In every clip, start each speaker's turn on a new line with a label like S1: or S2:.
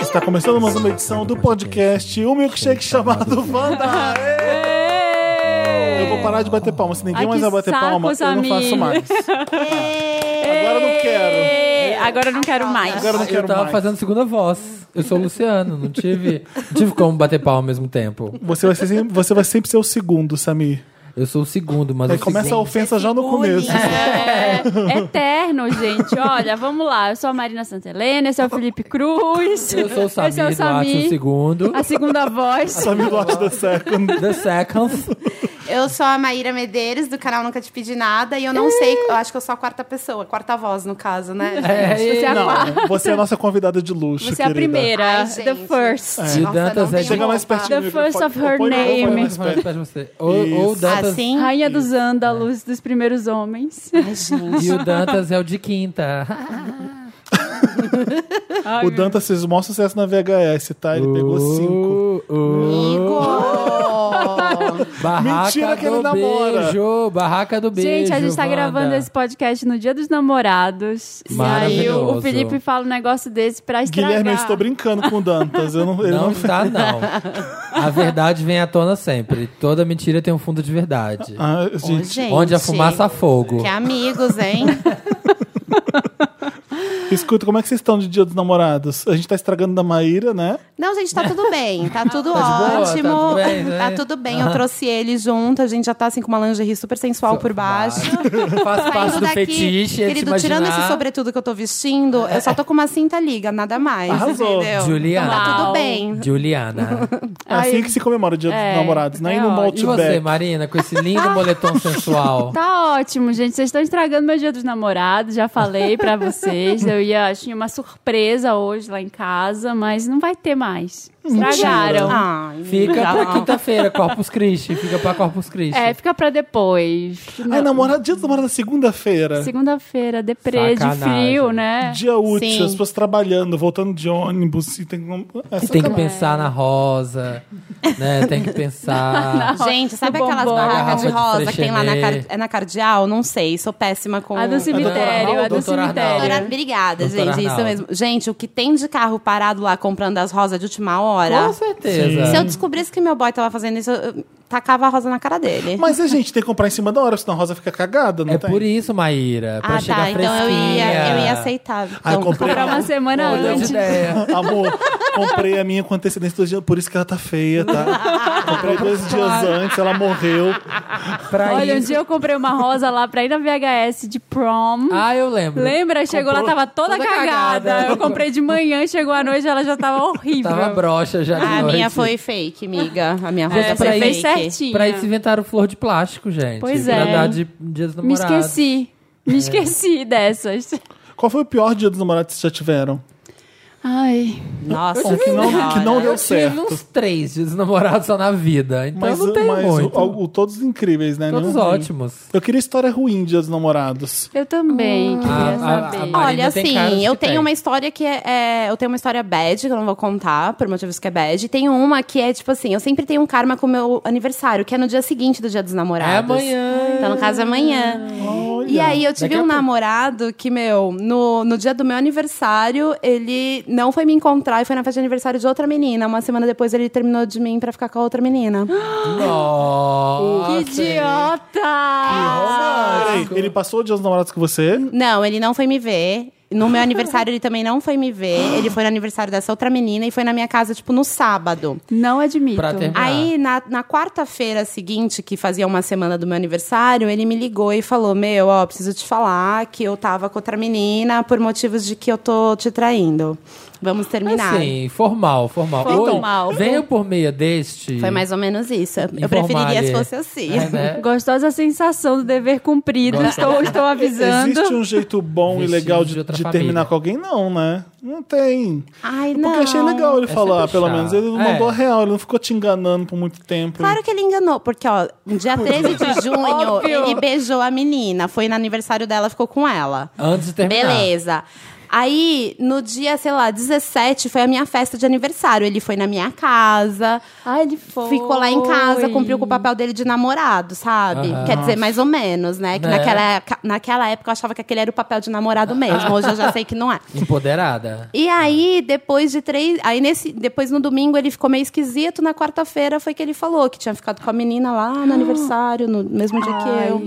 S1: Está começando mais uma edição do podcast Um Milkshake chamado Wanda. Eu vou parar de bater palma. Se ninguém
S2: Ai,
S1: mais
S2: que
S1: vai bater
S2: saco,
S1: palma, eu não
S2: Samir.
S1: faço mais. Agora eu não quero.
S2: Ei, Agora eu não quero mais.
S1: Agora eu não
S3: Ah, Eu
S1: quero
S3: tava
S1: mais.
S3: fazendo segunda voz. Eu sou o Luciano, não tive, não tive como bater palma ao mesmo tempo.
S1: Você vai, ser, sempre- você vai sempre ser o segundo, Samir.
S3: Eu sou o segundo, mas
S1: Aí
S3: o
S1: começa a
S3: segundo...
S1: ofensa já no começo. assim.
S2: É eterno, gente. Olha, vamos lá. Eu sou a Marina Santa Helena, esse é o Felipe Cruz.
S3: Eu sou o
S2: Esse é o
S3: Samir Duarte, o
S2: Samir.
S3: segundo.
S2: A segunda voz.
S1: Samir Duarte da Second.
S3: The Seconds.
S4: Eu sou a Maíra Medeiros, do canal Nunca Te Pedi Nada, e eu não sei, eu acho que eu sou a quarta pessoa, a quarta voz, no caso, né?
S2: Você é a quarta.
S1: Não, você é a nossa convidada de luxo,
S2: Você é a
S1: querida.
S2: primeira.
S4: Ai,
S2: the
S4: gente.
S2: first.
S3: E o Dantas
S4: não
S3: é
S4: tem
S2: um
S1: Chega mais
S4: roupa.
S1: pertinho.
S2: The first
S1: Põe-
S2: of her
S1: põe- põe- põe
S2: name.
S1: mais perto.
S3: Ou, ou o
S2: Ah,
S3: Dantas...
S4: Assim?
S2: Rainha
S1: é.
S2: dos Ândalos, dos primeiros homens.
S4: Ai, gente.
S3: E o Dantas é o de quinta.
S2: Ai,
S1: O
S2: meu-
S1: Dantas fez o maior sucesso na VHS, tá? Ele pegou cinco.
S4: Amigo!
S3: Barraca
S1: Mentira que
S3: do
S1: ele namora.
S3: beijo, barraca do beijo.
S2: Gente, a gente tá
S3: Wanda.
S2: gravando esse podcast no Dia dos Namorados. E aí o-
S3: Maravilhoso.
S2: o Felipe fala um negócio desse pra estragar.
S1: Guilherme, eu estou brincando com o Dantas. Eu não, ele
S3: Não
S1: não,
S3: está, não. A verdade vem à tona sempre. Toda mentira tem um fundo de verdade.
S1: Ah, gente,
S4: Gente,
S3: Onde a fumaça há fogo.
S4: Que amigos, hein?
S1: Escuta, como é que vocês estão de dia dos namorados? A gente tá estragando da Maíra, né?
S4: Não, gente, tá tudo bem, tá tudo
S3: Tá de boa? Tá
S4: ótimo.
S3: tudo bem, né?
S4: Tá tudo bem, eu trouxe ele junto, a gente já tá assim com uma lingerie super sensual por baixo.
S3: Faz parte
S4: Saindo
S3: do
S4: daqui,
S3: fetiche, é de
S4: querido,
S3: se
S4: tirando esse
S3: imaginar.
S4: sobretudo que eu tô vestindo, eu só tô com uma cinta liga, nada mais.
S1: Arrasou.
S4: Entendeu?
S3: Juliana.
S4: Tá tudo
S2: Uau.
S4: bem.
S3: Juliana.
S1: É assim que se comemora o dia
S2: é,
S1: dos namorados, né?
S2: é
S1: E no
S2: ótimo.
S3: E você,
S1: Maltback.
S3: Marina, com esse lindo
S4: Ah.
S3: moletom sensual?
S2: Tá ótimo, gente. Vocês estão estragando meu dia dos namorados, já falei pra vocês. Eu ia, tinha uma surpresa hoje lá em casa, mas não vai ter mais. Estragaram.
S3: Ah,
S4: Ai,
S3: Fica
S4: não.
S3: pra quinta-feira, Corpus Christi. Fica pra Corpus Christi.
S2: É, fica pra depois.
S1: Ai,
S3: Ah,
S1: namorado, dia dos namorados é segunda-feira.
S2: Segunda-feira, deprê de
S3: Sacanagem.
S2: frio, né?
S1: Dia útil,
S4: Sim.
S1: as pessoas trabalhando, voltando de ônibus. E tem, que- é
S3: E tem que
S1: sacanagem.
S3: pensar na rosa, né? Tem que pensar.
S4: Gente, sabe
S2: No
S4: aquelas
S2: bombom.
S4: barracas de
S3: Na Ah, garrafa de
S4: rosa que tem lá na,
S3: Freixenet.
S4: car- é na Cardeal? Não sei, sou péssima com...
S3: um
S2: A do cemitério, a do
S3: Doutor Arnaldo.
S4: Doutora,
S2: cemitério.
S4: obrigada,
S3: Doutor
S4: gente. Isso
S3: Arnaldo.
S4: mesmo. Gente, o que tem de carro parado lá comprando as rosas de última hora?
S3: Com certeza.
S4: Se eu descobrisse que meu boy tava fazendo isso, eu tacava a rosa na cara dele.
S1: Mas a gente tem que comprar em cima da hora, senão a Rosa fica cagada, não
S3: É
S1: tem?
S3: por isso, Maíra. Pra
S4: ah,
S3: chegar
S4: tá. Então eu ia, eu ia
S3: fresquinha.
S4: aceitar. Então,
S1: Ah, eu comprei.
S2: Pra uma semana
S3: Olha,
S2: antes.
S3: de ideia.
S1: Ah, Amor, comprei a minha com antecedência dois dias, por isso que ela tá feia, tá? Comprei dois dias antes, ela morreu.
S3: Pra
S2: Olha, um
S3: isso-
S2: dia eu comprei uma rosa lá pra ir na VHS de prom.
S3: Ah, eu lembro.
S2: Lembra? Chegou lá, tava toda,
S3: Toda
S2: cagada.
S3: cagada.
S2: Eu comprei de manhã, chegou à noite, ela já tava horrível.
S3: Tava broxa já de
S4: A
S3: noite.
S4: Ah, minha foi fake, amiga. A minha rosa
S2: É,
S4: foi
S2: você fez
S4: fake.
S2: certinho.
S3: Pra isso inventaram flor de plástico, gente.
S2: Pois
S3: pra
S2: é.
S3: dar de dia dos
S2: Me
S3: namorados.
S2: esqueci.
S3: É.
S2: Me esqueci dessas.
S1: Qual foi o pior dia dos namorados que vocês já tiveram?
S2: Ai.
S4: Nossa,
S1: Ou que não-
S4: senhora.
S1: que não deu
S3: Eu tive
S1: certo.
S3: uns três dias dos namorados só na vida. Então não tem
S1: mas
S3: muito.
S1: o- o- todos incríveis, né?
S3: Todos
S1: Nenhum ruim.
S3: ótimos.
S1: Eu queria história ruim dia dos namorados.
S2: Eu
S4: Ah.
S2: também queria
S3: a- a-
S2: saber.
S3: a- a-
S4: Olha,
S3: Marina tem caras
S4: assim,
S3: que
S4: eu tenho
S3: tem.
S4: uma história que é, é- Eu tenho uma história bad, que eu não vou contar, por motivos que é bad. E tem uma que é, tipo assim, eu sempre tenho um karma com o meu aniversário, que é no dia seguinte do dia dos namorados.
S3: É amanhã.
S4: Então, no caso, é amanhã.
S1: Olha.
S4: E aí, eu tive
S3: Daqui a
S4: um
S3: pouco.
S4: namorado que, meu, no, no dia do meu aniversário, ele não foi me encontrar e foi na festa de aniversário de outra menina. Uma semana depois, ele terminou de mim pra ficar com a outra menina.
S2: Que
S3: Nossa.
S2: idiota!
S4: Ah.
S1: Peraí, ele passou o dia dos namorados com você?
S4: Não, ele não foi me ver. No meu aniversário, ele também não foi me ver. Ele foi no aniversário dessa outra menina e foi na minha casa, tipo, no sábado.
S2: Não admito.
S3: Pra ter-
S4: Aí, na, na quarta-feira seguinte, que fazia uma semana do meu aniversário, ele me ligou e falou: Meu, ó, preciso te falar que eu tava com outra menina por motivos de que eu tô te traindo. Vamos terminar.
S3: Assim, formal, formal.
S2: Formal.
S3: Oi, venho por meia deste.
S4: Foi mais ou menos isso. Eu
S3: Informar
S4: preferiria se
S3: ele.
S4: fosse assim.
S3: É, né?
S2: Gostosa sensação do dever cumprido. Estou, estou avisando.
S1: Existe um jeito bom e
S3: Vestido
S1: legal de,
S3: de outra
S1: de
S3: família.
S1: terminar com alguém? Não, né? Não tem.
S4: Ai,
S1: É Porque
S4: não.
S1: achei legal ele
S3: É
S1: falar,
S3: sempre
S1: pelo
S3: chato.
S1: menos. Ele não
S3: É.
S1: mandou a real, ele não ficou te enganando por muito tempo.
S4: Claro que ele enganou, porque, ó, no dia 13 de junho,
S2: Óbvio.
S4: ele beijou a menina. Foi no aniversário dela, ficou com ela.
S3: Antes de terminar.
S4: Beleza. Aí, no dia, sei lá, 17, foi a minha festa de aniversário. Ele foi na minha casa,
S2: Ah, ele foi.
S4: ficou lá em casa, cumpriu com o papel dele de namorado, sabe?
S3: Aham.
S4: Quer dizer, mais ou menos, né? Que
S3: É.
S4: naquela, ca- naquela época eu achava que aquele era o papel de namorado mesmo. Hoje eu já sei que não é.
S3: Empoderada.
S4: E aí, depois de três. Aí nesse. Depois no domingo ele ficou meio esquisito. Na quarta-feira foi que ele falou que tinha ficado com a menina lá no aniversário, no mesmo dia que eu.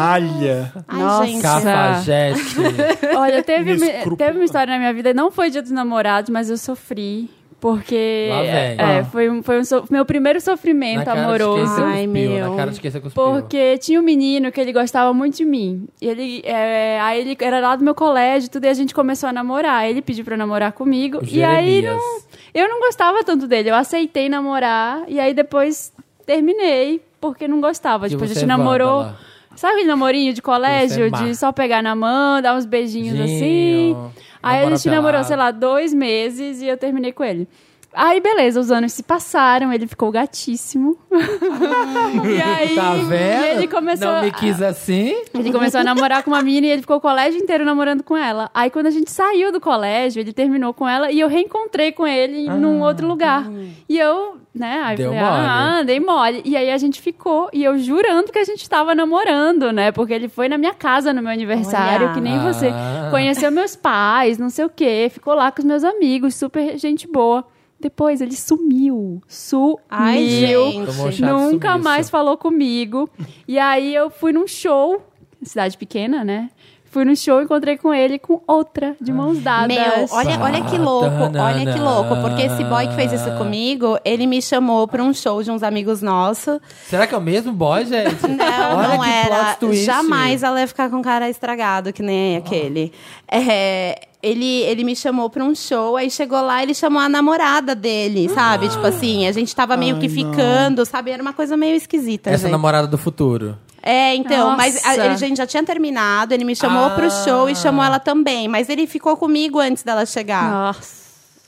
S1: Canalha.
S4: Ai,
S2: Nossa.
S4: gente.
S3: Cafajeste.
S2: Olha, teve,
S1: Inescrúpulo.
S2: teve uma história na minha vida, não foi dia dos namorados, mas eu sofri. Porque
S3: Lá vem.
S2: é,
S3: Ah.
S2: foi, um- foi um so- meu primeiro
S3: Na
S2: sofrimento
S3: cara de quem você
S2: amoroso.
S4: Ai,
S3: cuspiu.
S4: meu.
S3: Na cara de quem você cuspiu.
S2: Porque tinha um menino que ele gostava muito de mim. E ele, é, aí ele era lá do meu colégio, e tudo, e a gente começou a namorar. Ele pediu pra namorar comigo.
S3: O
S2: E aí
S3: Jeremias.
S2: não, eu não gostava tanto dele. Eu aceitei namorar e aí depois terminei porque não gostava.
S3: Que
S2: tipo, a
S3: você
S2: gente
S3: é
S2: namorou.
S3: vândala.
S2: Sabe aquele namorinho de
S3: Você é
S2: colégio,
S3: má.
S2: de só pegar na mão, dar uns beijinhos assim?
S3: Beijinho,
S2: Aí a
S3: namora
S2: gente namorou,
S3: pelado.
S2: sei lá, dois meses e eu terminei com ele. Aí, beleza, os anos se passaram, ele ficou gatíssimo. e aí,
S3: Tá vendo?
S2: ele começou.
S3: Não me quis assim.
S2: Ele começou a namorar com uma mina e ele ficou o colégio inteiro namorando com ela. Aí quando a gente saiu do colégio, ele terminou com ela e eu reencontrei com ele em num outro lugar. E eu, né, aí
S3: Ah. Deu
S2: falei, ah, dei mole. E aí a gente ficou e eu jurando que a gente tava namorando, né? Porque ele foi na minha casa no meu aniversário,
S4: Olha.
S2: que nem você.
S3: Ah.
S2: Conheceu meus pais, não sei o quê, ficou lá com os meus amigos, super gente boa. Depois ele sumiu. Sumiu.
S4: Ai, gente.
S3: Tomou um chá de
S2: Nunca
S3: sumiço.
S2: mais falou comigo. E aí eu fui num show, cidade pequena, né? Fui num show, encontrei com ele com outra, de mãos dadas.
S4: Meu, olha, olha que louco, olha que louco. Porque esse boy que fez isso comigo, ele me chamou pra um show de uns amigos nossos.
S3: Será que é o mesmo boy, gente?
S4: Não,
S3: Olha
S4: não
S3: que
S4: era.
S3: plot twist.
S4: Jamais ela ia ficar com cara estragado, que nem aquele. É, ele, ele me chamou pra um show, aí chegou lá, ele chamou a namorada dele, sabe? Tipo assim, a gente tava meio
S1: Ai,
S4: que
S1: não.
S4: ficando, sabe? Era uma coisa meio esquisita,
S3: Essa
S4: gente.
S3: namorada do futuro.
S4: É, então, mas a,
S2: Nossa.
S4: ele, a gente já tinha terminado, ele me chamou pro
S3: Ah.
S4: show e chamou ela também. Mas ele ficou comigo antes dela chegar.
S2: Nossa.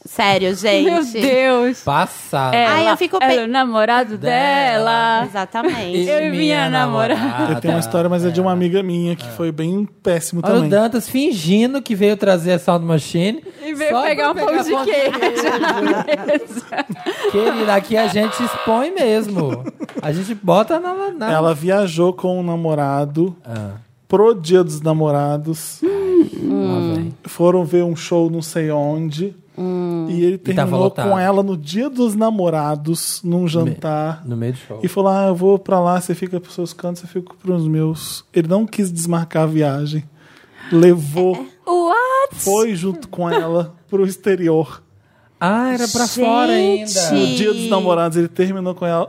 S4: Sério, gente.
S2: Meu Deus.
S3: Passada.
S2: Ela,
S4: Ai, eu fico
S2: era
S4: pe-
S2: o namorado
S3: Dela.
S2: dela.
S4: Exatamente.
S2: eu e minha namorada.
S1: Eu tenho uma história, mas é de uma amiga minha que foi bem péssimo
S3: Olha o
S1: também.
S3: Dantas fingindo que veio trazer a Sound Machine.
S2: E veio
S3: só
S2: pegar um
S3: pra
S2: pão de
S3: pão
S2: queijo.
S3: Querida, aqui a gente expõe mesmo. A gente bota na. na...
S1: Ela viajou com um namorado
S3: Ah,
S1: pro Dia dos Namorados. Hum.
S3: lá vem.
S1: Foram ver um show não sei onde.
S2: Hum.
S1: E ele
S3: tava
S1: terminou
S3: lotado.
S1: com ela no Dia dos Namorados, num jantar.
S3: No meio do show.
S1: E falou: Ah, eu vou pra lá, você fica pros seus cantos, eu fico pros meus. Ele não quis desmarcar a viagem. Levou,
S2: É, What?
S1: foi junto com ela pro exterior.
S3: Ah, era pra
S4: Gente.
S3: fora ainda.
S1: No dia dos namorados, ele terminou com ela.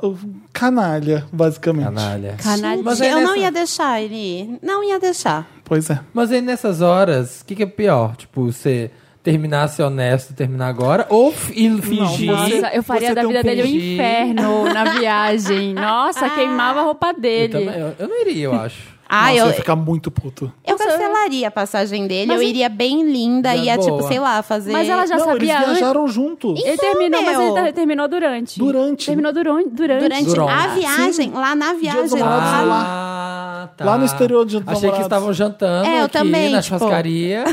S1: Canalha, basicamente.
S3: Canalha.
S2: Canalha.
S3: Mas aí
S4: eu não
S3: nessa-
S4: ia deixar ele ir. Não ia deixar.
S1: Pois é.
S3: Mas aí nessas horas, o que, que é pior? Tipo, você terminar ser honesto e terminar agora? Ou f- e fingir.
S2: Nossa, eu faria
S1: Você
S2: da
S1: tem um
S2: vida dele um
S3: pingi.
S2: inferno na viagem. Nossa, queimava a roupa
S3: Eu,
S2: dele.
S3: também- eu- eu não iria, eu acho.
S4: Ah,
S1: Nossa, eu
S4: eu,
S1: ia ficar muito puto.
S4: eu cancelaria a passagem dele.
S2: Mas
S4: eu
S2: e-
S4: iria bem linda,
S3: Já
S4: ia,
S3: boa.
S4: tipo, sei lá, fazer.
S2: Mas ela já
S1: não,
S2: sabia
S1: eles
S2: antes.
S1: viajaram junto.
S2: Ele terminou, mas
S4: meu.
S2: ele ter- terminou durante.
S1: Durante.
S2: Terminou duron- durante.
S4: Durante a
S3: Durante.
S4: viagem, lá na viagem.
S1: Dia dos
S4: lá-
S1: Namorados lá.
S3: Ah, tá.
S1: Lá no exterior de
S3: Achei que
S1: namorados.
S3: estavam jantando
S4: É, eu
S3: aqui
S4: também,
S3: na
S4: tipo-
S3: churrascaria.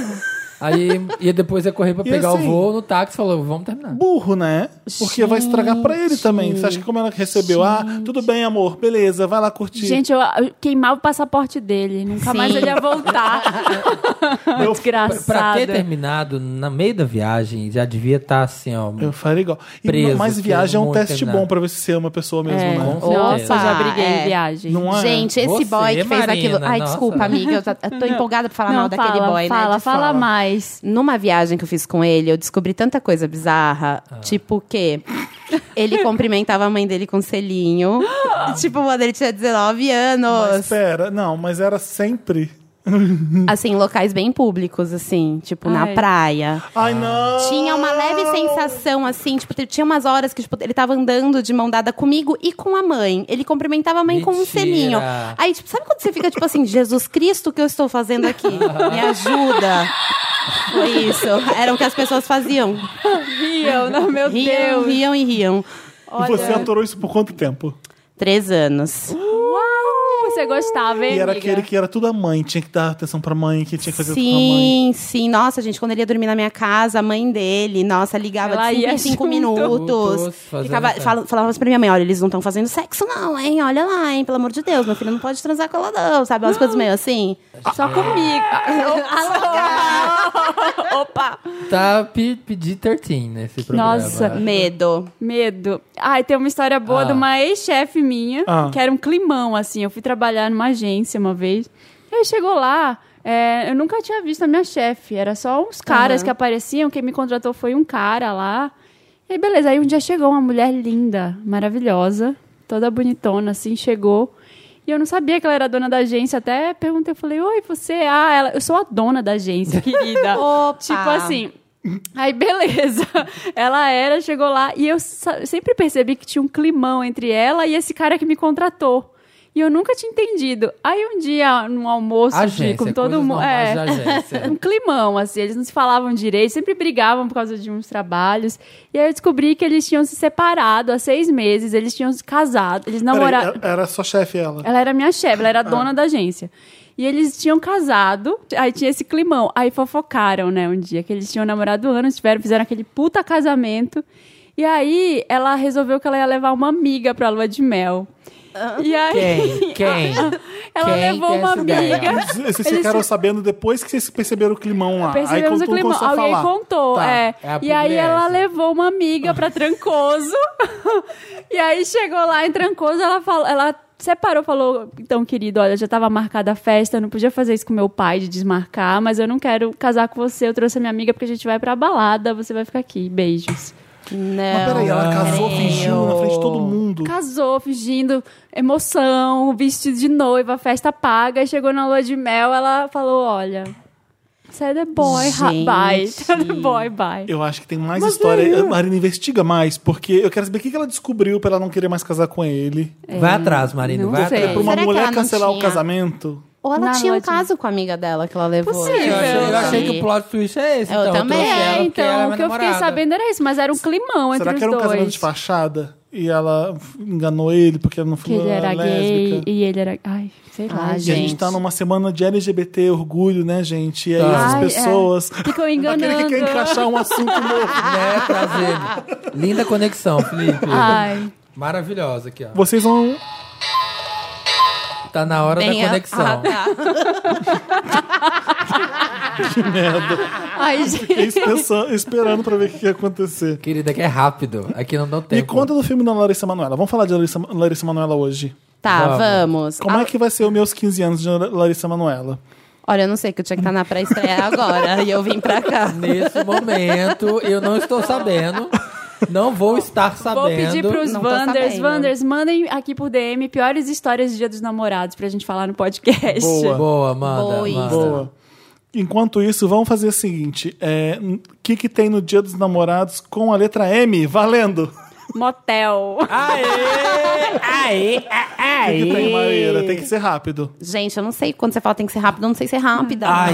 S3: aí ia depois ia correr pra
S1: E
S3: pegar
S1: assim-
S3: o voo no táxi falou, vamos terminar.
S1: burro, né? Porque vai estragar pra ele também. Você acha que como ela recebeu? Ah, tudo bem, amor, beleza, vai lá curtir.
S2: Gente, eu, eu queimava o passaporte dele. Nunca
S4: Sim.
S2: mais ele ia voltar.
S1: Eu-
S3: Pra- Pra ter
S2: Desgraçado.
S3: terminado na meio da viagem, já devia estar assim, ó.
S1: eu faria igual. E
S3: Preso,
S1: não, mas
S3: que
S1: viagem é um
S3: muito
S1: teste
S3: nada.
S1: bom pra ver se você ama a pessoa mesmo,
S2: É.
S1: né?
S3: Com
S2: Nossa,
S3: certeza.
S2: já briguei
S4: É.
S2: em viagem.
S1: Não é?
S4: Gente, esse
S3: Você,
S4: boy que fez
S3: Marina,
S4: aquilo. Ai,
S3: nossa.
S4: desculpa, amiga. Eu, tá- eu tô empolgada pra falar
S2: Não,
S4: mal daquele
S2: fala,
S4: boy,
S2: fala,
S4: né? De-
S2: fala, mais.
S4: Numa viagem que eu fiz com ele, eu descobri tanta coisa bizarra. Tipo que ele cumprimentava a mãe dele com selinho. tipo, quando ele tinha 19
S1: Mas
S4: anos.
S1: pera, não, mas era sempre.
S4: Assim, em locais bem públicos, assim. Tipo, na
S2: Ai.
S4: praia.
S3: Ah.
S1: Ai, não!
S4: Tinha uma leve sensação, assim, tipo, te- tinha umas horas que tipo, ele tava andando de mão dada comigo e com a mãe. Ele cumprimentava a mãe com um
S3: Mentira.
S4: selinho. Aí, tipo, sabe quando você fica, tipo assim, Jesus Cristo, o que eu estou fazendo aqui? Me ajuda. Foi isso. Era o que as pessoas faziam.
S2: Riam, não, meu
S4: Riam,
S2: Deus.
S4: riam e riam.
S1: E você aturou isso por quanto tempo?
S4: Três anos.
S2: Uau, você você gostava, hein?
S1: E era
S2: amiga?
S1: aquele que era tudo a mãe, tinha que dar atenção pra mãe, que tinha que fazer tudo pra mãe.
S4: Sim, sim. Nossa, gente, quando ele ia dormir na minha casa, a mãe dele, nossa, ligava
S2: Ela
S4: de 5
S2: ia
S4: em 5
S2: junto.
S4: minutos.
S3: Fazendo
S4: Ficava,
S3: sexo.
S4: fala- falava pra minha mãe, olha, eles não estão fazendo sexo não, hein? Olha lá, hein? Pelo amor de Deus, meu filho não pode transar com ela não, sabe? Umas coisas meio assim.
S2: Só comigo. Opa!
S3: Tá P- PG-13 nesse programa.
S2: Nossa,
S1: É.
S4: Medo.
S2: Medo. Ai, tem uma história boa
S3: Ah.
S2: de uma ex-chefe minha,
S1: Ah.
S2: que era um climão, assim. Eu fui trabalhar numa agência uma vez. E aí chegou lá, é, eu nunca tinha visto a minha chefe. Era só uns caras
S4: Aham.
S2: que apareciam. Quem me contratou foi um cara lá. E aí, beleza. Aí um dia chegou uma mulher linda, maravilhosa, toda bonitona, assim, chegou. E eu não sabia que ela era dona da agência. Até perguntei, eu falei, oi, você? Ah, ela, eu sou a dona da agência, querida.
S4: Opa.
S2: Tipo assim. Aí, beleza. Ela era, chegou lá. E eu sa- sempre percebi que tinha um climão entre ela e esse cara que me contratou. E eu nunca tinha entendido. Aí, um dia, num almoço de-
S3: Agência,
S2: com todo
S3: coisas
S2: mundo.
S3: normais da
S2: um
S3: agência.
S2: climão, assim. Eles não se falavam direito, sempre brigavam por causa de uns trabalhos. E aí eu descobri que eles tinham se separado há seis meses, eles tinham se casado, eles
S1: Peraí,
S2: namoraram.
S1: era- Era só chefe ela.
S2: Ela era minha chefe, ela
S3: Ah.
S2: era dona da agência. E eles tinham casado, aí tinha esse climão. Aí fofocaram, né, um dia, que eles tinham namorado anos, tiveram, fizeram aquele puta casamento. E aí ela resolveu que ela ia levar uma amiga pra lua de mel. E aí.
S3: Quem? Quem?
S2: Ela
S3: Quem
S2: levou
S3: tem
S2: uma
S3: essa ideia?
S2: amiga.
S1: Vocês
S2: Eles
S1: ficaram sabendo depois que vocês perceberam o climão lá. Aí
S2: Percebemos o
S1: contou
S2: clima.
S1: quando você
S2: Alguém
S1: falar.
S2: contou.
S3: Tá,
S2: é.
S3: é a
S2: e aí
S3: publi
S2: ela
S3: essa.
S2: levou uma amiga pra Trancoso. e aí chegou lá em Trancoso, ela falou, ela separou, falou: "Então, querido, olha, já tava marcada a festa, eu não podia fazer isso com meu pai de desmarcar, mas eu não quero casar com você, eu trouxe a minha amiga porque a gente vai pra balada, você vai ficar aqui. Beijos."
S4: Não.
S1: Mas peraí,
S3: Ah.
S1: ela casou
S4: creio.
S1: fingindo na frente de todo mundo.
S2: Casou fingindo emoção, vestido de noiva, festa paga, e chegou na lua de mel, ela falou: "Olha, Sai the boy, ra-
S4: Gente.
S2: bye. Sai the boy, bye.
S1: Eu acho que tem mais história.
S2: é.
S1: A Marina investiga mais, porque eu quero saber o que que ela descobriu pra ela não querer mais casar com ele.
S3: Vai atrás, Marina,
S2: É. não
S3: vai
S2: sei.
S1: Pra
S3: atrás.
S1: uma
S4: Será que ela
S1: mulher
S4: não
S1: cancelar o
S4: tinha?
S1: casamento.
S4: Ou ela
S2: Na
S4: tinha um
S2: lua de-
S4: caso com a amiga dela que ela levou.
S2: Possível.
S3: Eu achei, eu
S2: Sim.
S3: achei que o plot twist é esse.
S4: Eu
S3: então,
S4: também.
S3: trouxe ela
S2: É,
S3: porque ela é
S2: então, o
S3: minha
S2: que eu fiquei
S3: namorada.
S2: sabendo era isso, mas era um climão
S1: Será
S2: entre
S1: que era um
S2: os
S1: casamento
S2: dois.
S1: de fachada? E ela enganou ele porque ela não
S2: que
S1: foi
S2: ele era gay
S1: lésbica.
S2: e ele era. Ai, sei lá,
S4: Ai,
S1: E a
S2: gente.
S1: gente tá numa semana de LGBT, orgulho, né, gente? E aí
S3: Tá.
S1: essas
S2: Ai, é.
S1: pessoas.
S2: Ficam
S1: Aquele que
S2: enganando.
S1: quer encaixar um assunto novo.
S2: Ah.
S3: Né, trazer. Linda conexão, Felipe.
S2: Ai.
S3: Maravilhosa aqui, ó.
S1: Vocês vão.
S3: Tá na hora
S4: Bem,
S3: da
S4: a-
S3: conexão.
S4: Ah, tá.
S2: Ai,
S1: Fiquei
S2: gente.
S1: espeça- esperando pra ver o que que ia acontecer.
S3: Querida, que é rápido. Aqui não deu
S1: Me
S3: tempo.
S1: conta do filme da Larissa Manoela. Vamos falar de Larissa, Larissa Manoela hoje.
S4: Tá,
S3: Vamos.
S4: vamos.
S1: Como
S4: Ah,
S1: é que vai ser os meus 15 anos de Larissa Manoela?
S4: Olha, eu não sei que eu tinha que estar na pré-estreia agora. e eu vim pra cá.
S3: Nesse momento, eu não estou sabendo. Não vou estar sabendo.
S2: Vou pedir pros
S4: Não tô
S2: Wanders.
S4: sabendo.
S2: Wanders, mandem aqui por DM piores histórias de Dia dos Namorados pra gente falar no podcast.
S1: Boa.
S3: Boa, manda.
S4: Boa,
S3: manda.
S1: Boa. Enquanto isso, vamos fazer o seguinte: é, o que, que tem no Dia dos Namorados com a letra M? Valendo!
S2: Motel.
S3: Aê! Aê!
S1: O
S4: É
S1: que, que tem,
S3: Aê!
S1: Maíra? Tem que ser rápido.
S4: Gente, eu não sei quando você fala tem que ser rápido, eu não sei ser rápida.
S3: Ai.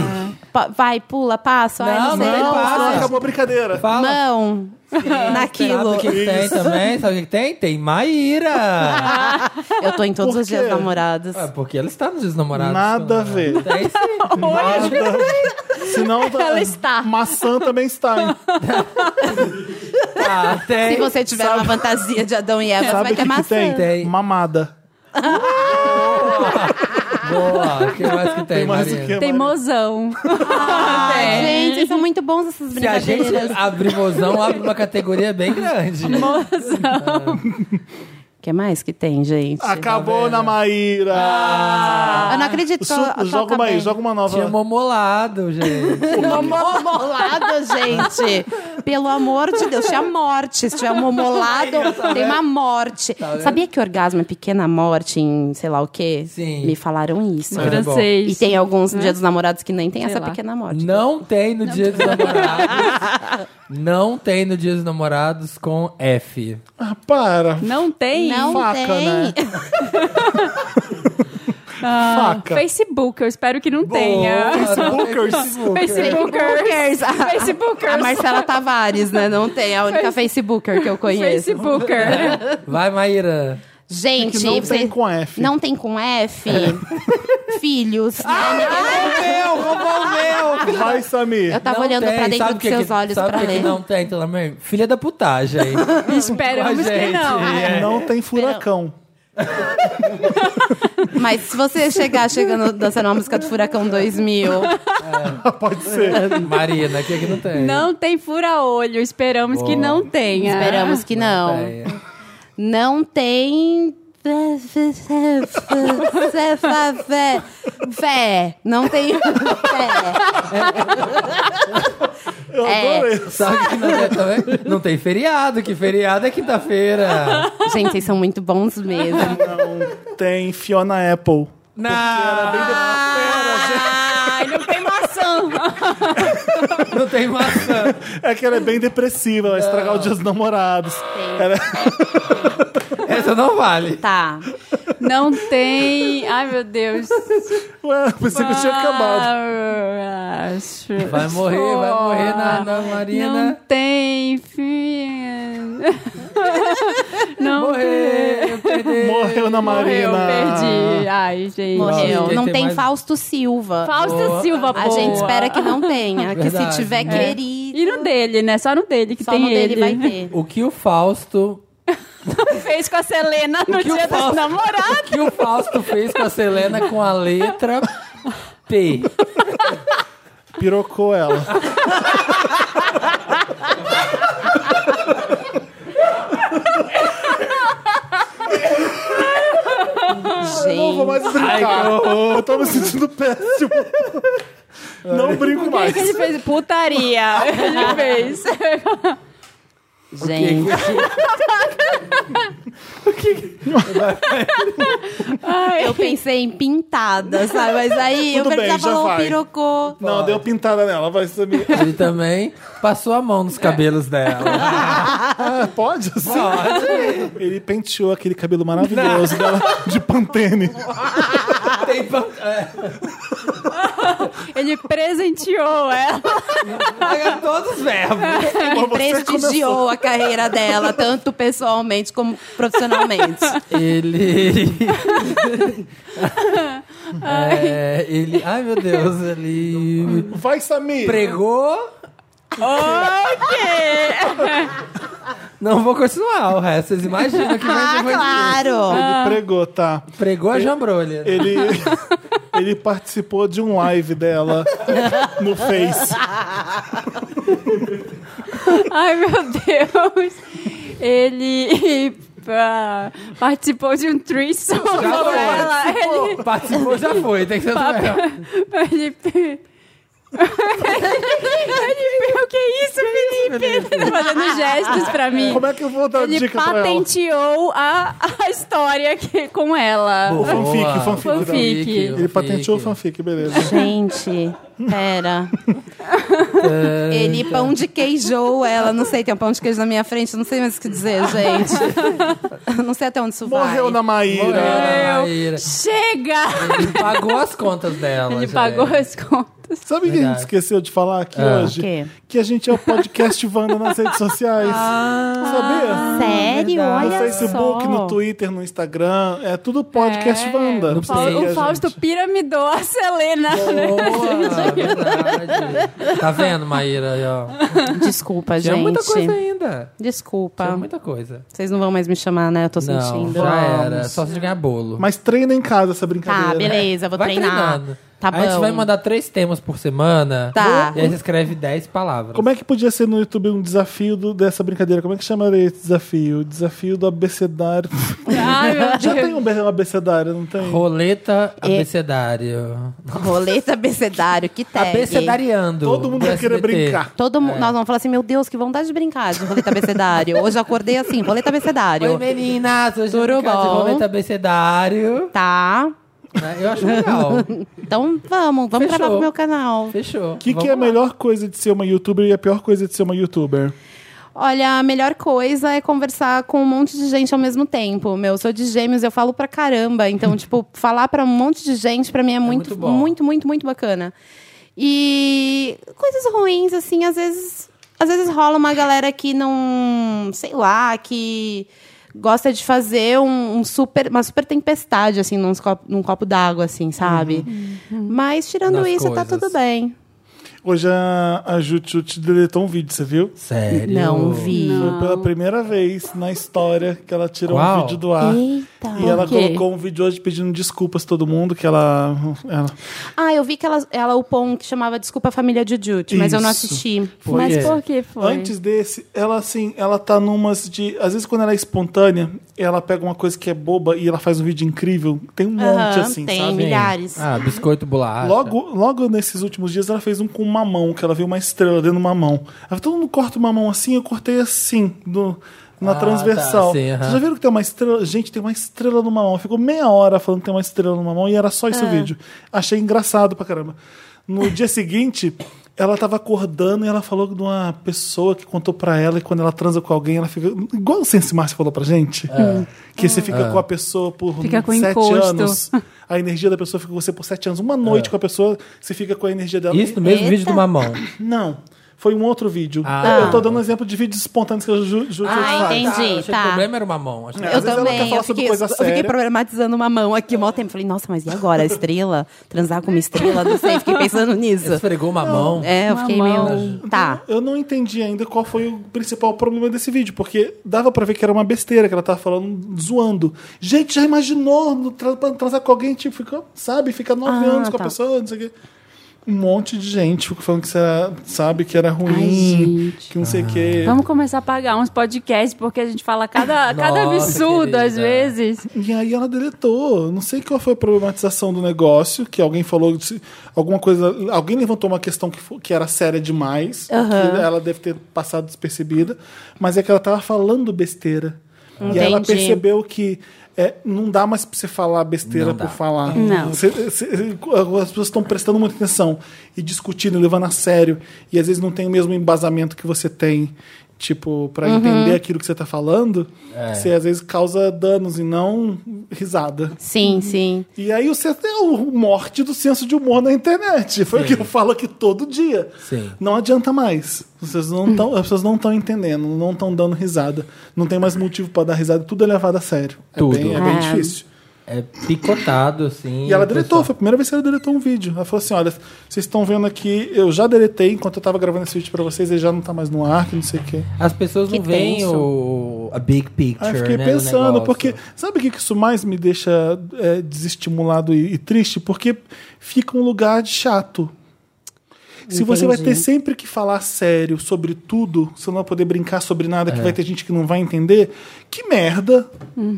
S4: Pa- vai, pula, passa. ai,
S3: Não,
S4: não, sei.
S3: não,
S1: Não,
S3: passa.
S1: senão acabou a brincadeira.
S3: Fala.
S4: Mão
S3: Sabe
S4: naquilo.
S3: o que que tem também? Sabe o que que tem? Tem Maíra!
S4: Eu tô em todos
S1: Por
S4: os dias
S1: quê?
S4: namorados.
S3: Ah, porque ela está nos desnamorados.
S1: Nada a ver.
S3: Tem sim.
S1: Nada. Senão, tá-
S2: Ela está.
S1: Maçã também está. hein?
S3: Ah, tem.
S4: Se você tiver uma fantasia de Adão e Eva,
S1: Sabe
S4: vai
S1: o que,
S4: ter
S1: que
S4: maçã.
S1: tem?
S3: Tem.
S1: Mamada.
S3: Boa. O que mais que tem,
S1: Tem mais
S3: Maíra?
S1: o que?
S2: Tem
S1: Maíra?
S2: mozão.
S4: Ai, Ah, Gente, vocês são muito bons essas
S3: Se a gente
S4: brincadeiras.
S3: abrir mozão, abre uma categoria bem grande.
S4: O que mais que tem, gente?
S1: Ah, Acabou na Maíra.
S4: Ah, Eu não acredito que
S1: Su-
S4: eu, eu tô
S1: joga uma aí,
S4: acabando.
S1: joga uma
S3: Tinha
S1: nova.
S3: momolado, gente.
S4: Momolado, gente. Pelo amor de Deus, tinha morte. Se tiver um momolado, tem uma morte.
S3: tá vendo?
S4: Sabia que orgasmo é pequena morte em sei lá o quê?
S3: Sim.
S4: Me falaram isso.
S3: Mas é bom.
S2: Francês.
S4: E tem alguns no Dia dos Namorados que nem tem
S2: Sei
S4: essa
S2: lá.
S4: pequena morte.
S3: Não tem no Dia dos Namorados. Não tem no Dia dos Namorados com F.
S1: Ah, para.
S2: Não tem?
S4: Não
S1: Faca,
S4: tem.
S1: né?
S4: Ah,
S1: Faca.
S2: Facebook, eu espero que não
S4: é
S2: tenha.
S1: Facebookers.
S2: Facebookers.
S4: Facebookers.
S2: Facebookers.
S4: Ah, A Marcela Tavares, né? Não tem. É a única Facebooker que eu conheço.
S2: Facebooker.
S3: Vai, Maíra.
S4: Gente,
S1: Que não
S4: você-
S1: tem com F.
S4: Não tem com F.
S3: É.
S4: Filhos.
S3: Ah,
S4: né?
S3: meu, roubou o meu!
S1: Vai, Samir.
S4: Eu tava
S3: Não
S4: olhando
S3: tem,
S4: pra dentro
S3: sabe o
S4: dos
S3: que que-
S4: seus olhos
S3: sabe
S4: pra
S3: o que que
S4: ler.
S3: não tem, então, também? Filha da putagem.
S2: Esperamos
S3: Com a
S2: que não.
S3: gente. É.
S1: Não tem furacão.
S4: Mas se você chegar chegando dançando uma música do Furacão 2000,
S1: Pode ser.
S3: Marina, o que que não tem?
S2: Não tem fura-olho, esperamos que não tenha.
S4: esperamos que não.
S3: Tem.
S4: Não tem. Fé. Não tem. Fé.
S1: Eu
S4: É.
S1: adorei. isso.
S3: Sabe o que não tem também? Não tem feriado, que feriado é quinta-feira.
S4: Gente, vocês são muito bons mesmo.
S1: Não tem Fiona Apple.
S3: Não,
S2: Ai, não tem maçã.
S3: não tem maçã.
S1: É que ela é bem depressiva, ela vai estragar o dia dos namorados. Ela- é-
S3: Essa não vale.
S4: Tá.
S2: Não tem. Ai, meu Deus.
S1: Ué, pensei que eu
S2: Ah,
S1: tinha acabado.
S2: acabado.
S3: Vai morrer, vai morrer na, na Marina.
S2: Não tem fim. Não
S3: Morrer, perder.
S1: Morreu na
S2: Morreu,
S1: Marina.
S2: perdi. Ai, gente.
S4: Morreu.
S3: Quem
S4: Não
S3: tem
S4: tem
S3: mais?
S4: Fausto Silva.
S2: Fausta
S3: Boa.
S2: Silva, boa.
S4: A gente espera que não tenha. Que se
S3: Verdade.
S4: tiver,
S3: É.
S4: querido.
S2: E no dele, né? Só no dele que
S4: Só
S2: tem
S4: no dele
S2: ele.
S4: vai ter.
S3: O que o Fausto.
S2: Fez com a Selena no
S3: O que o
S2: dia dos
S3: Fausto-
S2: namorados.
S3: O que o Fausto fez com a Selena com a letra P?
S1: Pirocou ela. Eu não vou
S4: Gente.
S1: mais
S3: Ai, que
S1: brincar. eu tô me sentindo péssimo. Não brinco
S2: O que,
S1: mais.
S2: que ele fez? Putaria. Ele fez.
S4: Gente.
S2: Ai.
S4: Eu pensei em pintada, sabe? Mas aí
S1: Tudo
S4: eu
S1: bem,
S4: pensava
S1: já
S4: falou
S1: vai.
S4: pirocô.
S1: Não, deu pintada nela, vai Samir.
S3: Ele também passou a mão nos cabelos dela.
S1: Ah, pode? Sim. Ele penteou aquele cabelo maravilhoso dela de pantene.
S3: Tem pan- é,
S2: Ele presenteou ela.
S3: Pega todos os verbos.
S1: Mas
S4: Ele
S1: você
S4: prestigiou a carreira dela, tanto pessoalmente como profissionalmente.
S3: Ele. É, ele. Ai, meu Deus, ele.
S1: Vai, Samir.
S3: Pregou.
S2: Ok.
S3: Não vou continuar o resto. Vocês imaginam que vai
S4: Ah,
S3: depois
S4: claro!
S1: Ele
S2: Ah.
S1: pregou, tá?
S3: Pregou a jambrolha.
S1: Ele, ele participou de um live dela no Face.
S2: Ai, meu Deus. Ele ah, participou de um threesome com
S3: foi.
S2: ela. Ele,
S3: Participou, já foi. Tem que ser outro verbo.
S2: ele, ele, ele- o que é isso, Felipe? Ele tá fazendo gestos pra mim.
S1: Como é que eu vou dar
S2: Ele
S1: dica pra ela?
S2: patenteou a, a história que, com ela.
S1: O fanfic,
S3: Boa.
S1: o fanfic. da-
S2: Fanfic.
S1: Ele patenteou o fanfic, beleza.
S4: Gente, pera.
S1: É.
S4: Ele pão de queijou ela. Não sei, tem um pão de queijo na minha frente, não sei mais o que dizer, gente. Não sei até onde isso
S1: Morreu
S4: vai.
S1: na
S3: Morreu
S1: Maíra.
S3: na Maíra.
S2: Chega!
S3: Ele pagou as contas dela.
S2: Ele
S3: gente.
S2: pagou né? as contas.
S1: Sabe o que a gente
S3: Verdade.
S1: esqueceu de falar aqui
S3: Ah.
S1: hoje?
S4: O quê?
S1: Que a gente é o podcast Wanda nas redes sociais. Sabia?
S4: Sério?
S1: No
S4: Olha
S2: Verdade.
S1: Facebook,
S2: Ah. só.
S1: no Twitter, no Instagram. É tudo podcast Wanda.
S3: Não
S2: O Fau-
S3: sei,
S2: o Fausto piramidou a Selena.
S3: Boa, verdade. Tá vendo, Maíra? aí, ó?
S4: Desculpa,
S3: Tinha
S4: gente.
S3: muita coisa ainda. Tinha
S4: Desculpa.
S3: muita coisa.
S4: Vocês não vão mais me chamar, né? Eu tô
S3: Não,
S4: sentindo.
S3: já
S1: Vamos.
S3: era. Só se ganhar bolo.
S1: Mas treina em casa essa
S4: Tá,
S1: brincadeira.
S4: beleza, vou
S3: vai
S4: treinar.
S3: treinando.
S4: Tá
S3: A gente
S4: bom.
S3: vai mandar três temas por semana.
S4: Tá.
S3: E aí você escreve dez palavras.
S1: Como é que podia ser no YouTube um desafio do- dessa brincadeira? Como é que chamaria esse desafio? Desafio do abecedário.
S2: Ai, meu
S1: Já tem
S2: Deus.
S1: um be- um abecedário, não tem?
S3: Roleta abecedário.
S4: Roleta abecedário, que tag.
S3: Abecedariando.
S1: Todo mundo
S3: do
S1: vai querer
S3: SBT.
S1: brincar.
S4: Todo
S3: É.
S4: mundo, Nós vamos falar assim, meu Deus, que vontade de brincar de roleta abecedário. Hoje eu acordei assim, roleta abecedário.
S3: Oi, meninas. Hoje
S4: Tudo
S3: eu vou brincar de
S4: bom?
S3: roleta abecedário.
S4: Tá.
S3: né? Eu acho legal.
S4: Então vamos, vamos
S3: Fechou.
S4: gravar pro meu canal.
S3: Fechou.
S1: O que, que é a melhor coisa de ser uma youtuber e a pior coisa de ser uma youtuber?
S4: Olha, a melhor coisa é conversar com um monte de gente ao mesmo tempo. Meu, eu sou de gêmeos, eu falo pra caramba. Então, tipo, falar pra um monte de gente, pra mim, é muito,
S3: muito bom.
S4: muito, muito, muito, bacana. E coisas ruins, assim, às vezes. Às vezes rola uma galera que não. sei lá, que. gosta de fazer um, um super, uma super tempestade, assim, num copo, num copo d'água, assim, sabe? Mas tirando
S3: Nas
S4: isso, tá
S3: coisas.
S4: tudo bem.
S1: Hoje a, a Jutjut deletou um vídeo, você viu?
S3: Sério?
S4: Não vi.
S1: Foi pela primeira vez na história que ela tirou um
S3: Uau.
S1: vídeo do ar.
S4: Eita.
S1: E ela
S2: Por quê?
S1: colocou um vídeo hoje pedindo desculpas a todo mundo, que ela. ela
S4: Ah, eu vi que ela, ela upou um que chamava Desculpa Família Jujut, mas eu não
S1: Isso.
S4: assisti.
S3: Por
S2: Mas
S3: quê?
S2: por que foi?
S1: Antes desse, ela assim, ela tá numas de. Às vezes quando ela é espontânea, ela pega uma coisa que é boba e ela faz um vídeo incrível. Tem um monte
S4: Aham,
S1: assim,
S4: tem.
S1: sabe?
S4: milhares.
S3: Ah, biscoito bolacha.
S1: Logo, logo nesses últimos dias ela fez um com mamão, que ela viu uma estrela dentro do mamão. Ela falou, todo mundo corta o mamão assim, eu cortei assim, do, na
S3: Ah,
S1: transversal.
S3: tá, sim, aham.
S1: Vocês já viram que tem uma estrela? Gente, tem uma estrela no mamão. Ficou meia hora falando que tem uma estrela no mamão e era só
S3: É.
S1: isso o vídeo. Achei engraçado pra caramba. No dia seguinte. Ela tava acordando e ela falou de uma pessoa que contou pra ela que quando ela transa com alguém, ela fica. Igual o Sense Márcio falou pra gente.
S3: É.
S1: Que você fica com a pessoa por
S2: Fica com
S1: sete
S2: encosto.
S1: anos. A energia da pessoa fica com você por sete anos. Uma noite com a pessoa, você fica com a energia dela.
S3: É.
S1: É.
S3: Isso no mesmo
S4: Eita.
S3: vídeo do mamão.
S1: Não. Foi um outro vídeo.
S3: Ah.
S1: Eu tô dando um exemplo de vídeos espontâneos que a Ju, Ju
S4: Ah,
S1: faz.
S4: entendi.
S3: eu achei que
S4: tá.
S3: O problema era o mamão. achei que-
S1: É.
S4: Eu
S1: vezes ela quer
S4: também,
S1: falar
S4: eu
S1: sobre
S4: fiquei,
S1: coisa
S4: eu fiquei
S1: séria.
S4: problematizando uma mão aqui o maior tempo. Falei, nossa, mas e agora? Estrela? Transar com uma estrela? Não sei, fiquei pensando nisso.
S3: Esfregou o mamão.
S4: É, eu fiquei
S2: Mamão.
S4: meio. Tá.
S1: Eu não entendi ainda qual foi o principal problema desse vídeo, porque dava pra ver que era uma besteira que ela tava falando, zoando. Gente, já imaginou no tra pra transar com alguém, tipo, fica, sabe, fica nove
S4: Ah,
S1: anos com
S4: tá.
S1: a pessoa, não sei o quê. Um monte de gente ficou falando que isso era, sabe, que era ruim,
S2: gente.
S1: que não sei o quê.
S2: Vamos começar a pagar uns podcasts, porque a gente fala cada, cada
S3: Nossa,
S2: absurdo às
S3: querida.
S2: vezes.
S1: E aí ela deletou. Não sei qual foi a problematização do negócio, que alguém falou de- alguma coisa. Alguém levantou uma questão que, fo- que era séria demais, que ela deve ter passado despercebida, mas é que ela tava falando besteira. E aí ela
S4: Entendi.
S1: percebeu que é, não dá mais pra você falar besteira
S3: Não
S1: por
S3: dá.
S1: falar. Uhum.
S2: Não.
S1: Você- você- as pessoas estão prestando muita atenção e discutindo, levando a sério, e às vezes não tem o mesmo embasamento que você tem. Tipo, pra entender aquilo que você tá falando,
S3: É.
S1: você às vezes causa danos e não risada.
S4: Sim, sim.
S1: E aí o senso é o morte do senso de humor na internet. Foi o que eu falo aqui todo dia.
S3: Sim.
S1: Não adianta mais. Vocês não tão, as pessoas não estão entendendo, não estão dando risada. Não tem mais motivo pra dar risada, tudo é levado a sério.
S3: Tudo.
S1: É bem, é bem
S4: É.
S1: difícil.
S3: É picotado, assim.
S1: E ela
S3: o
S1: deletou,
S3: pessoal-
S1: foi a primeira vez que ela deletou um vídeo. Ela falou assim: olha, vocês estão vendo aqui, eu já deletei enquanto eu tava gravando esse vídeo pra vocês, ele já não tá mais no ar, que não sei o quê.
S3: As pessoas não
S4: Que
S3: veem
S4: tenso.
S3: o, a big picture,
S1: Aí eu fiquei
S3: né, do
S1: pensando,
S3: negócio.
S1: porque sabe o que que isso mais me deixa é, desestimulado e, e triste? Porque fica um lugar de chato. Se você vai ter sempre que falar sério sobre tudo, você não vai poder brincar sobre nada,
S3: É.
S1: que vai ter gente que não vai entender, que merda!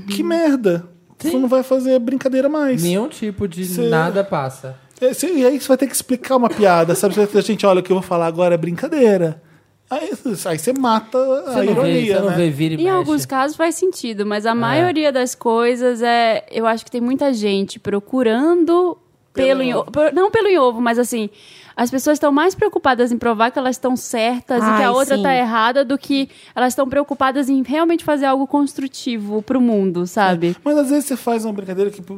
S1: Que merda! Você não vai fazer brincadeira mais.
S3: Nenhum tipo de
S1: Cê-
S3: nada passa.
S1: É, cê- E aí você vai ter que explicar uma piada, sabe? Você vai ter gente, olha, o que eu vou falar agora é brincadeira. Aí aí você mata
S3: Você
S1: a
S3: não vê,
S1: ironia,
S3: você não
S1: né?
S3: vê vira e
S2: Em
S3: mexe.
S2: alguns casos faz sentido, mas a maioria das coisas é. Eu acho que tem muita gente procurando pelo, em ovo. por- Não pelo em ovo, mas assim. As pessoas estão mais preocupadas em provar que elas estão certas e que
S4: Ai,
S2: a outra
S4: sim.
S2: está errada do que elas estão preocupadas em realmente fazer algo construtivo pro mundo, sabe?
S1: Mas às vezes você faz uma brincadeira que, p-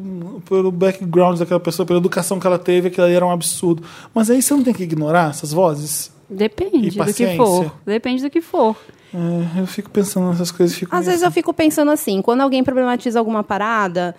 S1: pelo background daquela pessoa, pela educação que ela teve, aquilo ali era um absurdo. Mas aí você não tem que ignorar essas vozes? E
S2: Depende do que
S1: paciência.
S2: for. Depende do que for.
S1: É, eu fico pensando nessas coisas. Fico
S4: Às
S1: meio
S4: vezes eu fico pensando assim, quando alguém problematiza alguma parada,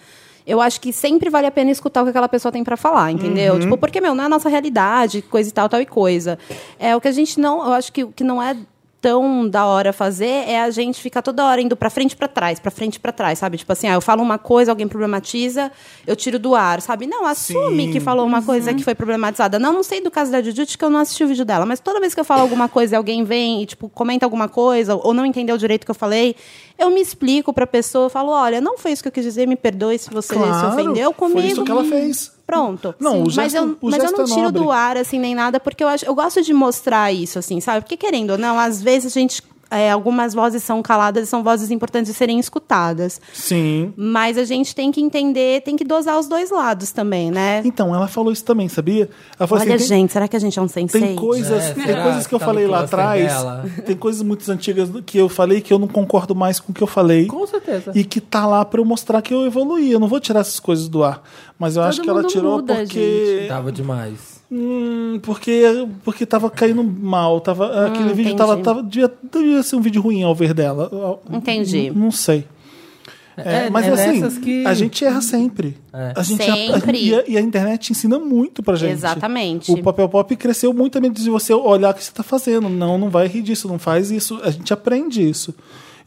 S4: eu acho que sempre vale a pena escutar o que aquela pessoa tem pra falar,
S1: Uhum.
S4: entendeu? Tipo, porque, meu, não é a nossa realidade, coisa e tal, tal e coisa. É o que a gente não. Eu acho que o que não é tão da hora fazer é a gente ficar toda hora indo pra frente e pra trás, pra frente e pra trás, sabe? Tipo assim, ah, eu falo uma coisa, alguém problematiza, eu tiro do ar, sabe? Não, assume
S1: Sim.
S4: que falou uma
S1: Uhum.
S4: coisa que foi problematizada. Não, não sei do caso da Jujutsu, que eu não assisti o vídeo dela, mas toda vez que eu falo alguma coisa e alguém vem e, tipo, comenta alguma coisa ou não entendeu direito o que eu falei, eu me explico pra pessoa, eu falo, olha, não foi isso que eu quis dizer, me perdoe se você se
S1: Claro,
S4: ofendeu comigo. hum.
S1: Foi isso que ela fez.
S4: Pronto.
S1: Não, o
S4: mas
S1: gesto-
S4: eu,
S1: o
S4: mas eu
S1: gesto
S4: não
S1: é
S4: tiro do
S1: nobre.
S4: ar, assim, nem nada, porque eu, acho, eu gosto de mostrar isso, assim, sabe? Porque querendo ou não, às vezes a gente. é, algumas vozes são caladas e são vozes importantes de serem escutadas.
S1: Sim.
S4: Mas a gente tem que entender, tem que dosar os dois lados também, né?
S1: Então, ela falou isso também, sabia? Ela falou
S4: Olha,
S1: assim, tem-
S4: gente, será que a gente é um sensei?
S1: Tem coisas,
S3: É,
S1: tem
S3: será
S1: coisas que
S3: que
S1: eu
S3: tá no
S1: falei lá
S3: cluster
S1: atrás,
S3: dela?
S1: tem coisas muito antigas que eu falei que eu não concordo mais com o que eu falei.
S3: Com certeza.
S1: E que tá lá pra eu mostrar que eu evoluí. Eu não vou tirar essas coisas do ar. Mas eu acho que ela
S2: mundo
S1: tirou
S2: muda,
S1: porque.
S3: Tava demais.
S1: Hum, porque, porque tava caindo mal. Tava, aquele vídeo
S4: Hum, entendi.
S1: tava, tava. Devia, devia ser um vídeo ruim ao ver dela.
S4: Entendi.
S1: Não, não sei. É,
S3: É,
S1: mas
S3: é nessas
S1: assim,
S3: que-
S1: a gente erra sempre.
S3: É.
S1: A gente
S4: Sempre.
S1: e, a, e a internet ensina muito pra gente.
S4: Exatamente.
S1: O papel pop cresceu muito também de você olhar o que você tá fazendo. Não, não vai rir disso, não faz isso. A gente aprende isso.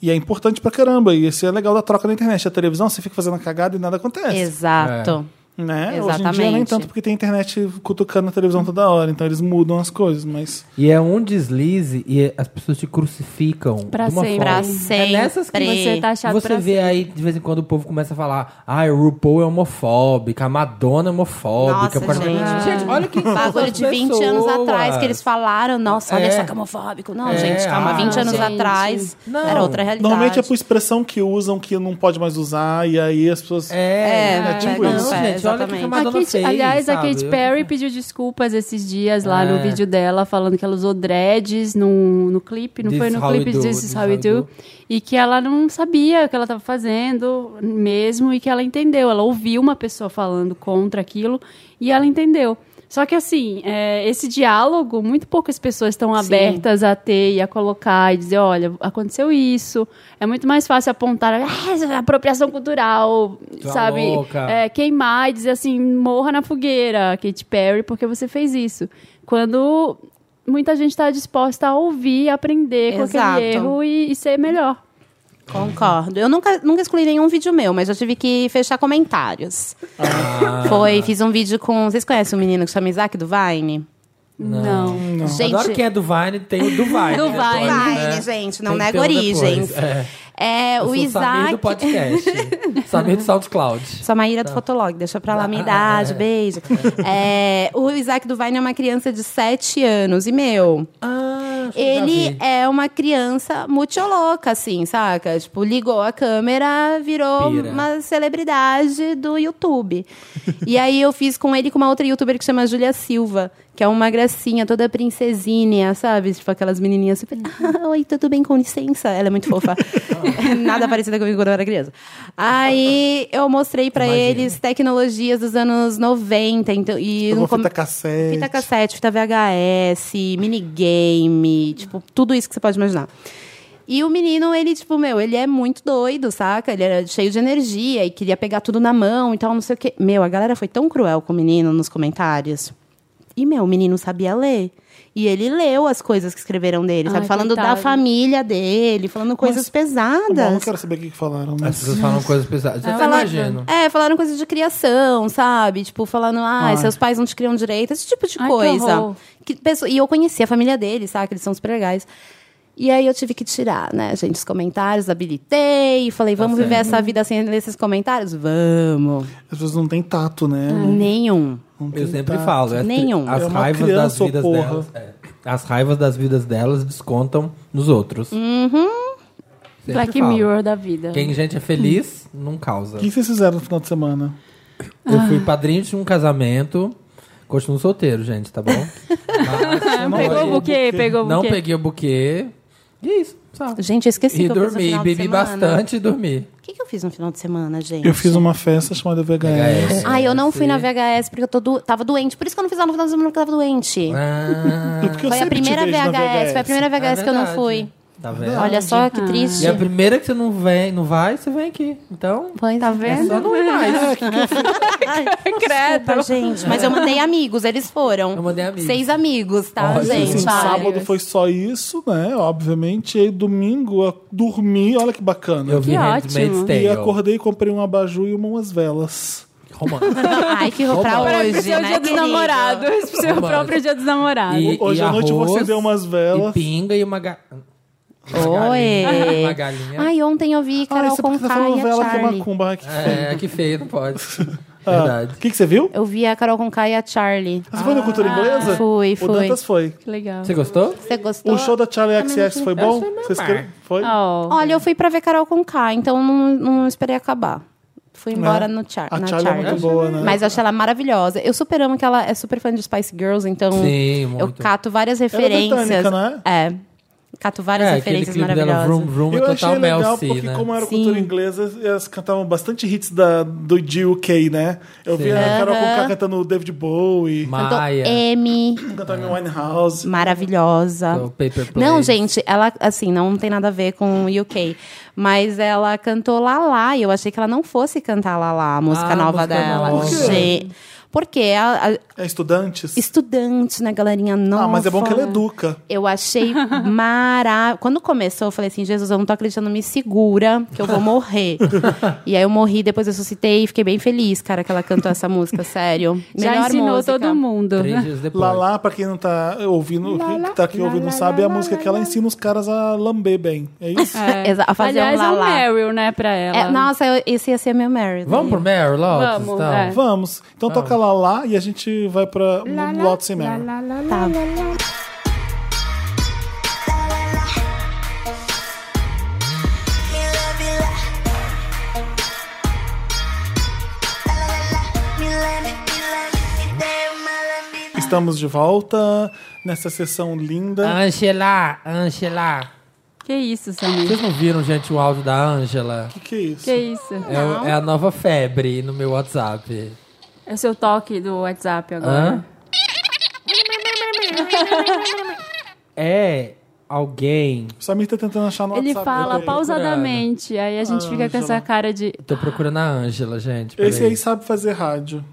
S1: E é importante pra caramba. E isso é legal da troca na internet. A televisão, você fica fazendo a cagada e nada acontece.
S4: Exato.
S3: É.
S1: né? Hoje em dia nem
S4: Exatamente.
S1: tanto, porque tem internet cutucando a televisão toda hora. Então eles mudam as coisas, mas...
S3: E é um deslize e as pessoas te crucificam.
S2: Pra
S3: de uma
S2: sempre.
S3: Forma.
S4: Pra sempre.
S3: É nessas que
S2: Você tá achado
S3: Você
S2: pra
S3: vê aí, de vez em quando, o povo começa a falar: ah, o RuPaul é homofóbica, a Madonna é homofóbica.
S4: Nossa,
S3: o cara-
S4: gente.
S3: gente, olha que são
S4: Bagulho
S3: essas
S4: de 20 anos
S3: pessoas.
S4: atrás que eles falaram, nossa, olha
S3: É.
S4: só que homofóbico. Não,
S3: É,
S4: gente, calma,
S3: ah,
S4: 20 anos
S2: gente.
S4: atrás
S3: Não.
S4: era outra realidade.
S1: Normalmente é por expressão que usam que não pode mais usar. E aí as pessoas...
S3: É,
S4: É,
S1: tipo
S3: não,
S1: isso.
S3: gente, olha o que que
S4: exatamente.
S3: a
S4: A
S2: A
S3: Madonna
S2: Kate-
S3: fez,
S2: aliás, a
S3: sabe?
S2: Kate Perry pediu desculpas esses dias lá no
S3: É.
S2: vídeo dela, falando que ela usou dreads no, no clipe, não
S3: This
S2: foi no
S3: how we
S2: clipe
S3: do,
S2: This Is
S3: this
S2: How We
S3: how we
S2: Do,
S3: do.
S2: e que ela não sabia o que ela estava fazendo mesmo e que ela entendeu. Ela ouviu uma pessoa falando contra aquilo e ela entendeu. Só que assim, é, esse diálogo, muito poucas pessoas estão abertas a ter e a colocar e dizer, olha, aconteceu isso. É muito mais fácil apontar "Ah, apropriação cultural,
S3: Tu é
S2: sabe?
S3: louca.
S2: É, queimar e dizer assim, morra na fogueira, Katy Perry, porque você fez isso. Quando muita gente está disposta a ouvir, aprender com
S4: Exato.
S2: aquele erro e, e ser melhor.
S4: Concordo. Eu nunca, nunca excluí nenhum vídeo meu, mas eu tive que fechar comentários.
S3: Ah.
S4: Foi, fiz um vídeo com. Vocês conhecem um menino que chama Isaac do Vine?
S2: Não.
S4: Gente.
S3: Adoro quem é do Vine, tem o do Vine.
S2: Do
S3: né,
S2: Vine.
S3: depois, né?
S4: Vine, gente, não
S3: Tem que
S4: nega
S3: ter um
S4: origens.
S3: depois, É.
S4: É,
S3: Eu
S4: o
S3: sou Samir do
S4: Isaac.
S3: podcast. Samir do SoundCloud.
S4: Sou a Maíra do Fotolog, deixa pra lá a minha idade, beijo. É, o Isaac do Vine é uma criança de 7 anos, e meu,
S3: Ah,
S4: ele é uma criança muito louca, assim, saca? Tipo, ligou a câmera, virou
S3: Pira.
S4: uma celebridade do YouTube. e aí eu fiz com ele e com uma outra youtuber que chama Julia Silva, que é uma gracinha, toda princesinha, sabe? Tipo, aquelas menininhas super... "Ah, Oi, tudo bem? Com licença. Ela é muito fofa. Nada parecida comigo quando eu era criança. Aí eu mostrei pra
S3: Imagino.
S4: eles tecnologias dos anos 90. Então, e
S1: Pegou
S4: no come-
S1: fita cassete.
S4: Fita cassete, fita VHS, minigame, tipo, tudo isso que você pode imaginar. E o menino, ele, tipo, meu, ele é muito doido, saca? Ele era cheio de energia e queria pegar tudo na mão e tal, não sei o quê. Meu, a galera foi tão cruel com o menino nos comentários. E, meu, o menino sabia ler. E ele leu as coisas que escreveram dele, sabe?
S2: Ai,
S4: Falando da
S2: coitado.
S4: família dele, falando coisas
S1: Mas- é Bom, não
S4: pesadas.
S1: quero saber o que que falaram,
S3: As
S1: mas...
S3: pessoas falam coisas pesadas. Eu
S4: Fala-
S3: imagino.
S4: É, falaram coisas de criação, sabe? Tipo, falando, ah,
S1: Ai.
S4: seus pais não te criam direito, esse tipo de
S2: Ai, que
S4: coisa.
S2: horror.
S4: Que pessoa- E eu conheci a família deles, sabe? Que eles são super legais. E aí eu tive que tirar, né, gente, os comentários, habilitei, falei, vamos viver essa vida sem ler esses comentários? Vamos.
S1: As pessoas não têm tato, né?
S4: Nenhum.
S1: Não tem
S3: Eu sempre
S1: tato.
S3: falo. é tri-
S4: Nenhum.
S3: As
S1: É uma
S3: raivas
S1: criança,
S3: das vidas
S1: porra.
S3: delas. é, as raivas das vidas delas descontam nos outros. Uhum.
S2: Black Mirror da vida.
S3: Quem gente é feliz, não causa.
S1: O que que vocês fizeram no final de semana?
S3: Eu fui padrinho de um casamento. Continuo solteiro, gente, tá bom? Mas
S4: Ah,
S3: eu não
S2: Pegou o
S3: olhei.
S2: buquê, pegou o
S3: Não
S2: buquê.
S3: peguei o buquê. E é isso, sabe?
S4: Gente, eu esqueci
S3: E
S4: o Assim que eu fiz no
S3: dormi,
S4: final de
S3: bebi
S4: semana.
S3: bastante e dormi.
S4: O que, que eu fiz no final de semana, gente?
S1: Eu fiz um uma festa chamada VHS.
S3: É.
S4: Ah, eu não fui na
S3: Sim.
S4: VHS porque eu tô do- tava doente. Por isso que eu não fiz lá no final de semana porque eu tava
S1: É
S4: doente.
S3: Ah,
S1: porque eu
S4: Foi a
S1: sempre te
S4: primeira
S1: vejo na
S4: VHS, foi a primeira
S3: é
S4: VHS que eu não
S3: verdade.
S4: fui.
S3: Tá vendo?
S4: Olha só que triste.
S3: E a primeira que você não vem, não vai, você vem aqui. Então,
S4: Pois tá
S3: é só não ir mais.
S4: Credo. gente. Mas eu mandei amigos, eles foram.
S3: Eu mandei amigos.
S4: Seis amigos, tá,
S3: Olha,
S1: Assim,
S4: gente?
S3: vários.
S1: sábado foi só isso, né? Obviamente. E aí, domingo, eu dormi. Olha que bacana.
S3: Eu vi
S2: Que
S3: Handmaid's
S2: ótimo.
S3: Tale.
S1: e acordei e comprei um abajur e umas velas.
S3: Romance.
S4: Ai, que roupa pra
S3: Vamos.
S2: Pro
S4: hoje,
S2: seu
S4: né,
S2: dia dos
S4: querido?
S2: namorados. Pro seu
S3: Romance.
S2: próprio dia dos namorados.
S3: E-
S1: Hoje à noite eu vou
S3: arroz,
S1: acender umas
S3: E
S1: velas.
S3: pinga e uma, ga... uma galinha.
S4: Oi.
S3: Uma galinha.
S4: Ai, ontem eu vi
S1: Ah,
S4: Carol
S1: você precisa falar
S4: Conká
S1: uma
S4: e a
S1: vela que é
S4: Charlie.
S1: macumba. ai, que feio.
S3: É, que feio, não pode. É
S1: Ah,
S3: Verdade.
S1: O que, que você viu?
S4: Eu vi a Carol Conká e a Charlie.
S1: Você foi na cultura inglesa?
S4: Ah, fui,
S1: O
S4: fui.
S1: Dantas foi.
S2: Que legal.
S3: Você gostou?
S4: Você gostou?
S1: O show da Charlie
S4: Também
S1: XS foi
S3: não
S1: bom?
S3: fui. Eu
S1: Vocês
S3: fui
S1: querem? Foi?
S4: Ah,
S2: Oh.
S4: Olha, eu fui pra ver Carol Conká, então não, não esperei acabar. Fui embora
S1: Né?
S4: no Char
S1: A
S4: na
S1: Charlie é muito
S4: Charlie.
S1: boa, né?
S4: Mas eu achei ela maravilhosa. Eu super amo que ela é super fã de Spice Girls, então
S3: Sim,
S4: eu
S3: muito.
S4: cato várias
S1: é britânica, né?
S4: referências.
S1: não
S4: é? Cato várias
S3: é, aquele
S4: referências
S3: clipe dela,
S4: maravilhosas.
S3: Vroom Vroom, é
S1: Eu achei
S3: total Mel
S1: legal porque,
S3: C, né?
S1: como era
S4: Sim.
S1: cultura inglesa, elas cantavam bastante hits da, do UK, né? Eu vi a Carol Conká cantando o David Bowie,
S4: Cantou
S3: Maia,
S4: M,
S1: cantando Amy Winehouse.
S4: maravilhosa.
S3: É o Paper Plate.
S4: Não, gente, ela, assim, não tem nada a ver com o UK. Mas ela cantou Lalá, e eu achei que ela não fosse cantar Lalá, a música
S3: Ah,
S4: nova
S3: música
S4: dela.
S3: nova.
S1: Por quê?
S4: Gente, Porque a, a-
S1: É estudantes?
S4: estudante, né, galerinha nova.
S1: Ah, mas é bom que ela educa.
S4: Eu achei maravilhoso. Quando começou, eu falei assim: Jesus, eu não tô acreditando, me segura, que eu vou morrer. e aí eu morri, depois eu suscitei e fiquei bem feliz, cara, que ela cantou essa música, sério.
S2: Já
S4: Melhor
S2: ensinou
S4: música.
S2: todo mundo.
S3: Três dias depois.
S1: Lalá, pra quem não tá ouvindo, que tá aqui ouvindo, não sabe, é a música que ela ensina os caras a lamber bem. É isso?
S2: É.
S4: Exa- a fazer um
S2: Aliás, é
S4: lalá.
S2: um Meryl, né, pra ela.
S4: É, nossa, eu, esse ia ser meu Mary.
S3: Vamos pro Meryl Lopes,
S2: Vamos,
S3: então?
S2: é.
S1: Vamos. Então toca Lalá e a gente vai pra Lots and Mary.
S4: Tá.
S1: Estamos de volta nessa sessão
S3: Ah.
S1: linda.
S3: Angela, Angela.
S2: Que isso, Samir?
S3: Vocês não viram, gente, o áudio da Angela?
S1: O que, que é isso?
S2: Que isso?
S3: É, o- é a nova febre no meu WhatsApp.
S2: É o seu toque do WhatsApp agora.
S3: Hã? É alguém.
S1: O Samir tá tentando achar no
S2: Ele
S1: WhatsApp.
S2: fala
S1: dele.
S2: pausadamente, aí a gente fica com essa cara de...
S3: Tô procurando a Ângela, gente. peraí.
S1: Esse aí sabe fazer rádio.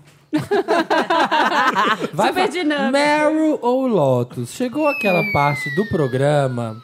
S3: Vai,
S2: Super
S3: vai.
S2: dinâmico. Hum.
S3: Meryl ou Lotus? Chegou aquela parte do programa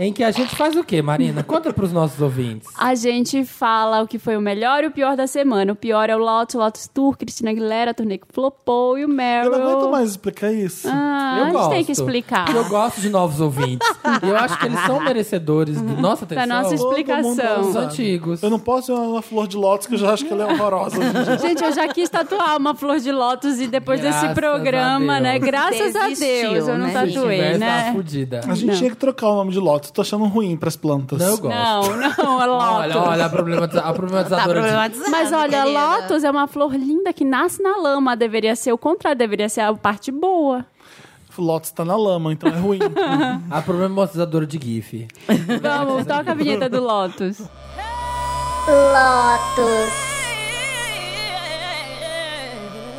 S3: em que a gente faz o quê, Marina? Conta pros nossos ouvintes.
S2: A gente fala o que foi o melhor e o pior da semana. O pior é o Lotus, Lotus Tour, Cristina Aguilera, turnê que flopou e o
S1: Eu
S2: Meryl...
S1: não aguento mais explicar isso.
S2: Ah, a gente tem que explicar.
S3: Eu gosto de novos ouvintes. E eu acho que eles são merecedores de nossa atenção.
S2: Uhum. Da nossa
S1: Todo mundo
S2: explicação.
S3: Os
S1: sabe.
S3: antigos.
S1: Eu não posso ir uma flor de lótus que eu já acho que ela é horrorosa. gente.
S2: Gente, eu já quis tatuar uma flor de lótus e depois
S3: Graças
S2: desse programa,
S3: a Deus.
S2: né? Graças
S4: Desistiu,
S2: a Deus, eu não
S4: né?
S3: Se tá
S2: tatuei,
S3: tivesse,
S2: né?
S3: tava fudida.
S1: A gente tinha que trocar o nome de lótus. Tô achando ruim pras plantas.
S3: Não, eu gosto.
S2: Não, não, é lótus.
S3: Olha, olha a, problematiza a
S4: Tá
S3: problematizadora de
S4: problematizado.
S2: Mas olha,
S4: querida.
S2: lótus é uma flor linda que nasce na lama. Deveria ser o contrário, deveria ser a parte boa.
S1: Lótus tá na lama, então é ruim.
S3: A problematizadora de GIF.
S2: Vamos, toca a vinheta do lótus.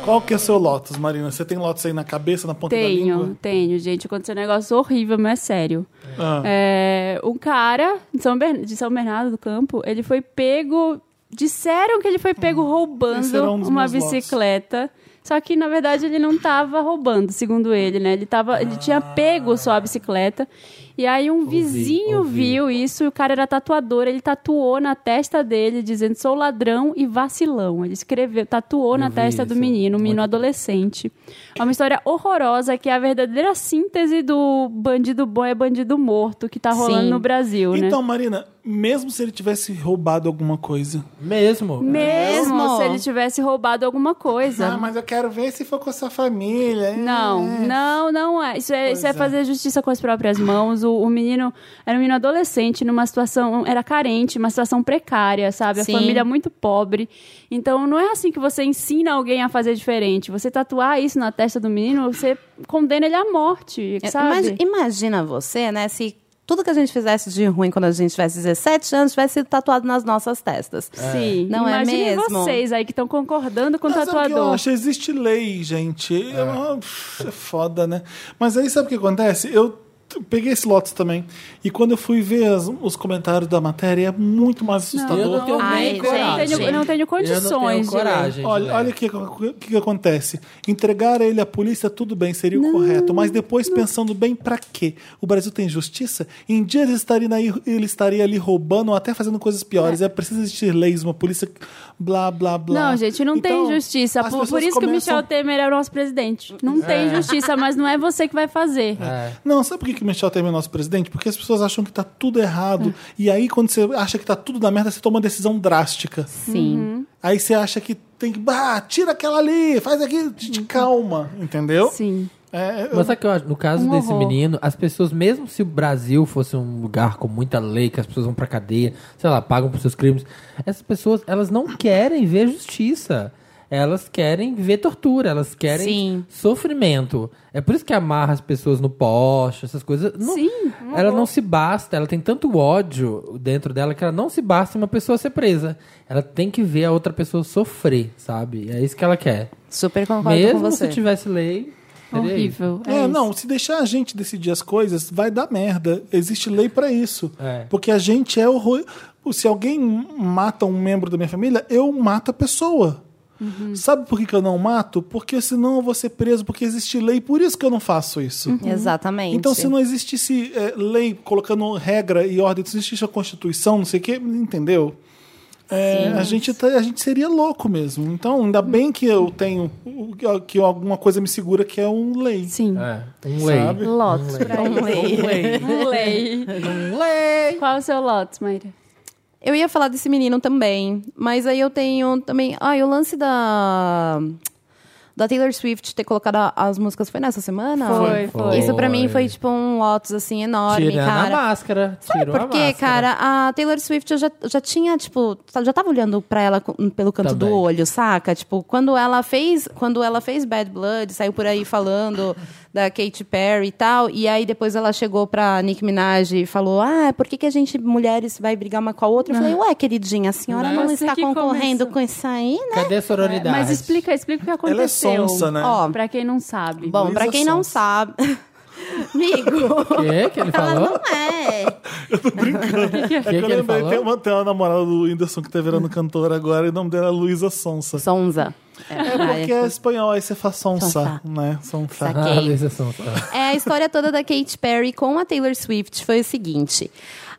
S1: Qual que é o seu lótus, Marina? Você tem lótus aí na cabeça, na ponta da
S2: Tenho,
S1: língua?
S2: tenho, gente. Aconteceu um negócio horrível, mas é sério.
S1: Ah.
S2: É, um cara de São, Bern- de São Bernardo do Campo, ele foi pego. Disseram que ele foi pego roubando
S1: esse era um dos
S2: uma
S1: meus votos.
S2: bicicleta. Só que, na verdade, ele não tava roubando, segundo ele, né? Ele, tava, ele
S1: Ah.
S2: tinha pego só a bicicleta. E aí um vizinho
S3: ouvi.
S2: viu isso, e o cara era tatuador, ele tatuou na testa dele, dizendo, sou ladrão e vacilão. Ele escreveu, tatuou na
S3: vi
S2: testa do
S3: isso.
S2: menino, um menino
S3: Muito
S2: adolescente. É uma história horrorosa que é a verdadeira síntese do bandido bom é bandido morto que tá rolando
S4: Sim.
S2: no Brasil,
S1: Então,
S2: né?
S1: Marina, mesmo se ele tivesse roubado alguma coisa.
S3: Mesmo.
S2: Mesmo,
S4: Mesmo?
S2: se ele tivesse roubado alguma coisa.
S1: Ah, mas eu quero ver se foi com a sua família. é.
S2: Não, não, não é. Isso é, isso é
S1: Pois é.
S2: fazer justiça com as próprias mãos. O, o menino era um menino adolescente numa situação. Era carente, uma situação precária, sabe?
S4: Sim.
S2: A família muito pobre. Então não é assim que você ensina alguém a fazer diferente. Você tatuar isso na testa do menino, você condena ele à morte, sabe?
S4: Imagina, É, imagina você, né, se tudo que a gente fizesse de ruim quando a gente tivesse 17 anos tivesse sido tatuado nas nossas testas.
S2: Sim.
S4: Não é
S2: Imaginem
S4: mesmo?
S2: vocês aí que estão concordando com o
S1: Mas sabe o que eu
S2: tatuador.
S1: acho? Existe lei, gente. É. uma- É foda, né? Mas aí sabe o que acontece? Eu t- peguei esse Lotus também. E quando eu fui ver as- os comentários da matéria, é muito mais assustador.
S3: Eu não tenho
S4: Ai,
S3: nem
S4: gente.
S3: coragem.
S4: Eu não tenho- eu
S2: não tenho condições
S3: Eu não tenho
S2: de
S3: coragem. de
S1: Olha,
S3: ler.
S1: olha o que, o que, que acontece. Entregar ele à polícia, tudo bem, seria o correto. Mas depois, pensando bem, pra quê? O Brasil tem justiça? Em dias ele estaria, aí- ele estaria ali roubando ou até fazendo coisas piores. É, preciso existir leis, uma polícia. Blá, blá, é blá.
S2: Não, gente, não
S1: Então,
S2: tem justiça.
S1: as
S2: Por, por
S1: pessoas
S2: isso que o
S1: começam-
S2: Michel Temer é o nosso presidente. Não tem justiça, mas não é você que vai fazer.
S3: É.
S1: Não, sabe por que que o Michel Temer é nosso presidente? Porque as pessoas acham que tá tudo errado. E aí, quando você acha que tá tudo na merda, você toma uma decisão drástica. Uhum.
S4: Sim.
S1: Aí você acha que tem que. Ah, tira aquela ali, faz aqui, te, te calma, entendeu?
S2: Uhum. Sim.
S1: É, eu-
S3: Mas sabe que eu acho? No caso
S2: Um
S3: desse
S2: horror.
S3: menino, as pessoas, mesmo se o Brasil fosse um lugar com muita lei, que as pessoas vão pra cadeia, sei lá, pagam por seus crimes, essas pessoas, elas não querem ver justiça. Elas querem ver tortura, elas querem
S4: Sim.
S3: sofrimento. É por isso que amarra as pessoas no poste, essas coisas. Não-
S2: Sim.
S3: Ela não se basta, ela tem tanto ódio dentro dela que ela não se basta uma pessoa ser presa. Ela tem que ver a outra pessoa sofrer, sabe? É isso que ela quer.
S4: Super concordo com
S3: Mesmo
S4: você.
S3: se tivesse lei. seria
S2: Horrível.
S1: É, não, se deixar a gente decidir as coisas, vai dar merda. Existe lei pra isso.
S3: É.
S1: Porque a gente é horror. Se alguém mata um membro da minha família, eu mato a pessoa.
S3: Uhum.
S1: Sabe por que, que eu não mato? Porque senão eu vou ser preso, porque existe lei, por isso que eu não faço isso.
S3: Uhum.
S4: um. Exatamente.
S1: Então, se não existisse é, lei colocando regra e ordem, se existisse a Constituição, não sei o quê, entendeu? É, a, gente tá- a gente seria louco mesmo. Então, ainda bem que eu tenho que alguma coisa me segura que é um lei.
S2: Sim.
S3: isso. É, um lei.
S1: Sabe?
S4: Lotus pra
S3: Um lei. Um lei.
S2: Um lei.
S3: Um lei.
S2: Qual é o seu Lotus, Maíra?
S4: Eu ia falar desse menino também, mas aí eu tenho também. Ah, e o lance da. Da Taylor Swift ter colocado a- as músicas. Foi nessa semana?
S2: Foi, foi.
S4: Isso pra mim
S3: Foi.
S4: foi tipo um lotus assim enorme,
S3: Tirando a
S4: cara.
S3: máscara.
S4: Sabe
S3: tirou
S4: por quê,
S3: a máscara.
S4: cara? A Taylor Swift eu já, já tinha, tipo, já tava olhando pra ela com- pelo canto
S3: Também.
S4: do olho, saca? Tipo, quando ela fez. Quando ela fez Bad Blood, saiu por aí falando da Katy Perry e tal. E aí depois ela chegou pra Nicki Minaj e falou: Ah, por que, que a gente, mulheres, vai brigar uma com a outra? Eu falei, ué, queridinha, a senhora não
S2: Nossa,
S4: está
S2: que começou.
S4: concorrendo com isso aí, né?
S3: Cadê a sororidade?
S2: Mas explica, explica o que
S1: Ela é
S2: aconteceu.
S1: sonsa, né?
S4: Ó,
S2: Pra quem não sabe.
S4: Bom, pra quem não
S1: Sonsa.
S4: sabe. Amigo!
S3: O que, que ele
S4: um Ela
S3: falou?
S4: não é.
S1: É que,
S3: que
S1: eu
S3: ele
S1: lembrei,
S3: falou?
S1: tem uma, tem uma namorada do Whindersson que tá virando cantora agora e o nome dela é Luísa Sonsa.
S4: Sonza.
S1: É porque é espanhol, aí você faz sonsa,
S4: Ah, Sonsa.
S1: né? Sonsa.
S3: Ah,
S4: Quem?
S3: Luísa Sonsa.
S4: É, a história toda da Katy Perry com a Taylor Swift foi o seguinte.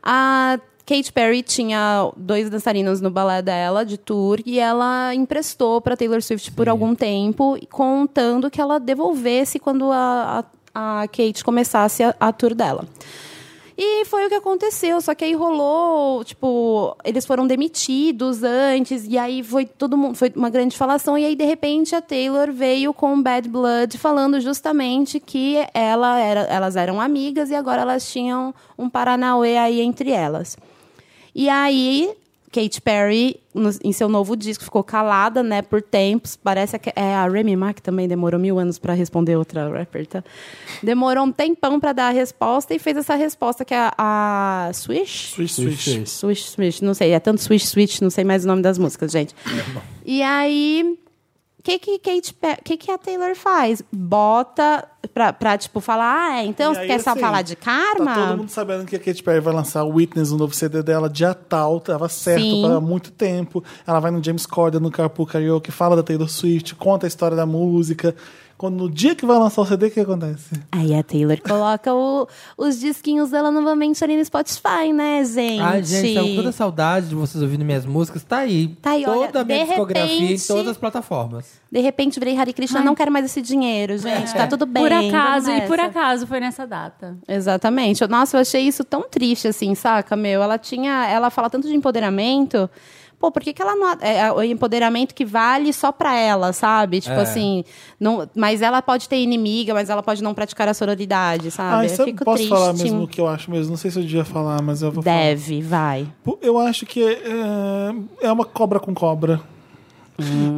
S4: A Katy Perry tinha dois dançarinos no balé dela, de tour, e ela emprestou para Taylor Swift por algum tempo, contando que ela devolvesse quando a, a, a Kate começasse a, a tour dela. E foi o que aconteceu, só que aí rolou, tipo, eles foram demitidos antes, e aí foi todo mundo, foi uma grande falação, e aí de repente a Taylor veio com Bad Blood falando justamente que ela era, elas eram amigas e agora elas tinham um Paranauê aí entre elas. E aí, Katy Perry, no- em seu novo disco, ficou calada, né, por tempos. Parece que é a Remy Ma, que também demorou mil anos para responder outra rapper, tá? Demorou um tempão para dar a resposta e fez essa resposta que é a, a Swish?
S1: Swish, swish.
S4: Swish, Swish, não sei, é tanto Swish, Swish, não sei mais o nome das músicas, gente.
S1: É
S4: E aí, o que que, Katy Pe- que que a Taylor faz? Bota pra, pra tipo, falar, ah, é, então
S1: E
S4: você
S1: aí,
S4: quer só
S1: assim,
S4: falar de karma?
S1: Tá todo mundo sabendo que a Katy Perry vai lançar o Witness, um novo CD dela, dia tal, tava certo
S4: Sim.
S1: para muito tempo. Ela vai no James Corden, no Carpool Karaoke, fala da Taylor Swift, conta a história da música. Quando no dia que vai lançar o CD, o que acontece?
S4: Aí a Taylor coloca o- os disquinhos dela novamente ali no Spotify, né, gente?
S3: Ai, gente, tava com toda saudade de vocês ouvindo minhas músicas. Tá aí.
S4: Tá aí, olha,
S3: toda a minha
S4: de
S3: discografia em
S4: repente-
S3: todas as plataformas.
S4: De repente virei Hare Krishna, não quero mais esse dinheiro, gente. Tá tudo bem.
S2: Por acaso,
S4: vamos
S2: e por
S4: nessa.
S2: acaso foi nessa data.
S4: Exatamente. Eu- Nossa, eu achei isso tão triste, assim, saca, meu? Ela tinha. Ela fala tanto de empoderamento. Pô, por que, que ela não. É, é o empoderamento que vale só pra ela, sabe? Tipo
S3: É.
S4: assim. Não, mas ela pode ter inimiga, mas ela pode não praticar a sororidade, sabe?
S1: Ah,
S4: eu
S1: isso eu
S4: fico
S1: posso
S4: triste.
S1: falar mesmo o que eu acho mesmo. Não sei se eu devia falar, mas eu vou falar.
S4: Deve, vai.
S1: Pô, Eu acho que é, é uma cobra com cobra.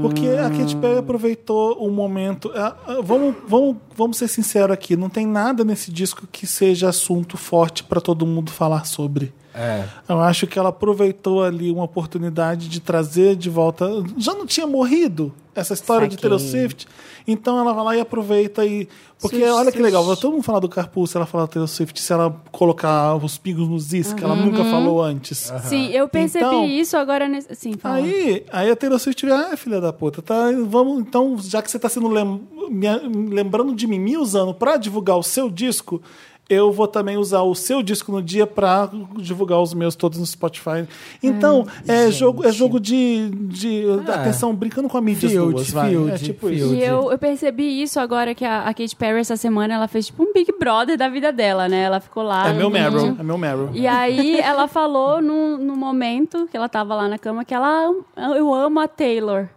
S1: Porque a Katy Perry aproveitou o momento. Ah, ah, Vamos, vamos, vamos ser sinceros aqui: não tem nada nesse disco que seja assunto forte para todo mundo falar sobre.
S3: É.
S1: Eu acho que ela aproveitou ali uma oportunidade de trazer de volta. Já não tinha morrido essa história de
S4: Saquei.
S1: Taylor Swift. Então ela vai lá e aproveita e. Porque
S4: Swift,
S1: olha que
S4: Swift.
S1: legal, todo mundo fala do Carpool se ela falar da Taylor Swift, se ela colocar os pingos nos is, que ela nunca falou antes.
S2: Uhum. Sim, eu percebi
S1: Então-
S2: isso agora. Nesse... Sim, fala.
S1: Aí, aí a Taylor Swift vira, ah, filha da puta, tá, vamos, então, já que você tá sendo lem- me- lembrando de mim, me usando pra divulgar o seu disco, eu vou também usar o seu disco no dia pra divulgar os meus todos no Spotify. Então, é, jogo, é jogo de, de
S3: Ah.
S1: atenção, brincando com a mídia
S3: Field,
S1: duas, vai. é
S3: field,
S1: tipo
S3: field.
S1: isso.
S2: E eu, eu percebi isso agora que a, a Katy Perry, essa semana, ela fez tipo um Big Brother da vida dela, né? Ela ficou lá.
S1: É meu
S2: no-
S1: Meryl, é meu Meryl.
S2: E aí ela falou no, no momento que ela tava lá na cama que ela eu amo a Taylor.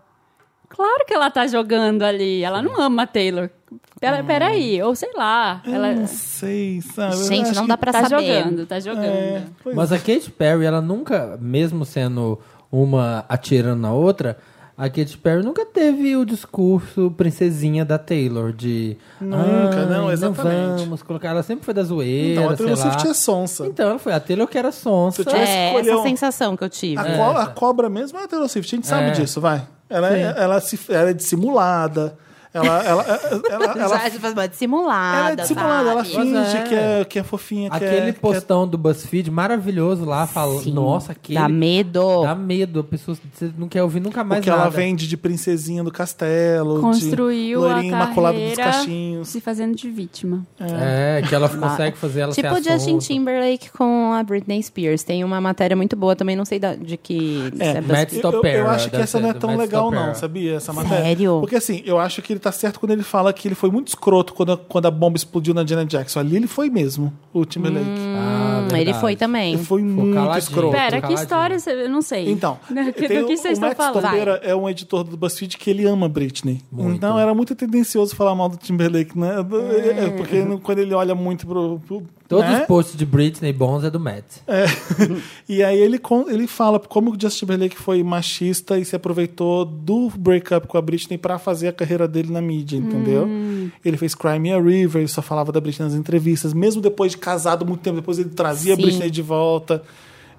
S2: Claro que ela tá jogando ali. Ela não ama a Taylor.
S1: É.
S2: Pera, Peraí, ou sei lá.
S1: Eu
S2: Ela
S1: não sei, sabe? Ah, Eu
S4: Gente,
S1: acho
S4: não
S1: que-
S4: dá Hum, pra
S2: tá
S4: saber.
S2: jogando, tá jogando.
S1: É, pois
S3: Mas a Katy Perry, ela nunca, mesmo sendo uma atirando na outra, A Katy Perry nunca teve o discurso princesinha da Taylor, de...
S1: Nunca,
S3: "Ai,
S1: não, exatamente."
S3: vamos colocar... Ela sempre foi da zoeira,
S1: Então, a
S3: sei
S1: Taylor
S3: lá.
S1: Swift é sonsa.
S3: Então, ela foi a Taylor que era sonsa.
S1: Se eu tivesse
S4: É,
S1: que escolher
S4: essa
S1: um-
S4: sensação que eu tive.
S1: A, co- a cobra mesmo é a Taylor Swift, a gente sabe
S3: né? É.
S1: disso, vai. Ela, é- ela, se, ela é dissimulada, ela, ela, ela, ela,
S4: Já
S1: ela,
S4: se faz uma
S1: ela
S4: dissimulada.
S1: é dissimulada, ela
S4: sabe?
S3: Pois
S1: finge
S3: é.
S1: que, é, que é fofinha, que é...
S3: Aquele
S1: que é-
S3: postão do BuzzFeed maravilhoso lá, falando...
S4: Sim.
S3: Nossa, aquele...
S4: Dá medo.
S3: Dá medo, a pessoa você não quer ouvir nunca
S1: o
S3: mais
S1: que
S3: nada.
S1: ela vende de princesinha do castelo,
S2: Construiu
S1: de
S2: a
S1: lourinha imaculada dos
S2: carreira.
S1: cachinhos.
S2: Se fazendo de vítima.
S3: É, que ela consegue fazer ela
S4: Tipo o
S3: ser a
S4: Justin
S3: sonsa.
S4: Timberlake com a Britney Spears. Tem uma matéria muito boa também, não sei da- de que.
S1: É,
S4: se é
S1: Matt
S4: Buzz-
S1: eu, eu
S3: Stopera,
S1: acho que
S3: deve
S1: essa
S3: ser
S1: não é
S3: do
S1: tão
S3: Matt
S1: legal,
S3: Stopera.
S1: não, sabia? Essa matéria.
S4: Sério?
S1: Porque assim, eu acho que ele tá certo quando ele fala que ele foi muito escroto quando a, quando a bomba explodiu na Janet Jackson. Ali ele foi mesmo, o Timberlake.
S3: Ah,
S4: Hum, ele
S3: verdade.
S4: foi também.
S1: ele foi muito
S3: caladinho.
S1: escroto.
S3: Pera,
S2: Pera,
S3: Caladinho.
S2: que história? você- Eu não sei.
S1: Então,
S2: do que,
S1: tem
S2: do que
S1: o-
S2: vocês
S1: o
S2: estão
S1: Max
S2: falando?
S1: Topera é um editor do BuzzFeed que ele ama Britney.
S3: Muito.
S1: Então era muito tendencioso falar mal do Timberlake, né? É, Porque no- quando ele olha muito pro... pro
S3: Todos
S1: né?
S3: os posts de Britney Bons é do Matt.
S1: É. e aí ele, con- ele fala como o Justin Timberlake foi machista e se aproveitou do breakup com a Britney pra fazer a carreira dele na mídia, entendeu?
S2: Hum.
S1: Ele fez Crime a River, ele só falava da Britney nas entrevistas, mesmo depois de casado, muito tempo depois ele trazia
S4: Sim.
S1: a Britney de volta.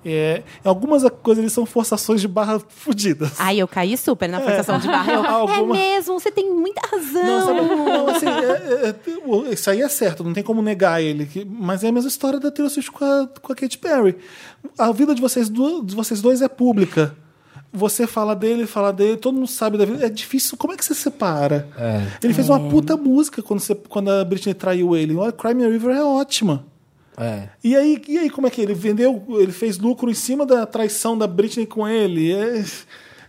S1: É, algumas coisas eles são forçações de barra fodidas.
S4: Ai, eu caí super na forçação de barra. Eu,
S1: Alguma-
S4: É mesmo, você tem muita razão.
S1: Não, sabe, não, assim, é- é- é- o- isso aí é certo, não tem como negar ele. que- mas é a mesma história da Taylor Swift com a, com a Katy Perry. A vida de vocês, du- de vocês dois é pública. Você fala dele, fala dele, todo mundo sabe da vida. É difícil. Como é que você separa?
S3: É.
S1: Ele fez uma puta música quando, você- quando a Britney traiu ele. Olha, Crime River é ótima.
S3: É.
S1: E aí, e aí, como é que ele vendeu? Ele fez lucro em cima da traição da Britney com ele. É-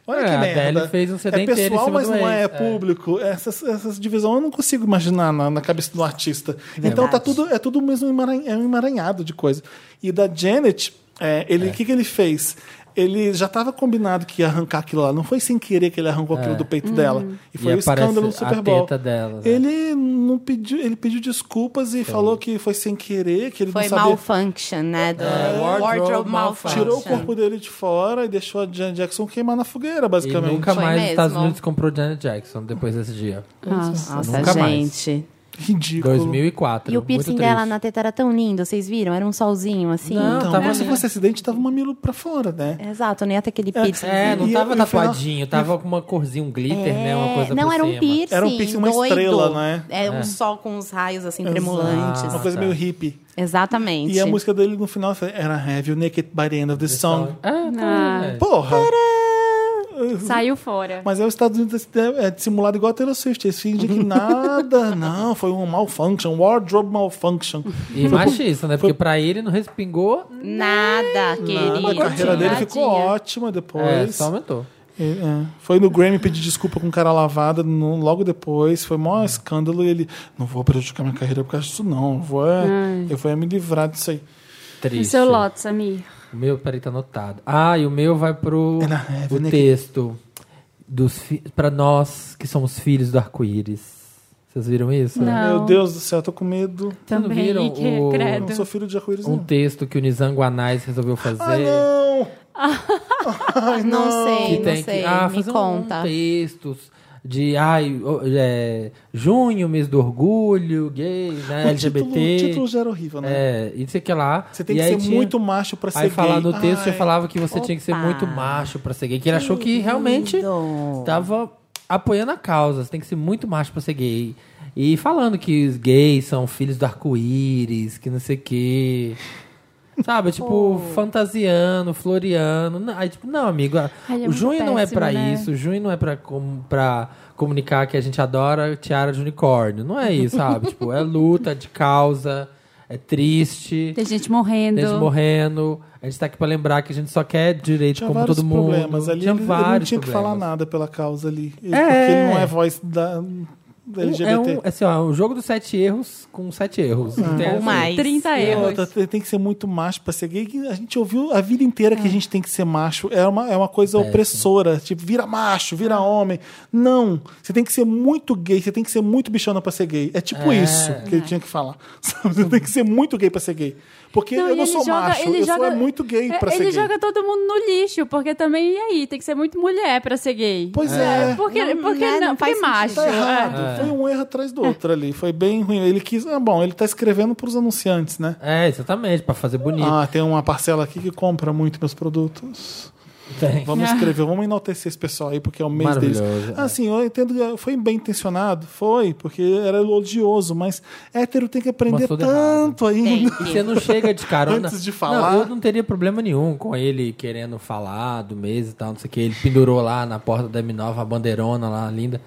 S1: Olha
S3: É,
S1: que
S3: a
S1: merda.
S3: Adele fez um CD
S1: é
S3: inteiro em
S1: pessoal,
S3: cima
S1: mas
S3: do
S1: não é,
S3: ex, é.
S1: público. Essas, essas divisões eu não consigo imaginar na, na cabeça do artista. Então tá tudo, é tudo mesmo emaran- é um emaranhado de coisa. E da Janet, é, ele- o que, que ele fez? Ele já estava combinado que ia arrancar aquilo lá. Não foi sem querer que ele arrancou aquilo do peito dela. E foi
S3: É. Uhum.
S1: o
S3: E
S1: escândalo do
S3: aparece a
S1: Super Bowl.
S3: teta dela, né?
S1: Ele não pediu, ele pediu desculpas e falou que foi sem querer, que ele
S4: Foi
S1: não sabia.
S4: malfunction, né? Do
S3: wardrobe malfunction.
S1: Tirou o corpo dele de fora e deixou a Janet Jackson queimar na fogueira,
S3: E
S1: basicamente.
S3: nunca
S4: Foi
S3: mais os
S4: mesmo. Ah.
S3: Estados Unidos comprou Janet Jackson depois desse dia.
S2: Nossa.
S4: Nossa,
S3: Nunca mais.
S4: gente.
S1: Ridículo.
S3: 2004.
S4: E o piercing
S3: muito
S4: dela
S3: triste.
S4: na teta era tão lindo, vocês viram? Era um solzinho, assim.
S3: Não,
S1: Então,
S3: tava
S1: mas se
S3: ali.
S1: fosse acidente, tava o mamilo pra fora, né?
S4: Exato, não ia ter aquele piercing.
S3: É, não
S1: E
S3: tava
S1: eu- eu falei,
S3: tatuadinho, tava com uma corzinha, um glitter, né? Uma coisa
S4: não,
S3: por
S4: era um
S3: cima.
S4: piercing.
S1: Era um piercing, uma
S4: doido.
S1: estrela, né?
S4: É, um sol com uns raios, assim, tremulantes.
S1: Uma coisa
S3: tá.
S1: meio hippie.
S4: Exatamente.
S1: E a música dele no final era Have You Naked by the End of the Song.
S3: Ah, tá.
S2: Ah.
S3: é.
S1: Porra!
S2: Saiu fora.
S1: Mas é os Estados Unidos é dissimulado igual a Taylor Swift. Eles fingem que nada, não, foi um malfunction, wardrobe malfunction.
S3: E machista, né? Porque pra ele não respingou,
S4: Nada,
S1: Nada, a carreira
S4: querido.
S1: dele ficou
S2: Tadinha.
S1: ótima depois.
S3: é, só aumentou.
S1: É, é. Foi no Grammy pedir desculpa com cara lavada no- logo depois. Foi maior escândalo e ele. Não vou prejudicar minha carreira por causa disso, não. Eu vou, é, eu vou é me livrar disso aí.
S2: E
S3: Triste.
S2: seu Lotus, Amir?
S3: O meu, peraí, tá anotado. Ah, e o meu vai pro
S1: É na Heaven,
S3: o
S1: né, que-
S3: texto. Dos fi- Pra nós que somos filhos do arco-íris. Vocês viram isso?
S2: Não.
S1: Meu Deus do céu, eu tô com medo.
S3: Vocês não
S2: Também,
S3: viram
S2: que
S3: o-
S1: Eu não
S2: credo.
S1: sou filho de arco-íris,
S3: Um é.
S1: não.
S3: texto que o Nizam Guanais resolveu fazer.
S1: Ah, não! Ai,
S4: Não
S3: que
S4: sei,
S3: tem
S4: não
S3: que
S4: sei.
S3: ah,
S4: Me
S3: fazer um-
S4: conta.
S3: um textos de ai, o- é, junho, mês do orgulho, gay, né,
S1: O título,
S3: LGBT.
S1: o título já era horrível, né?
S3: É, e sei que lá.
S1: Você tem
S3: E
S1: que
S3: aí
S1: ser
S3: tinha-
S1: muito macho pra ser
S3: Aí
S1: gay.
S3: falar no texto,
S1: Ai,
S3: você falava que você tinha que ser
S4: Opa.
S3: muito macho pra ser gay. Que ele achou que realmente
S4: Querido.
S3: tava apoiando a causa. Você tem que ser muito macho pra ser gay. E falando que os gays são filhos do arco-íris, que não sei o quê. Sabe, tipo, fantasiano, floriano. Não, Aí, tipo, não, amigo, a-
S2: Ai, é
S3: o
S2: muito
S3: junho não é
S2: péssimo,
S3: pra
S2: né?
S3: isso, o junho não é pra, com, pra comunicar que a gente adora tiara de unicórnio. Não é isso, sabe? tipo, é luta de causa, é triste.
S2: Tem gente morrendo.
S4: Então-
S3: Gente morrendo. A gente tá aqui pra lembrar que a gente só quer direito
S1: Tinha
S3: como
S1: vários
S3: todo mundo.
S1: problemas ali.
S3: Tinha
S1: ele, ele não
S3: vários
S1: tinha que falar
S3: problemas.
S1: nada pela causa ali.
S3: É.
S1: Porque ele não é voz da. LGBT.
S3: É um, assim, ó, um jogo dos sete erros com sete erros.
S1: Ah,
S3: Então, Não tem assim.
S4: Ou
S3: essa.
S1: É
S4: mais.
S2: 30 erros.
S1: Outra, tá, tem- tem que ser muito macho pra ser gay. que A gente ouviu a vida inteira
S2: É.
S1: que a gente tem que ser macho. É uma, é uma coisa opressora. Tipo, vira macho, vira homem. Não. Você tem que ser muito gay, você tem que ser muito bichona pra ser gay. É tipo
S3: É.
S1: isso que ele tinha que falar. Sabe? Você tem que ser muito gay pra ser gay. Porque eu
S2: e
S1: não
S2: ele
S1: sou
S2: joga-
S1: macho,
S2: ele
S1: eu sou
S2: joga-
S1: é muito gay
S2: é,
S1: pra ser
S2: Ele
S1: gay.
S2: joga todo mundo no lixo, porque também, e aí? Tem que ser muito mulher pra ser gay.
S1: Pois é.
S2: Porque,
S4: Não,
S2: porque
S4: né?
S2: não,
S4: Não
S2: porque
S4: faz
S2: macho.
S1: Tá errado.
S2: é.
S1: Foi um erro atrás do outro ali. Foi bem ruim. Ele quis. Ah, bom, ele tá escrevendo pros anunciantes, né?
S3: É, exatamente, pra fazer bonito.
S1: Ah, tem uma parcela aqui que compra muito meus produtos.
S3: Tem.
S1: Vamos escrever, vamos enaltecer esse pessoal aí, porque é o mês deles.
S3: Maravilhoso, é.
S1: Assim, eu entendo que foi bem intencionado, foi, porque era elogioso, mas hétero tem que aprender
S3: Mas tudo
S1: tanto ainda.
S3: E você não chega de carona.
S1: Antes de falar.
S3: Não, eu não teria problema nenhum com ele querendo falar do mês e tal, não sei o que. Ele pendurou lá na porta da Minova a bandeirona lá, linda.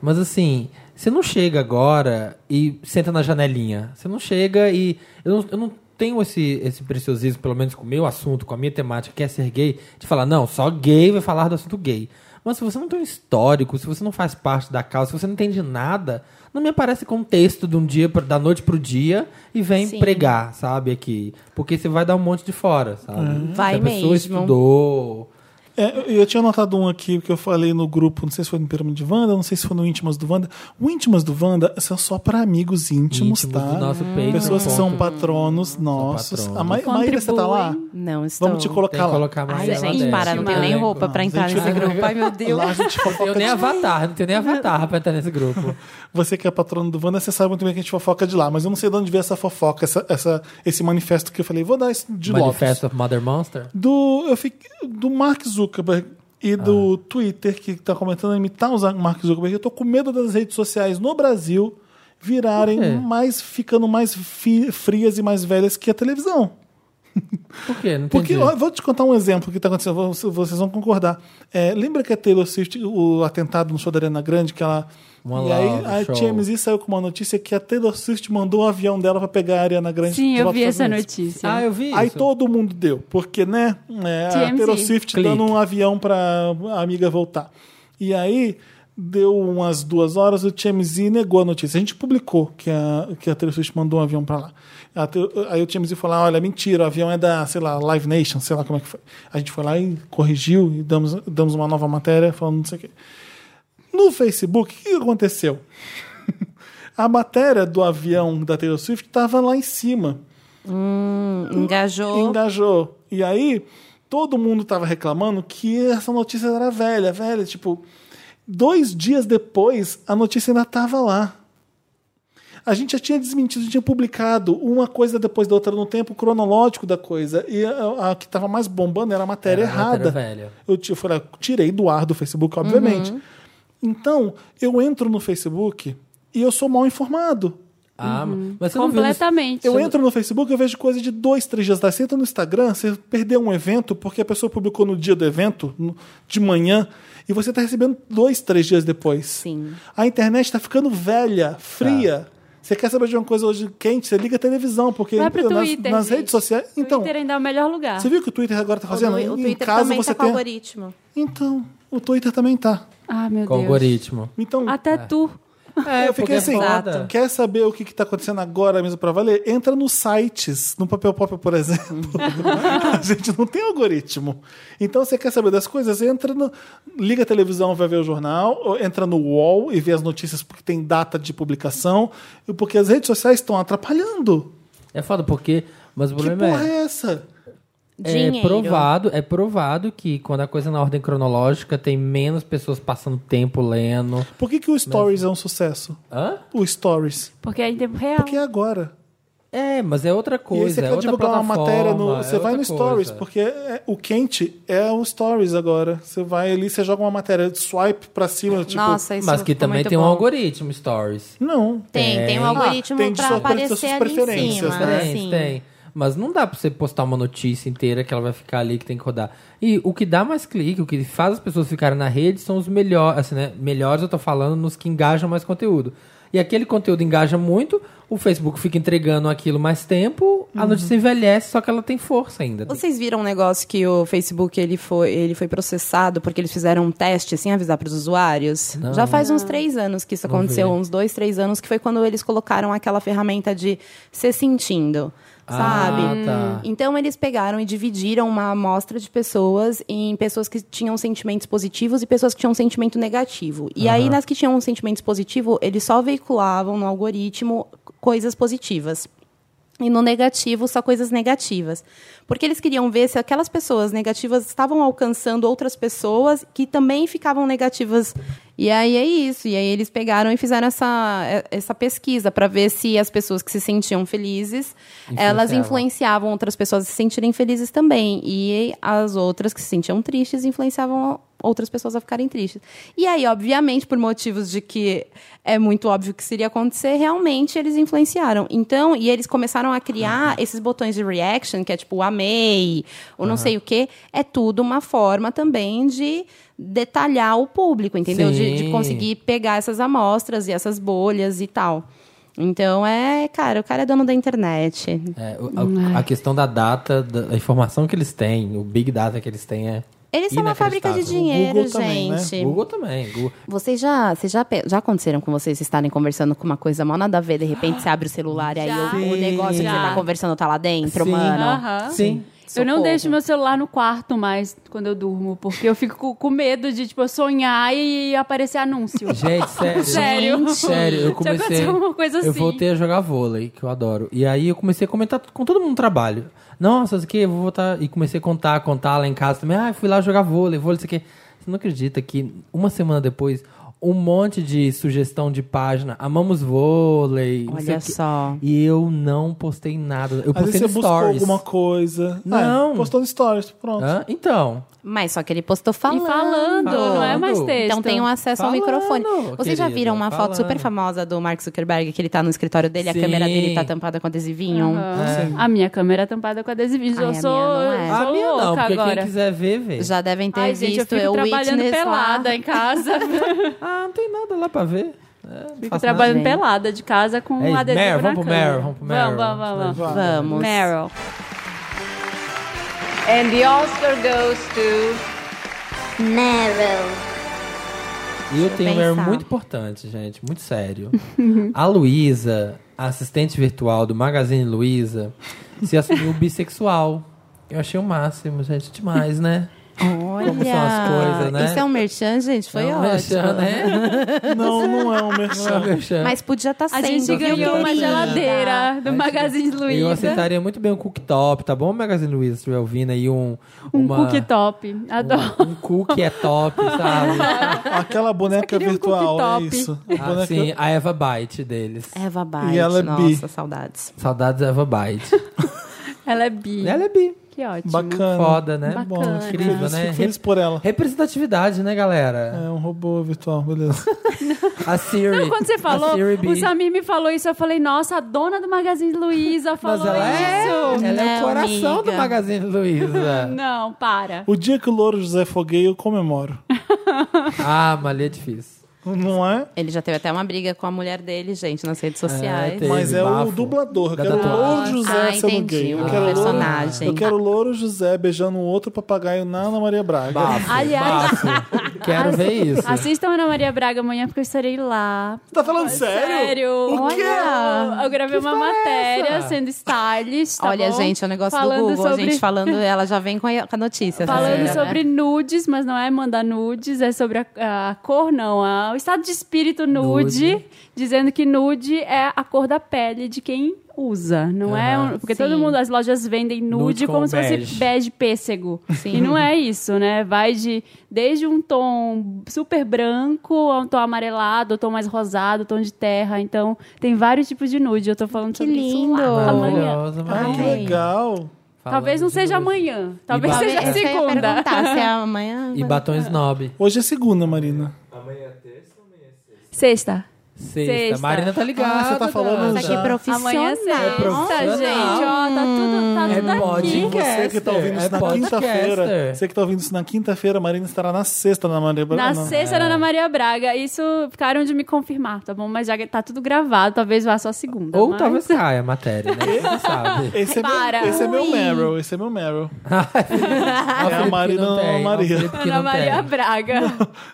S3: Mas assim, você não chega agora e senta na janelinha. Você não chega e. Eu não, eu não tenho esse, esse preciosismo, pelo menos com o meu assunto, com a minha temática, que é ser gay, de falar, não, só gay vai falar do assunto gay. Mas se você não tem um histórico, se você não faz parte da causa, se você não entende nada, não me aparece contexto de um dia, pra- da noite pro dia, e vem
S4: Sim.
S3: pregar, sabe, aqui. Porque você vai dar um monte de fora, sabe?
S4: Vai
S3: Se a pessoa
S4: mesmo.
S3: estudou.
S1: É, eu- eu tinha notado um aqui que eu falei no grupo, não sei se foi no Pirâmide de Wanda, não sei se foi no Íntimas do Wanda. O Íntimas do Wanda são só para amigos íntimos,
S3: Íntimos
S1: tá?
S3: do nosso peito,
S1: Pessoas que são
S3: ponto.
S1: patronos nossos.
S3: patronos.
S1: A Ma Maíra, você tá lá?
S4: Não, estou.
S1: Vamos te
S3: Tem que
S1: colocar lá.
S3: colocar mais
S4: Ai,
S3: lá
S4: gente,
S3: dentro.
S4: para, não tenho nem
S3: Tem
S4: roupa
S3: como.
S4: pra entrar
S1: Gente,
S4: nesse grupo. Ai, meu Deus.
S1: Lá a gente
S3: Eu
S1: fofoca
S3: nem
S1: de
S3: avatar, não tenho nem avatar pra entrar nesse grupo.
S1: Você que é patrono do Wanda, você sabe muito bem que a gente fofoca de lá, mas eu não sei de onde veio essa fofoca, essa, essa- esse manifesto que eu falei, vou dar isso de Lopes.
S3: Manifesto of Mother Monster?
S1: Do, eu fiquei, do Mark Zuckerberg e
S3: Ah.
S1: do Twitter, que tá comentando a imitar o Za- Mark Zuckerberg. Eu tô com medo das redes sociais no Brasil virarem
S3: Por quê?
S1: mais, ficando mais fi- frias e mais velhas que a televisão.
S3: Por quê? Não
S1: Porque,
S3: entendi.
S1: ó, vou te contar um exemplo que está acontecendo, vo- vocês vão concordar. É, lembra que a Taylor Swift, o atentado no show da Arena Grande, que ela.
S3: Uma
S1: e aí
S3: lá, um
S1: a
S3: show.
S1: TMZ saiu com uma notícia que a Taylor Swift mandou o avião dela para pegar a Ariana Grande.
S2: Sim,
S1: de
S2: eu
S1: volta
S2: vi
S1: aos
S2: essa
S1: Estados Unidos.
S2: notícia.
S3: Ah, eu vi
S1: Aí
S3: isso.
S1: todo mundo deu, porque, né? é, a
S2: TMZ.
S1: Taylor Swift
S3: Clique.
S1: dando um avião pra a amiga voltar. E aí deu umas duas horas, o TMZ negou a notícia. A gente publicou que a, que a Taylor Swift mandou um avião pra lá. A Te- aí o TMZ falou: "Ah, olha, mentira, o avião é da, sei lá, Live Nation, sei lá como é que foi. A gente foi lá e corrigiu e damos, damos uma nova matéria falando não sei o quê. No Facebook, o que aconteceu? A matéria do avião da Taylor Swift estava lá em cima
S4: Engajou.
S1: engajou. E aí, todo mundo tava reclamando que essa notícia era velha, velha. Tipo, dois dias depois, a notícia ainda tava lá. A gente já tinha desmentido, já tinha publicado uma coisa depois da outra no tempo cronológico da coisa. E a, a que tava mais bombando era a matéria
S3: Era a
S1: errada.
S3: matéria velha. Uhum.
S1: Eu, ti- eu falei, ah, tirei do ar do Facebook, obviamente. Então, eu entro no Facebook e eu sou mal informado.
S3: Ah,
S4: Uhum.
S3: mas você não viu nesse-
S2: Completamente.
S1: Eu entro no Facebook, eu vejo coisa de dois, três dias da Você entra no Instagram, você perdeu um evento porque a pessoa publicou no dia do evento, no- de manhã, e você está recebendo dois, três dias depois.
S4: Sim.
S1: A internet está ficando
S2: Tá.
S1: velha, fria. Você quer saber de uma coisa hoje quente? Você liga a televisão, porque
S2: Vai pro
S1: nas,
S2: Twitter.
S1: nas
S2: gente.
S1: redes sociais. Então,
S2: Twitter ainda é o melhor lugar.
S1: você viu o que o Twitter agora está fazendo?
S4: O,
S1: Em-
S4: o
S1: em
S4: Twitter
S1: casa
S4: também
S1: você
S4: tá com
S1: tem.
S4: algoritmo.
S1: Então, o Twitter também tá.
S2: Ah, meu
S3: com o
S2: Deus.
S3: algoritmo.
S1: Então,
S2: Até tu.
S3: É,
S1: eu fiquei assim,
S3: foda.
S1: quer saber o que está acontecendo agora mesmo para valer? Entra nos sites, no Papel Pop, por exemplo.
S3: Uhum.
S1: a gente não tem algoritmo. Então, você quer saber das coisas? Entra no... Liga a televisão, vai ver o jornal, ou entra no UOL e vê as notícias porque tem data de publicação, e porque as redes sociais estão atrapalhando.
S3: É foda porque. Mas o
S1: Que
S3: problema
S1: porra
S3: é.
S1: é essa?
S4: Dinheiro.
S3: É provado, é provado que quando a coisa é na ordem cronológica, tem menos pessoas passando tempo lendo.
S1: Por que, que o Stories é um sucesso?
S3: Hã?
S1: O Stories.
S2: Porque é em tempo real.
S1: Porque é agora.
S3: É, mas é outra
S1: E aí
S3: coisa.
S1: você
S3: é
S1: quer
S3: outra
S1: divulgar uma
S3: plataforma,
S1: matéria no.
S3: é
S1: Você vai no
S3: outra
S1: Stories,
S3: coisa.
S1: porque é- o quente é o Stories agora. Você vai ali, você joga uma matéria de swipe pra cima, tipo.
S4: Nossa, isso
S3: Mas que
S4: ficou
S3: também
S4: muito
S3: tem um
S4: bom.
S3: algoritmo Stories.
S1: Não.
S4: Tem, tem um
S1: Ah,
S4: algoritmo
S1: tem de
S4: pra
S1: sua-
S4: aparecer
S1: suas
S4: ali em
S1: preferências,
S4: cima. assim.
S1: né?
S3: tem,
S4: sim.
S3: tem. Mas não dá pra você postar uma notícia inteira que ela vai ficar ali, que tem que rodar. E o que dá mais clique, o que faz as pessoas ficarem na rede são os melhores, assim, né? Melhores eu tô falando nos que engajam mais conteúdo. E aquele conteúdo engaja muito, O Facebook fica entregando aquilo mais tempo, a notícia envelhece, só que ela tem força ainda.
S4: Vocês viram um negócio que o Facebook ele foi, ele foi processado porque eles fizeram um teste sem avisar para os usuários?
S3: Não.
S4: Já faz uns três anos que isso
S3: Não
S4: aconteceu,
S3: vi.
S4: uns dois, três anos, que foi quando eles colocaram aquela ferramenta de se sentindo, sabe?
S3: Ah, tá.
S4: Então eles pegaram e dividiram uma amostra de pessoas em pessoas que tinham sentimentos positivos e pessoas que tinham sentimento negativo. E aí nas que tinham sentimentos positivos, eles só veiculavam no algoritmo coisas positivas. E no negativo, só coisas negativas. Porque eles queriam ver se aquelas pessoas negativas estavam alcançando outras pessoas que também ficavam negativas. E aí é isso. E aí eles pegaram e fizeram essa, eh, essa pesquisa para ver se as pessoas que se sentiam felizes, elas
S3: Influenciavam.
S4: influenciavam outras pessoas a se sentirem felizes também. E as outras que se sentiam tristes influenciavam outras pessoas a ficarem tristes. E aí, obviamente, por motivos de que é muito óbvio que isso iria acontecer, realmente eles influenciaram. Então, e eles começaram a criar esses botões de reaction, que é tipo amei, ou não sei o quê. É tudo uma forma também de detalhar o público, entendeu? De, de
S3: Sim.
S4: conseguir pegar essas amostras e essas bolhas e tal. Então é, cara, o cara é dono da internet.
S3: É, o- a, a questão da data, da a informação que eles têm, o big data que eles têm é.
S4: Eles são uma fábrica de
S3: inacreditável.
S4: dinheiro,
S1: Google também, né?
S4: gente.
S3: Google também. Google.
S4: Vocês já, vocês já, pe- já aconteceram com vocês estarem conversando com uma coisa mó nada a ver, de repente você abre o celular e aí
S2: Já.
S4: o, o negócio que
S2: Sim.
S4: você tá conversando tá lá dentro,
S3: Sim.
S4: mano?
S2: Aham.
S3: Sim.
S2: Eu não
S4: Socorro.
S2: deixo meu celular no quarto mais quando eu durmo, porque eu fico com- com medo de, tipo, eu sonhar e aparecer anúncio.
S3: Gente, sério.
S2: Sério.
S3: Sério, eu
S2: Já
S3: comecei.
S2: aconteceu uma coisa
S3: Eu
S2: assim.
S3: voltei a jogar vôlei, que eu adoro. E aí eu comecei a comentar com todo mundo no trabalho. Nossa, isso aqui, eu vou voltar. E comecei a contar, contar lá em casa também. Ah, fui lá jogar vôlei, vôlei, isso aqui. Você não acredita que uma semana depois, um monte de sugestão de página. Amamos vôlei. não sei
S4: Olha
S3: o quê.
S4: só.
S3: E eu não postei nada. Eu
S1: Às vezes
S3: postei
S1: você
S3: no
S1: buscou
S3: stories.
S1: alguma coisa.
S3: Não.
S1: Ah, postou no stories, pronto.
S3: Hã? Então.
S4: Mas só que ele postou falando.
S2: E falando, não é mais
S3: Falando.
S2: texto.
S4: Então tem um acesso ao
S3: Falando,
S4: microfone. Vocês já
S3: querida,
S4: viram uma foto
S3: falando.
S4: super famosa do Mark Zuckerberg, que ele tá no escritório dele,
S3: Sim.
S4: a câmera dele tá tampada com adesivinho?
S2: Aham. Ah, A minha câmera é tampada com adesivinho.
S4: Ai, a
S2: eu
S4: minha
S2: sou,
S4: não é.
S2: eu
S3: A
S2: sou
S3: minha não,
S2: louca
S3: porque
S2: agora.
S3: quem quiser ver, vê.
S4: Já devem ter
S2: Ai,
S4: visto. é
S2: gente, eu fico
S4: o
S2: trabalhando
S4: Witness lá.
S2: pelada em casa.
S3: Ah, não tem nada lá pra ver. É,
S2: Fico
S3: faço
S2: trabalhando
S4: gente.
S2: pelada de casa com
S3: É
S2: um
S3: isso,
S2: adesivo
S3: Meryl,
S2: na
S3: vamos pro
S2: cama.
S3: Meryl, vamos pro Meryl.
S2: Vamos, vamos, vamos.
S4: Vamos.
S2: Meryl.
S5: And the Oscar goes to.
S6: Meryl.
S3: E eu tenho um erro
S4: pensar.
S3: muito importante, gente, muito sério. a Luísa, a assistente virtual do Magazine Luiza, se assumiu bissexual. Eu achei o máximo, gente, demais, né?
S4: Olha,
S3: Como são as coisas, né?
S4: Isso é um merchan, gente? Foi
S3: É um
S4: ótimo.
S3: merchan, né?
S1: Não, não é um
S3: Não é um
S1: merchan.
S3: merchan.
S4: Mas podia estar
S2: A
S4: sendo,
S2: gente
S4: viu,
S2: ganhou uma
S4: querida?
S2: geladeira do Magazine
S3: Eu
S2: Luiza.
S3: aceitaria muito bem um cooktop, tá bom, Magazine Luiza, se estiver ouvindo aí um...
S2: Um
S3: uma-
S2: cooktop. Adoro.
S3: Um, um cookie é top, sabe?
S1: Aquela boneca
S2: queria um
S1: virtual, é
S2: cooktop.
S1: isso. A
S3: Ah,
S1: boneca-
S3: sim, a Eva Byte deles.
S4: Eva Byte,
S1: E ela é bi.
S4: nossa, saudades.
S3: Saudades da Eva Byte.
S2: Ela é bi.
S3: Ela é bi.
S2: Que ótimo.
S1: Bacana.
S3: Foda, né?
S1: Bom,
S2: Bacana.
S1: fico
S3: Incrível,
S1: feliz,
S3: né?
S1: fico feliz por ela.
S3: Representatividade, né, galera?
S1: É um robô virtual, beleza.
S3: A Siri.
S2: Quando você
S3: A
S2: falou,
S3: Siri B.
S2: o Samir me falou isso, eu falei, nossa, a dona do Magazine Luiza
S3: Mas
S2: falou
S3: ela é,
S2: isso.
S3: ela é o
S4: Não,
S3: coração
S4: amiga.
S3: do Magazine Luiza.
S2: Não, para.
S1: O dia que o louro José fogueia, eu comemoro.
S3: ah, mas ali é difícil.
S1: Não é?
S4: Ele já teve até uma briga com a mulher dele, gente, nas redes sociais.
S3: teve.
S1: Mas é
S3: bafo.
S1: o dublador. Eu
S3: Da
S1: quero o
S3: tatuagem.
S1: Louro José
S4: Ah,
S1: sendo
S4: entendi,
S1: gay. Eu
S4: o
S1: quero o Louro-
S4: personagem.
S1: Eu quero o Louro José beijando um outro papagaio na Ana Maria Braga.
S3: Bafo,
S2: Aliás-
S3: bafo. Quero ver isso.
S2: Assistam Ana Maria Braga amanhã, porque eu estarei lá.
S1: Tá falando sério?
S2: O
S4: quê?
S2: Olha, eu gravei uma matéria
S3: é essa?
S2: sendo stylist, tá
S4: Olha,
S2: bom?
S4: gente, é o negócio
S2: falando
S4: do Google,
S2: sobre...
S4: a gente falando, ela já vem com a, com a notícia.
S2: Falando
S4: essa
S2: sobre
S3: né?
S2: nudes, mas não é mandar nudes, é sobre a, a cor, não. a- o estado de espírito nude,
S3: Nude.
S2: dizendo que nude é a cor da pele de quem usa, não é?
S3: Aham.
S2: um- porque
S4: Sim.
S2: todo mundo, as lojas vendem nude,
S3: Nude com
S2: como se fosse
S3: bege.
S2: bege pêssego.
S4: Sim.
S2: E não é isso, né? Vai de desde um tom super branco a um tom amarelado, um tom mais rosado, um tom de terra. Então, tem vários tipos de nude. Eu tô falando
S4: Que
S2: sobre isso lá
S4: lindo.
S2: amanhã.
S3: Maravilhosa,
S1: Ah, que
S3: maravilhosa.
S1: legal.
S2: Talvez não
S3: Falando de
S2: seja
S3: luz.
S2: amanhã. Talvez
S3: ba-
S2: seja
S4: Talvez- essa eu ia
S2: segunda.
S4: perguntar se é amanhã.
S3: E batom snob.
S1: Hoje é segunda, Marina.
S2: Sexta.
S3: Sexta.
S2: Sexta.
S3: Marina tá ligada.
S1: Ah, você tá falando
S4: Isso aqui é
S1: já.
S4: profissional.
S2: Amanhã é sexta,
S3: profissional.
S2: gente. Ó, tá tudo, tá
S3: É
S2: tá
S3: pode.
S2: aqui.
S1: Você que tá ouvindo isso
S3: É
S1: na
S3: podcaster.
S1: quinta-feira. Você que tá ouvindo isso na quinta-feira, a Marina estará na sexta na Maria
S2: Na
S1: Braga.
S2: sexta era Ana Maria Braga. Isso ficaram de me confirmar, tá bom? Mas já tá tudo gravado, talvez vá só segunda.
S3: Ou
S2: mas-
S3: talvez caia a matéria, né? Você não sabe.
S1: Esse é,
S2: Para.
S1: meu, esse é meu
S4: Ui.
S1: Meryl, esse é meu Meryl.
S3: Olha o Felipe que
S1: Marina
S3: não
S1: ou É a
S3: tem, olha o
S1: Maria.
S3: Felipe que
S2: Ana
S3: não
S2: Maria
S3: tem.
S2: Braga.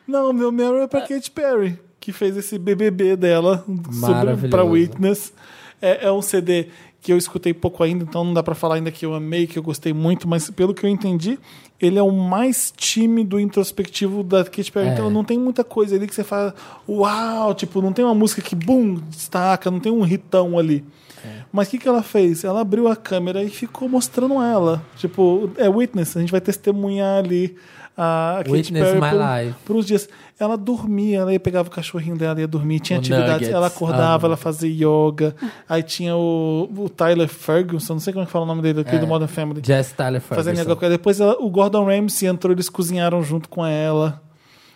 S1: Não, meu Meryl é pra Katy Perry, que fez esse BBB dela sobre,
S3: Maravilhoso.
S1: pra Witness. É, é um CD que eu escutei pouco ainda, então não dá pra falar ainda que eu amei, que eu gostei muito, mas pelo que eu entendi, ele é o mais tímido e introspectivo da Katy Perry.
S3: É.
S1: Então não tem muita coisa ali que você fala, uau, tipo, não tem uma música que, bum, destaca, não tem um ritão ali.
S3: É.
S1: Mas o que, que ela fez? Ela abriu a câmera e ficou mostrando ela. Tipo, é Witness, a gente vai testemunhar ali a Katy
S3: Witness
S1: Perry
S3: my
S1: por, um
S3: life.
S1: por uns dias. Ela dormia, ela ia pegava o cachorrinho dela, ia dormir, tinha
S3: O
S1: atividades.
S3: Nuggets,
S1: Ela acordava,
S3: amo.
S1: ela fazia yoga. Aí tinha o, o Tyler Ferguson, não sei como é que fala o nome dele, aquele
S3: É.
S1: do Modern Family.
S3: Jess Tyler
S1: Fazendo yoga.
S3: Ferguson.
S1: com ela. Depois ela- o Gordon Ramsay entrou, eles cozinharam junto com ela.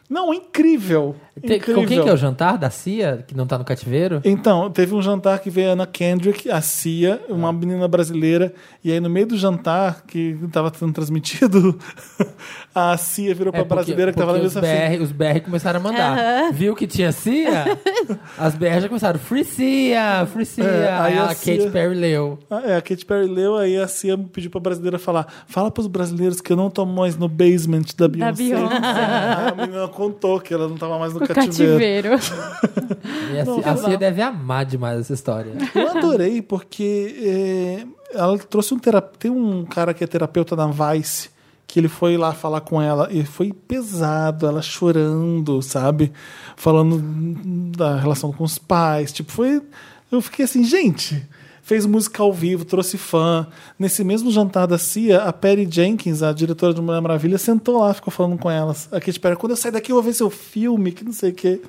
S1: Não, incrível!
S3: Tem-
S1: incrível.
S3: com quem que é o jantar da Cia, que não tá no cativeiro?
S1: Então, teve um jantar que veio a Ana Kendrick, a Cia,
S3: Ah.
S1: uma menina brasileira, e aí no meio do jantar, que estava sendo transmitido, a Cia virou pra
S3: É, porque-
S1: brasileira que tava na
S3: porque
S1: mesa assim,
S3: os BR, os BR começaram a mandar. Viu que tinha Cia? As BR já começaram. Free Cia! Free Cia!
S1: É, aí
S3: aí
S1: a
S3: a Katy
S1: Cia-
S3: Perry leu.
S1: Ah, É, a Katy Perry leu, aí a Cia pediu pra brasileira falar: fala pros brasileiros que eu não tô mais no basement da Beyoncé.
S2: Beyoncé.
S1: Ah, a menina contou que ela não tava mais no
S2: O
S1: cativeiro.
S2: cativeiro.
S3: E a,
S1: Não,
S4: tá
S3: Cia, a
S1: não.
S3: Cia deve amar demais essa história.
S1: Eu adorei, porque é, ela trouxe um terapeuta. Tem um cara que é terapeuta da Vice, que ele foi lá falar com ela, e foi pesado, ela chorando, sabe? Falando da relação com os pais. Tipo, foi. Eu fiquei assim, gente. Fez música ao vivo, trouxe fã. Nesse mesmo jantar da CIA, a Perry Jenkins, a diretora de Mulher Maravilha, sentou lá, ficou falando com elas. A Katy Perry, quando eu sair daqui, eu vou ver seu filme, que não sei o quê.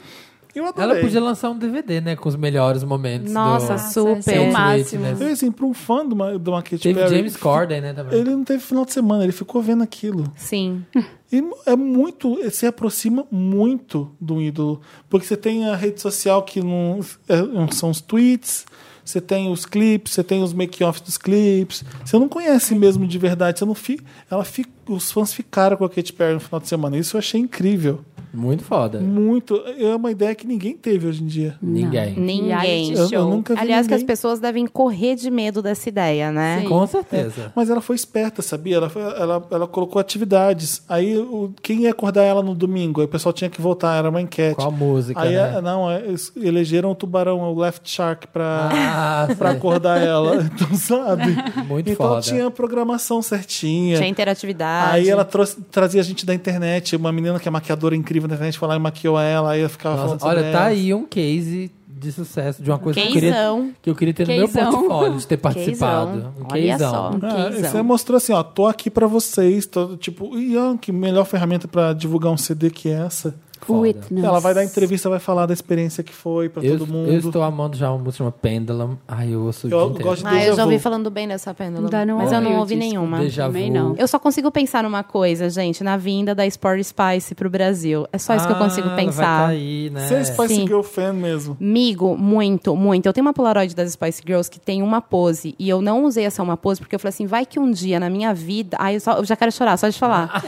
S1: Eu adorei.
S3: Ela podia lançar um DVD, né? Com os melhores momentos
S4: Nossa,
S3: do...
S2: Nossa, esse é
S4: super.
S2: o máximo.
S1: Eu, assim, pra um fã de uma, de uma Katy
S3: Teve
S1: Perry.
S3: James Corden, né, também.
S1: Ele não teve final de semana, ele ficou vendo aquilo.
S4: Sim.
S1: E é muito, se aproxima muito do ídolo. Porque você tem a rede social que não. é, são os tweets, você tem os clipes, você tem os make-offs dos clipes. Você não conhece mesmo de verdade. Você não fi, ela fi- os fãs ficaram com a Katy Perry no final de semana. Isso eu achei incrível.
S3: Muito foda.
S1: Muito. É uma ideia que ninguém teve hoje em dia.
S3: Ninguém.
S4: Ninguém.
S2: Reality
S1: Eu- eu
S2: show.
S1: nunca vi
S4: Aliás, que as
S1: ninguém-
S4: pessoas devem correr de medo dessa ideia, né?
S2: Sim.
S3: Com certeza.
S1: Mas ela foi esperta, sabia? Ela, foi- ela, ela colocou atividades. Aí o, quem ia acordar ela no domingo? Aí o pessoal tinha que voltar, era uma enquete.
S3: Qual a música,
S1: Aí,
S3: né?
S1: é, não, é, eles elegeram o tubarão, o Left Shark, pra,
S3: Ah,
S1: pra
S3: sim.
S1: acordar ela. Então, sabe?
S3: Muito
S1: então
S3: foda.
S1: tinha a programação certinha.
S4: Tinha interatividade.
S1: Aí ela trouxe- trazia gente da internet, uma menina que é maquiadora incrível da internet, foi lá e maquiou ela, aí eu ficava falando
S3: Nossa,
S1: sobre
S3: olha, tá
S1: ela.
S3: aí um case de sucesso, de uma coisa que eu,
S4: Queizão.
S3: queria, que eu queria ter no meu
S2: Queizão.
S3: portfólio de ter participado.
S4: Queizão.
S3: Um
S4: Olha
S3: queizão.
S4: só. Um
S1: Ah,
S4: queizão.
S1: você mostrou assim, ó, tô aqui pra vocês, tô, tipo, e ó, que melhor ferramenta pra divulgar um CD que essa.
S3: Foda.
S2: Witness.
S1: Ela vai dar entrevista, vai falar da experiência que foi pra
S3: Eu,
S1: todo
S3: eu
S1: mundo.
S3: estou amando já uma música chamada Pendulum. Ai, eu ouço o
S1: Eu
S3: dia inteiro.
S1: gosto de-
S4: Ah, eu já ouvi
S1: Déjà vu.
S4: falando bem dessa pêndula.
S2: Ainda não
S4: Mas eu não
S2: ouvi o
S4: ouvi
S2: disco.
S4: nenhuma.
S3: Déjà
S2: Também
S3: vu.
S2: não.
S4: Eu só consigo pensar numa coisa, gente, na vinda da Sport Spice pro Brasil. É só isso que eu
S3: Ah,
S4: consigo
S3: ela vai tá
S4: pensar.
S3: aí, né?
S1: Você é Spice
S4: Sim.
S1: Girl fan mesmo.
S4: Migo, muito, muito. Eu tenho uma Polaroid das Spice Girls que tem uma pose. E eu não usei essa uma pose, porque eu falei assim, vai que um dia na minha vida... Ai, eu, só- eu já quero chorar, só de falar.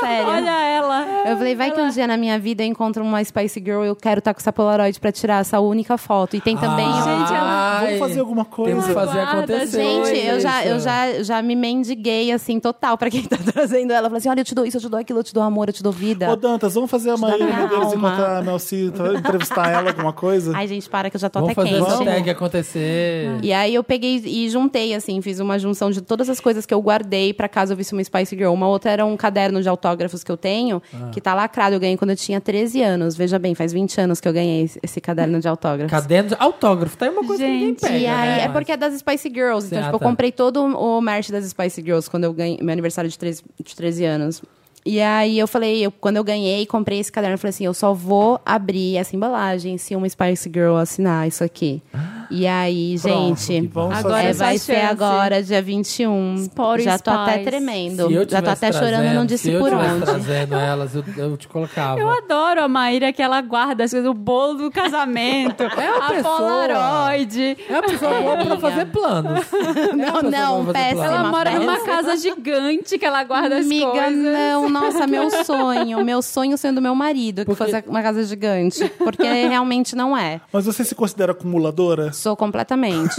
S4: Sério.
S2: Olha ela.
S4: Eu falei, vai que um dia na minha vida eu encontro uma Spice Girl e eu quero estar com essa Polaroid pra tirar essa única foto. E tem também...
S3: Ah,
S4: um-
S2: Gente, ela-
S3: ai,
S1: Vamos fazer alguma coisa.
S3: Temos que fazer
S2: Guarda,
S3: acontecer.
S4: Gente, eu já,
S3: isso.
S4: eu já, já me mendiguei, assim, total, pra quem tá trazendo ela. Falei assim, olha, eu te dou isso, eu te dou aquilo, eu te dou amor, eu te dou vida.
S1: Ô, Dantas, vamos fazer a
S4: Te dá
S1: Maíra
S4: minha
S1: Medeiros
S4: alma.
S1: encontrar a Mel C, tra- entrevistar ela, alguma coisa?
S4: Ai, gente, para que eu já tô
S3: Vamos
S4: até
S3: fazer
S4: quente.
S3: essa tag acontecer.
S4: E aí eu peguei e juntei, assim, fiz uma junção de todas as coisas que eu guardei pra caso eu visse uma Spice Girl. Uma outra era um caderno de autógrafos que eu tenho,
S3: Ah.
S4: que tá lacrado. Eu ganhei quando eu tinha 13 anos. Veja bem, faz 20 anos que eu ganhei esse- esse caderno de autógrafos.
S3: Caderno de autógrafo. Tá aí uma coisa que ninguém
S2: Gente,
S3: pega,
S4: E aí,
S3: né?
S4: é porque é das Spice Girls. Então,
S3: Ah,
S4: tipo, eu
S3: tá.
S4: comprei todo o merch das Spice Girls quando eu ganhei meu aniversário de 13, de 13 anos. E aí eu falei, eu- quando eu ganhei, comprei esse caderno, eu falei assim, eu só vou abrir essa embalagem se uma Spice Girl assinar isso aqui. E aí, gente,
S1: Pronto, vamos
S2: agora
S4: é,
S1: fazer.
S2: essa
S4: vai ser
S2: chance.
S4: agora, dia 21.
S2: Spore
S4: já tô
S2: Spice.
S4: até
S3: Se
S4: tremendo.
S3: eu
S4: Já tô
S3: tivesse
S4: até chorando, não
S3: trazendo-
S4: disse
S3: se eu
S4: por
S3: tivesse
S4: onde.
S3: trazendo elas, eu, eu te colocava.
S2: Eu adoro a Maíra que ela guarda as coisas, o bolo do casamento, a
S3: pessoa.
S2: Polaroid.
S3: É uma pessoa boa pra
S4: Amiga.
S3: fazer planos. É,
S4: Não, não, péssima.
S2: Ela
S4: Uma
S2: mora numa
S4: peça.
S2: casa gigante que ela guarda as
S4: Amiga,
S2: Ah, coisas.
S4: não, nossa, meu sonho. Meu sonho sendo meu marido, que fosse uma casa gigante. Porque realmente não é.
S1: Mas você se considera acumuladora?
S4: Sou completamente.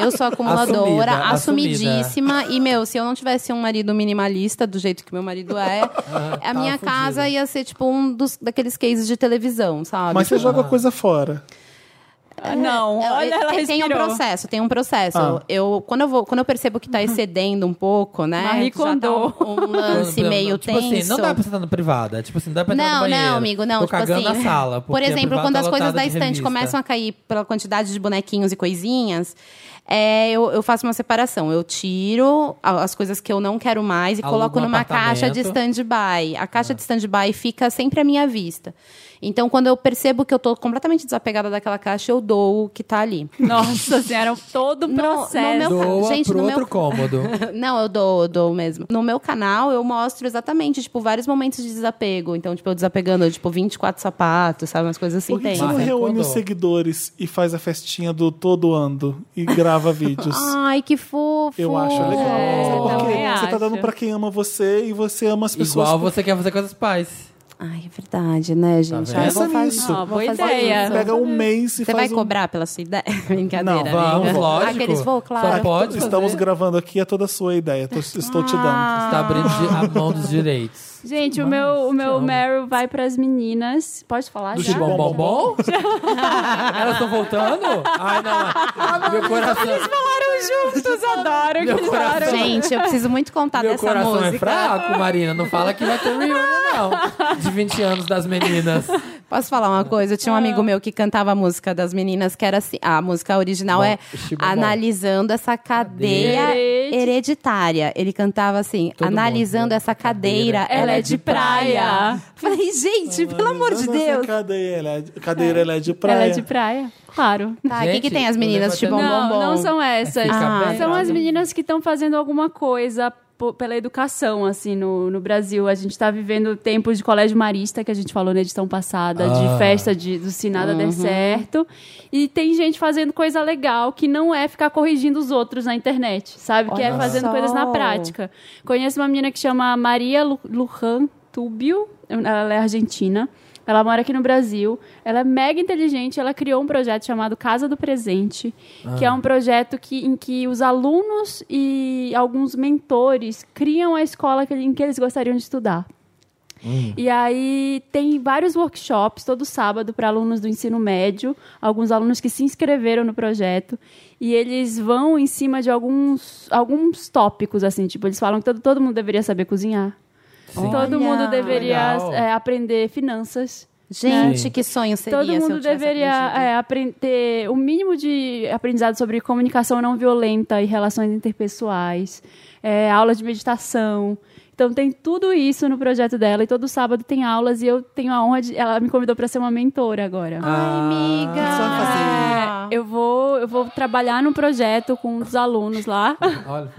S4: Eu sou acumuladora,
S3: Assumida,
S4: assumidíssima. E, meu, se eu não tivesse um marido minimalista, do jeito que meu marido
S3: Ah,
S4: é, a minha
S3: fudida.
S4: casa ia ser tipo um dos, daqueles cases de televisão, sabe? Tipo,
S1: Mas você joga coisa fora.
S2: Ah, Não,
S4: É,
S2: olha, ela
S4: tem, tem um
S2: respirou.
S4: processo, tem um processo.
S1: Ah.
S4: Eu, quando, eu vou, quando eu percebo que tá excedendo um pouco, né?
S2: Marie
S4: já tá
S2: Kondo.
S4: um, um lance meio
S3: tipo
S4: tenso.
S3: assim, não dá pra você estar na privada. É Tipo assim, não dá pra entrar no
S4: Não,
S3: banheiro.
S4: não, amigo, não.
S3: Tô
S4: tipo
S3: cagando
S4: assim,
S3: na sala.
S4: Por
S3: porque a
S4: exemplo,
S3: privada
S4: quando
S3: tá
S4: as coisas
S3: lotada
S4: da
S3: de
S4: estante
S3: revista.
S4: começam a cair pela quantidade de bonequinhos e coisinhas, é, eu, eu faço uma separação. Eu tiro a- as coisas que eu não quero mais e
S3: Aluga
S4: coloco
S3: um
S4: numa caixa de
S3: apartamento. É.
S4: stand-by. A caixa de stand-by fica sempre à minha vista. Então, quando eu percebo que eu tô completamente desapegada daquela caixa, eu dou o que tá ali.
S2: Nossa senhora, todo um
S4: No- no
S2: processo.
S4: meu-
S3: Doa
S4: Gente,
S3: pro
S4: no
S3: outro
S4: meu-
S3: cômodo.
S4: Não, eu dou, eu dou mesmo. No meu canal, eu mostro exatamente, tipo, vários momentos de desapego. Então, tipo, eu desapegando, tipo, 24 sapatos, sabe? Umas coisas assim,
S1: Por que
S4: tem.
S1: que você não
S3: Vai,
S1: reúne
S3: é quando-
S1: os seguidores e faz a festinha do todo ando e grava vídeos?
S4: Ai, que fofo.
S1: Eu acho legal.
S2: É,
S1: Sabe por quê?
S2: também
S1: Você tá
S2: acho.
S1: dando pra quem ama você e você ama as pessoas.
S3: Igual você quer fazer com as pais.
S4: Ai, é verdade, né, gente?
S3: Tá
S4: Ai,
S3: vendo?
S4: eu vou
S1: Pensa
S4: fazer
S1: nisso.
S2: Ó, boa
S4: Vou fazer
S2: ideia.
S4: isso.
S1: Pega um mês e
S4: Você vai
S1: faz um...
S4: cobrar pela sua ideia? Brincadeira.
S1: Não, vamos,
S4: amiga.
S3: lógico.
S4: Ah, que eles vão,
S3: Só
S4: claro.
S3: pode
S1: Estamos
S3: fazer.
S1: gravando aqui, é toda a sua ideia. Tô- estou te dando.
S3: Está abrindo
S4: Ah.
S3: de- a mão dos direitos.
S2: Gente, o meu, o meu
S3: tchau.
S2: Meryl vai pras meninas. Pode falar
S1: Do
S2: já?
S1: Chibom
S3: Bom, bom, bom? Elas estão voltando? Ai, não. Meu coração,
S2: Falaram juntos, adoro que
S3: Meu
S2: eles
S3: coração.
S2: falaram.
S4: Gente, eu preciso muito contar
S3: meu
S4: dessa
S3: coração
S4: música.
S3: é fraco, Marina. Não fala que vai ter reunião, não. De 20 anos das meninas.
S4: Posso falar uma coisa? Eu tinha um amigo meu que cantava a música das meninas, que era assim. A música original
S3: Bom,
S4: é
S3: Chico Bom.
S4: Analisando essa cadeia
S2: Cadeira.
S4: hereditária. Ele cantava assim:
S3: Todo
S4: Analisando
S3: mundo. né?
S4: essa cadeira, ela é de praia. Falei, gente, pelo amor de
S1: Mas essa
S4: Deus.
S1: Cadeira, ela é de, cadeira, ela é de praia.
S2: Ela é de praia, claro.
S4: Tá, o que,
S3: Gente,
S4: que tem as meninas de
S3: eu
S4: bom
S3: levantei-
S2: não,
S4: bom bom? É
S2: não são essas. Ah,
S3: Fica bem
S2: são
S3: bravo.
S2: as meninas que estão fazendo alguma coisa po- pela educação, assim, no, no Brasil. A gente tá vivendo tempos de colégio marista, que a gente falou na edição passada,
S3: Ah.
S2: de festa de, do Se Nada
S4: Uhum.
S2: Der Certo. E tem gente fazendo coisa legal, que não é ficar corrigindo os outros na internet, sabe? que é
S4: Olha
S2: fazendo
S4: só.
S2: coisas na prática. Conheço uma menina que chama Maria Lu- Lujan Tubio, ela é argentina. Ela mora aqui no Brasil. Ela é mega inteligente. Ela criou um projeto chamado Casa do Presente, que
S4: Ah.
S2: é um projeto que, em que os alunos e alguns mentores criam a escola que- em que eles gostariam de estudar. E aí tem vários workshops todo sábado para alunos do ensino médio, alguns alunos que se inscreveram no projeto, e eles vão em cima de alguns, alguns tópicos, assim, tipo, eles falam que todo, todo mundo deveria saber cozinhar,
S3: Sim.
S2: todo mundo deveria
S3: Legal.
S2: é, aprender finanças,
S4: Gente,
S3: Sim.
S4: que sonho seria
S2: todo
S4: se eu
S2: mundo
S4: tivesse
S2: deveria
S4: aprendido.
S2: é, apren- ter o mínimo de aprendizado sobre comunicação não violenta e relações interpessoais, é, aula de meditação. Então tem tudo isso no projeto dela e todo sábado tem aulas e eu tenho a honra de ela me convidou para ser uma mentora agora.
S4: Ai, amiga. Ah.
S2: É, eu vou eu vou trabalhar num projeto com um dos alunos lá.
S3: Olha,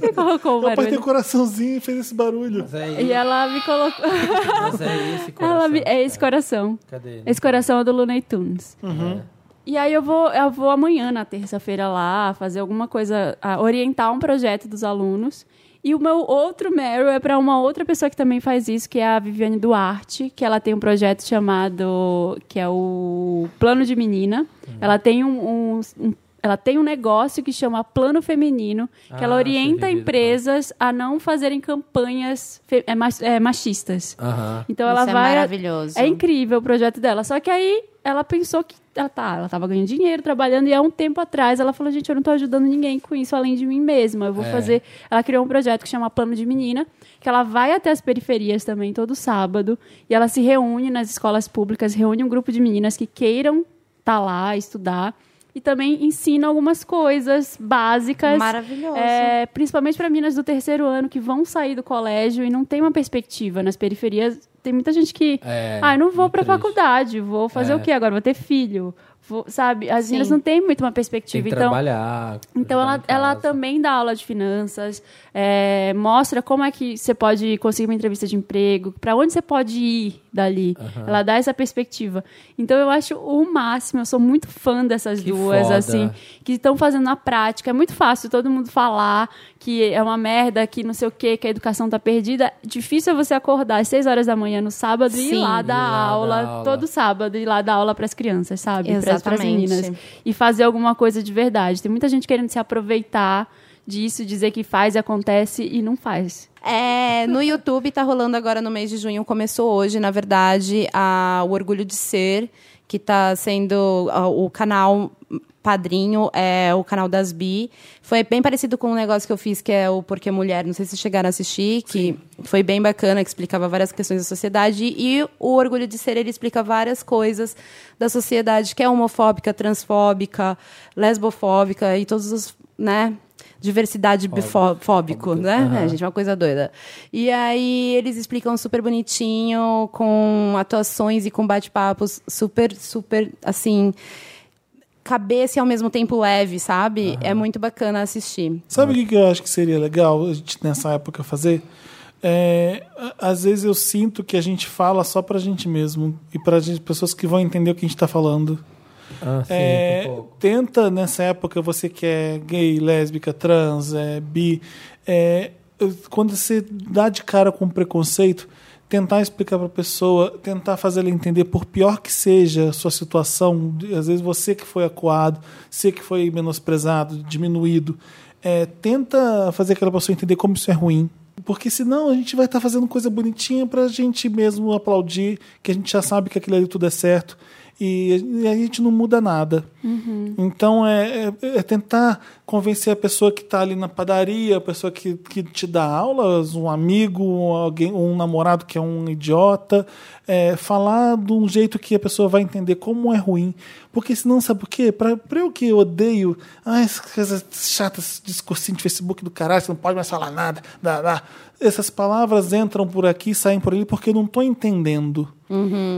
S2: Me colocou o
S1: Meu pai tem um
S2: barulho.
S1: coraçãozinho e fez esse barulho.
S3: mas é
S2: E
S3: isso.
S2: ela me colocou.
S3: Mas é esse coração.
S2: Ela me- é esse coração.
S3: Cadê né? ele?
S2: Esse coração é do Looney Tunes.
S1: Uhum.
S2: E aí eu vou, eu vou amanhã, na terça-feira, lá, fazer alguma coisa, ah, orientar um projeto dos alunos. E o meu outro Meryl é para uma outra pessoa que também faz isso, que é a Viviane Duarte, que ela tem um projeto chamado, que é o Plano de Menina.
S3: Uhum.
S2: Ela tem um, um- um- ela tem um negócio que chama Plano Feminino, que ela
S3: Ah,
S2: orienta
S3: sei,
S2: empresas a não fazerem campanhas fe- é, mach- é, machistas.
S3: Aham.
S2: Então
S4: Isso
S2: ela
S4: é
S2: vai.
S4: maravilhoso.
S2: É incrível o projeto dela. Só que aí ela pensou que ela tá, ela tava ganhando dinheiro, trabalhando, e há um tempo atrás ela falou: gente, eu não tô ajudando ninguém com isso além de mim mesma. Eu vou
S3: É.
S2: fazer. Ela criou um projeto que chama Plano de Menina, que ela vai até as periferias também todo sábado, e ela se reúne nas escolas públicas, reúne um grupo de meninas que queiram estar lá, estudar. E também ensina algumas coisas básicas.
S4: Maravilhoso.
S2: É, principalmente para meninas do terceiro ano que vão sair do colégio e não tem uma perspectiva nas periferias. Tem muita gente que,
S3: É,
S2: ah, eu não vou
S3: muito
S2: para
S3: triste.
S2: faculdade, vou fazer
S3: É.
S2: o quê agora? Vou ter filho, vou- sabe? As meninas
S4: Sim.
S2: não têm muito uma
S3: Tem
S2: perspectiva.
S3: que
S2: então,
S3: trabalhar.
S2: então ela,
S3: cuidar tá em
S2: ela
S3: casa.
S2: também dá aula de finanças, é, mostra como é que você pode conseguir uma entrevista de emprego, para onde você pode ir dali. Ela dá essa perspectiva. Então eu acho o máximo, eu sou muito fã dessas
S3: Que
S2: duas,
S3: foda.
S2: assim, que estão fazendo na prática. É muito fácil todo mundo falar que é uma merda, que não sei o quê, que a educação tá perdida. Difícil é você acordar às seis horas da manhã no sábado e ir
S4: Sim,
S2: lá
S4: ir
S2: dar
S3: lá dar
S2: aula,
S3: aula.
S2: todo sábado, ir lá dar aula para as crianças, sabe? Para as
S4: Exatamente.
S2: meninas e fazer alguma coisa de verdade. Tem muita gente querendo se aproveitar disso, dizer que faz, acontece e não faz.
S4: É, no YouTube tá rolando agora no mês de junho, começou hoje, na verdade, a, o Orgulho de Ser, que tá sendo a, o canal padrinho, é o canal das bi. Foi bem parecido com um negócio que eu fiz, que é o Porquê Mulher, não sei se chegaram a assistir, que foi bem bacana, que explicava várias questões da sociedade. E o Orgulho de Ser, ele explica várias coisas da sociedade, que é homofóbica, transfóbica, lesbofóbica e todos os, né... Diversidade bifó- fóbico, né? É, gente, uma coisa doida. E aí eles explicam super bonitinho, com atuações e com bate-papos super, super, assim, cabeça e ao mesmo tempo leve, sabe? É muito bacana assistir.
S1: Sabe o que, que eu acho que seria legal a gente nessa época fazer? É, a- às vezes eu sinto que a gente fala só pra gente mesmo e pra gente, pessoas que vão entender o que a gente tá falando.
S3: Ah, sim,
S1: É,
S3: um pouco.
S1: tenta nessa época, você que é gay, lésbica, trans, é, bi, é, quando você dá de cara com preconceito, tentar explicar para a pessoa, tentar fazer ela entender, por pior que seja a sua situação, de- às vezes você que foi acuado, você que foi menosprezado, diminuído, é, tenta fazer aquela pessoa entender como isso é ruim. Porque senão a gente vai estar fazendo coisa bonitinha pra gente mesmo aplaudir, que a gente já sabe que aquilo ali tudo é certo. E a- e a gente não muda nada. Então é, é- é tentar convencer a pessoa que está ali na padaria, a pessoa que, que te dá aulas, um amigo, alguém, um namorado que é um idiota, é, falar de um jeito que a pessoa vai entender como é ruim. Porque senão, sabe por quê? Pra, pra eu que odeio, ah, essas coisas chatas, esse discursinho de Facebook do caralho, você não pode mais falar nada, dá, dá. essas palavras entram por aqui, saem por ali, porque eu não estou entendendo.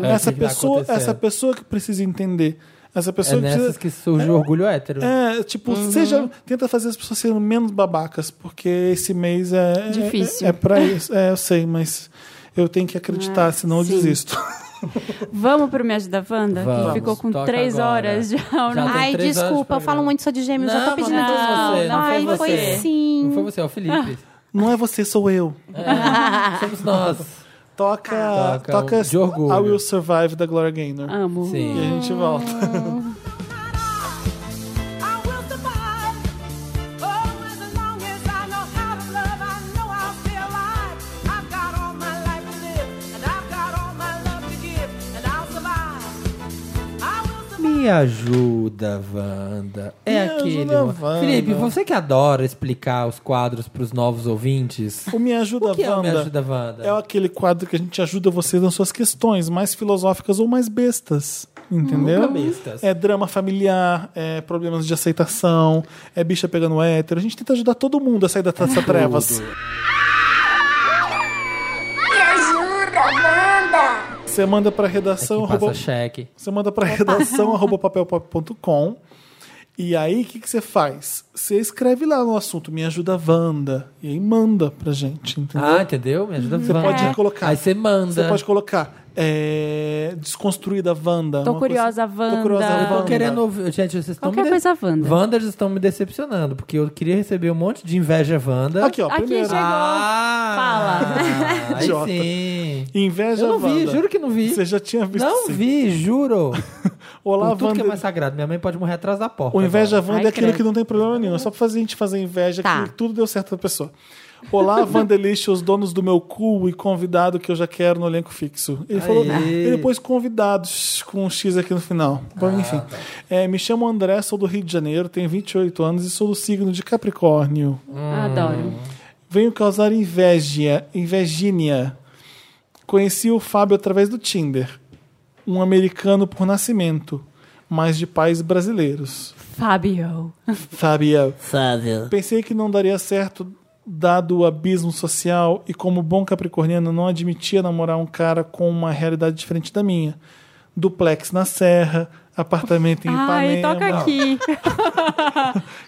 S3: É,
S1: Essa,
S3: que vai
S1: pessoa,
S3: acontecer.
S1: essa pessoa que precisa entender. Essa
S3: É
S1: pessoa que
S3: nessas
S1: precisa...
S3: que surge o orgulho hétero. né?
S1: É, tipo, seja. Tenta fazer as pessoas serem menos babacas, porque esse mês é. é-
S2: Difícil.
S1: É, pra isso. É, eu sei, mas eu tenho que acreditar, senão eu desisto.
S2: Vamos pro Me Ajuda Wanda?
S3: Vamos,
S2: que ficou com
S3: toca
S2: três
S3: agora.
S2: horas já.
S3: Já tem
S4: Ai,
S3: três anos de
S4: desculpa, eu
S3: programa.
S4: falo muito só de gêmeos, eu tô pedindo
S2: mas
S3: não
S4: desculpa.
S2: não,
S3: foi você, não
S4: Ai,
S3: foi
S4: foi
S3: você.
S4: sim.
S3: Não foi você, é o Felipe.
S1: Não é você, sou eu.
S3: Somos nós.
S1: Toca.
S3: Toca
S1: Toca.
S3: o- de orgulho.
S1: I Will Survive da Gloria Gaynor.
S3: Ah.
S2: Amo.
S1: E a
S3: Sim.
S1: gente volta.
S3: Ah.
S7: I will survive. Oh, as long as I know how to love, I know I'll stay alive. I've got all my life to live, and I've got all my love to give, and I'll survive. I will survive.
S3: Me ajuda, Wanda. É
S1: Me
S3: aquele.
S1: ajuda,
S3: mo-
S1: Wanda.
S3: Felipe, você que adora explicar os quadros pros novos ouvintes.
S1: O Me Ajuda
S3: O que é o Me
S1: Wanda.
S3: Ajuda, Wanda?
S1: É aquele quadro que a gente ajuda vocês nas suas questões, mais filosóficas ou mais bestas. Entendeu?
S3: Nunca bestas.
S1: É drama familiar, é problemas de aceitação, é bicha pegando hétero. A gente tenta ajudar todo mundo a sair da- dessa trevas.
S6: Me ajuda, Wanda!
S1: Você manda pra redação.
S3: Aqui É passa
S1: arroba-
S3: cheque.
S1: Você manda para redação arroba papelpop.com. E aí, o que, que você faz? Você escreve lá no assunto Me Ajuda Wanda. E aí manda pra gente, entendeu?
S3: Ah, entendeu? Me ajuda,
S1: você
S3: Wanda.
S1: pode colocar.
S3: Aí você manda.
S1: Você pode colocar é, Desconstruída Wanda.
S2: Tô
S1: uma coisa- assim.
S2: curiosa,
S1: Tô curiosa,
S2: Wanda.
S1: Wanda.
S3: Tô querendo ouvir. Gente, vocês estão
S2: Qualquer
S3: me
S2: coisa, Wanda.
S3: Wanda, vocês estão me decepcionando, porque eu queria receber um monte de inveja, Wanda.
S1: Aqui, ó,
S2: Aqui,
S1: primeiro.
S2: gente.
S3: Ah,
S1: Idiota.
S3: Aí sim.
S1: Inveja
S3: Eu não vi,
S1: Wanda.
S3: juro que não vi.
S1: Você já tinha visto
S3: Não
S1: sim.
S3: vi, juro.
S1: Olá,
S3: Por tudo que é
S1: Wanda.
S3: mais sagrado. Minha mãe pode morrer atrás da porta.
S1: O inveja
S3: agora.
S1: Wanda é
S2: Ai,
S1: aquilo que
S2: credo.
S1: não tem problema nenhum. É só pra fazer a gente fazer inveja
S4: Tá.
S1: que tudo deu certo pra pessoa. Olá, Vandelixo, os donos do meu cu e convidado que eu já quero no elenco fixo. Ele
S3: Aê.
S1: falou. Ele pôs convidados com um X aqui no final. Bom, enfim. É, me chamo André, sou do Rio de Janeiro, tenho 28 anos e sou do signo de Capricórnio.
S3: Hum.
S2: Adoro.
S1: Venho causar inveja, invejinha. Conheci o Fábio através do Tinder. Um americano por nascimento, mas de pais brasileiros.
S2: Fábio.
S1: Fábio.
S8: Fábio.
S1: Pensei que não daria certo dado o abismo social e como bom capricorniano não admitia namorar um cara com uma realidade diferente da minha. duplex na Serra, apartamento em
S4: Ah,
S2: Ai,
S1: Ipanema.
S2: toca aqui.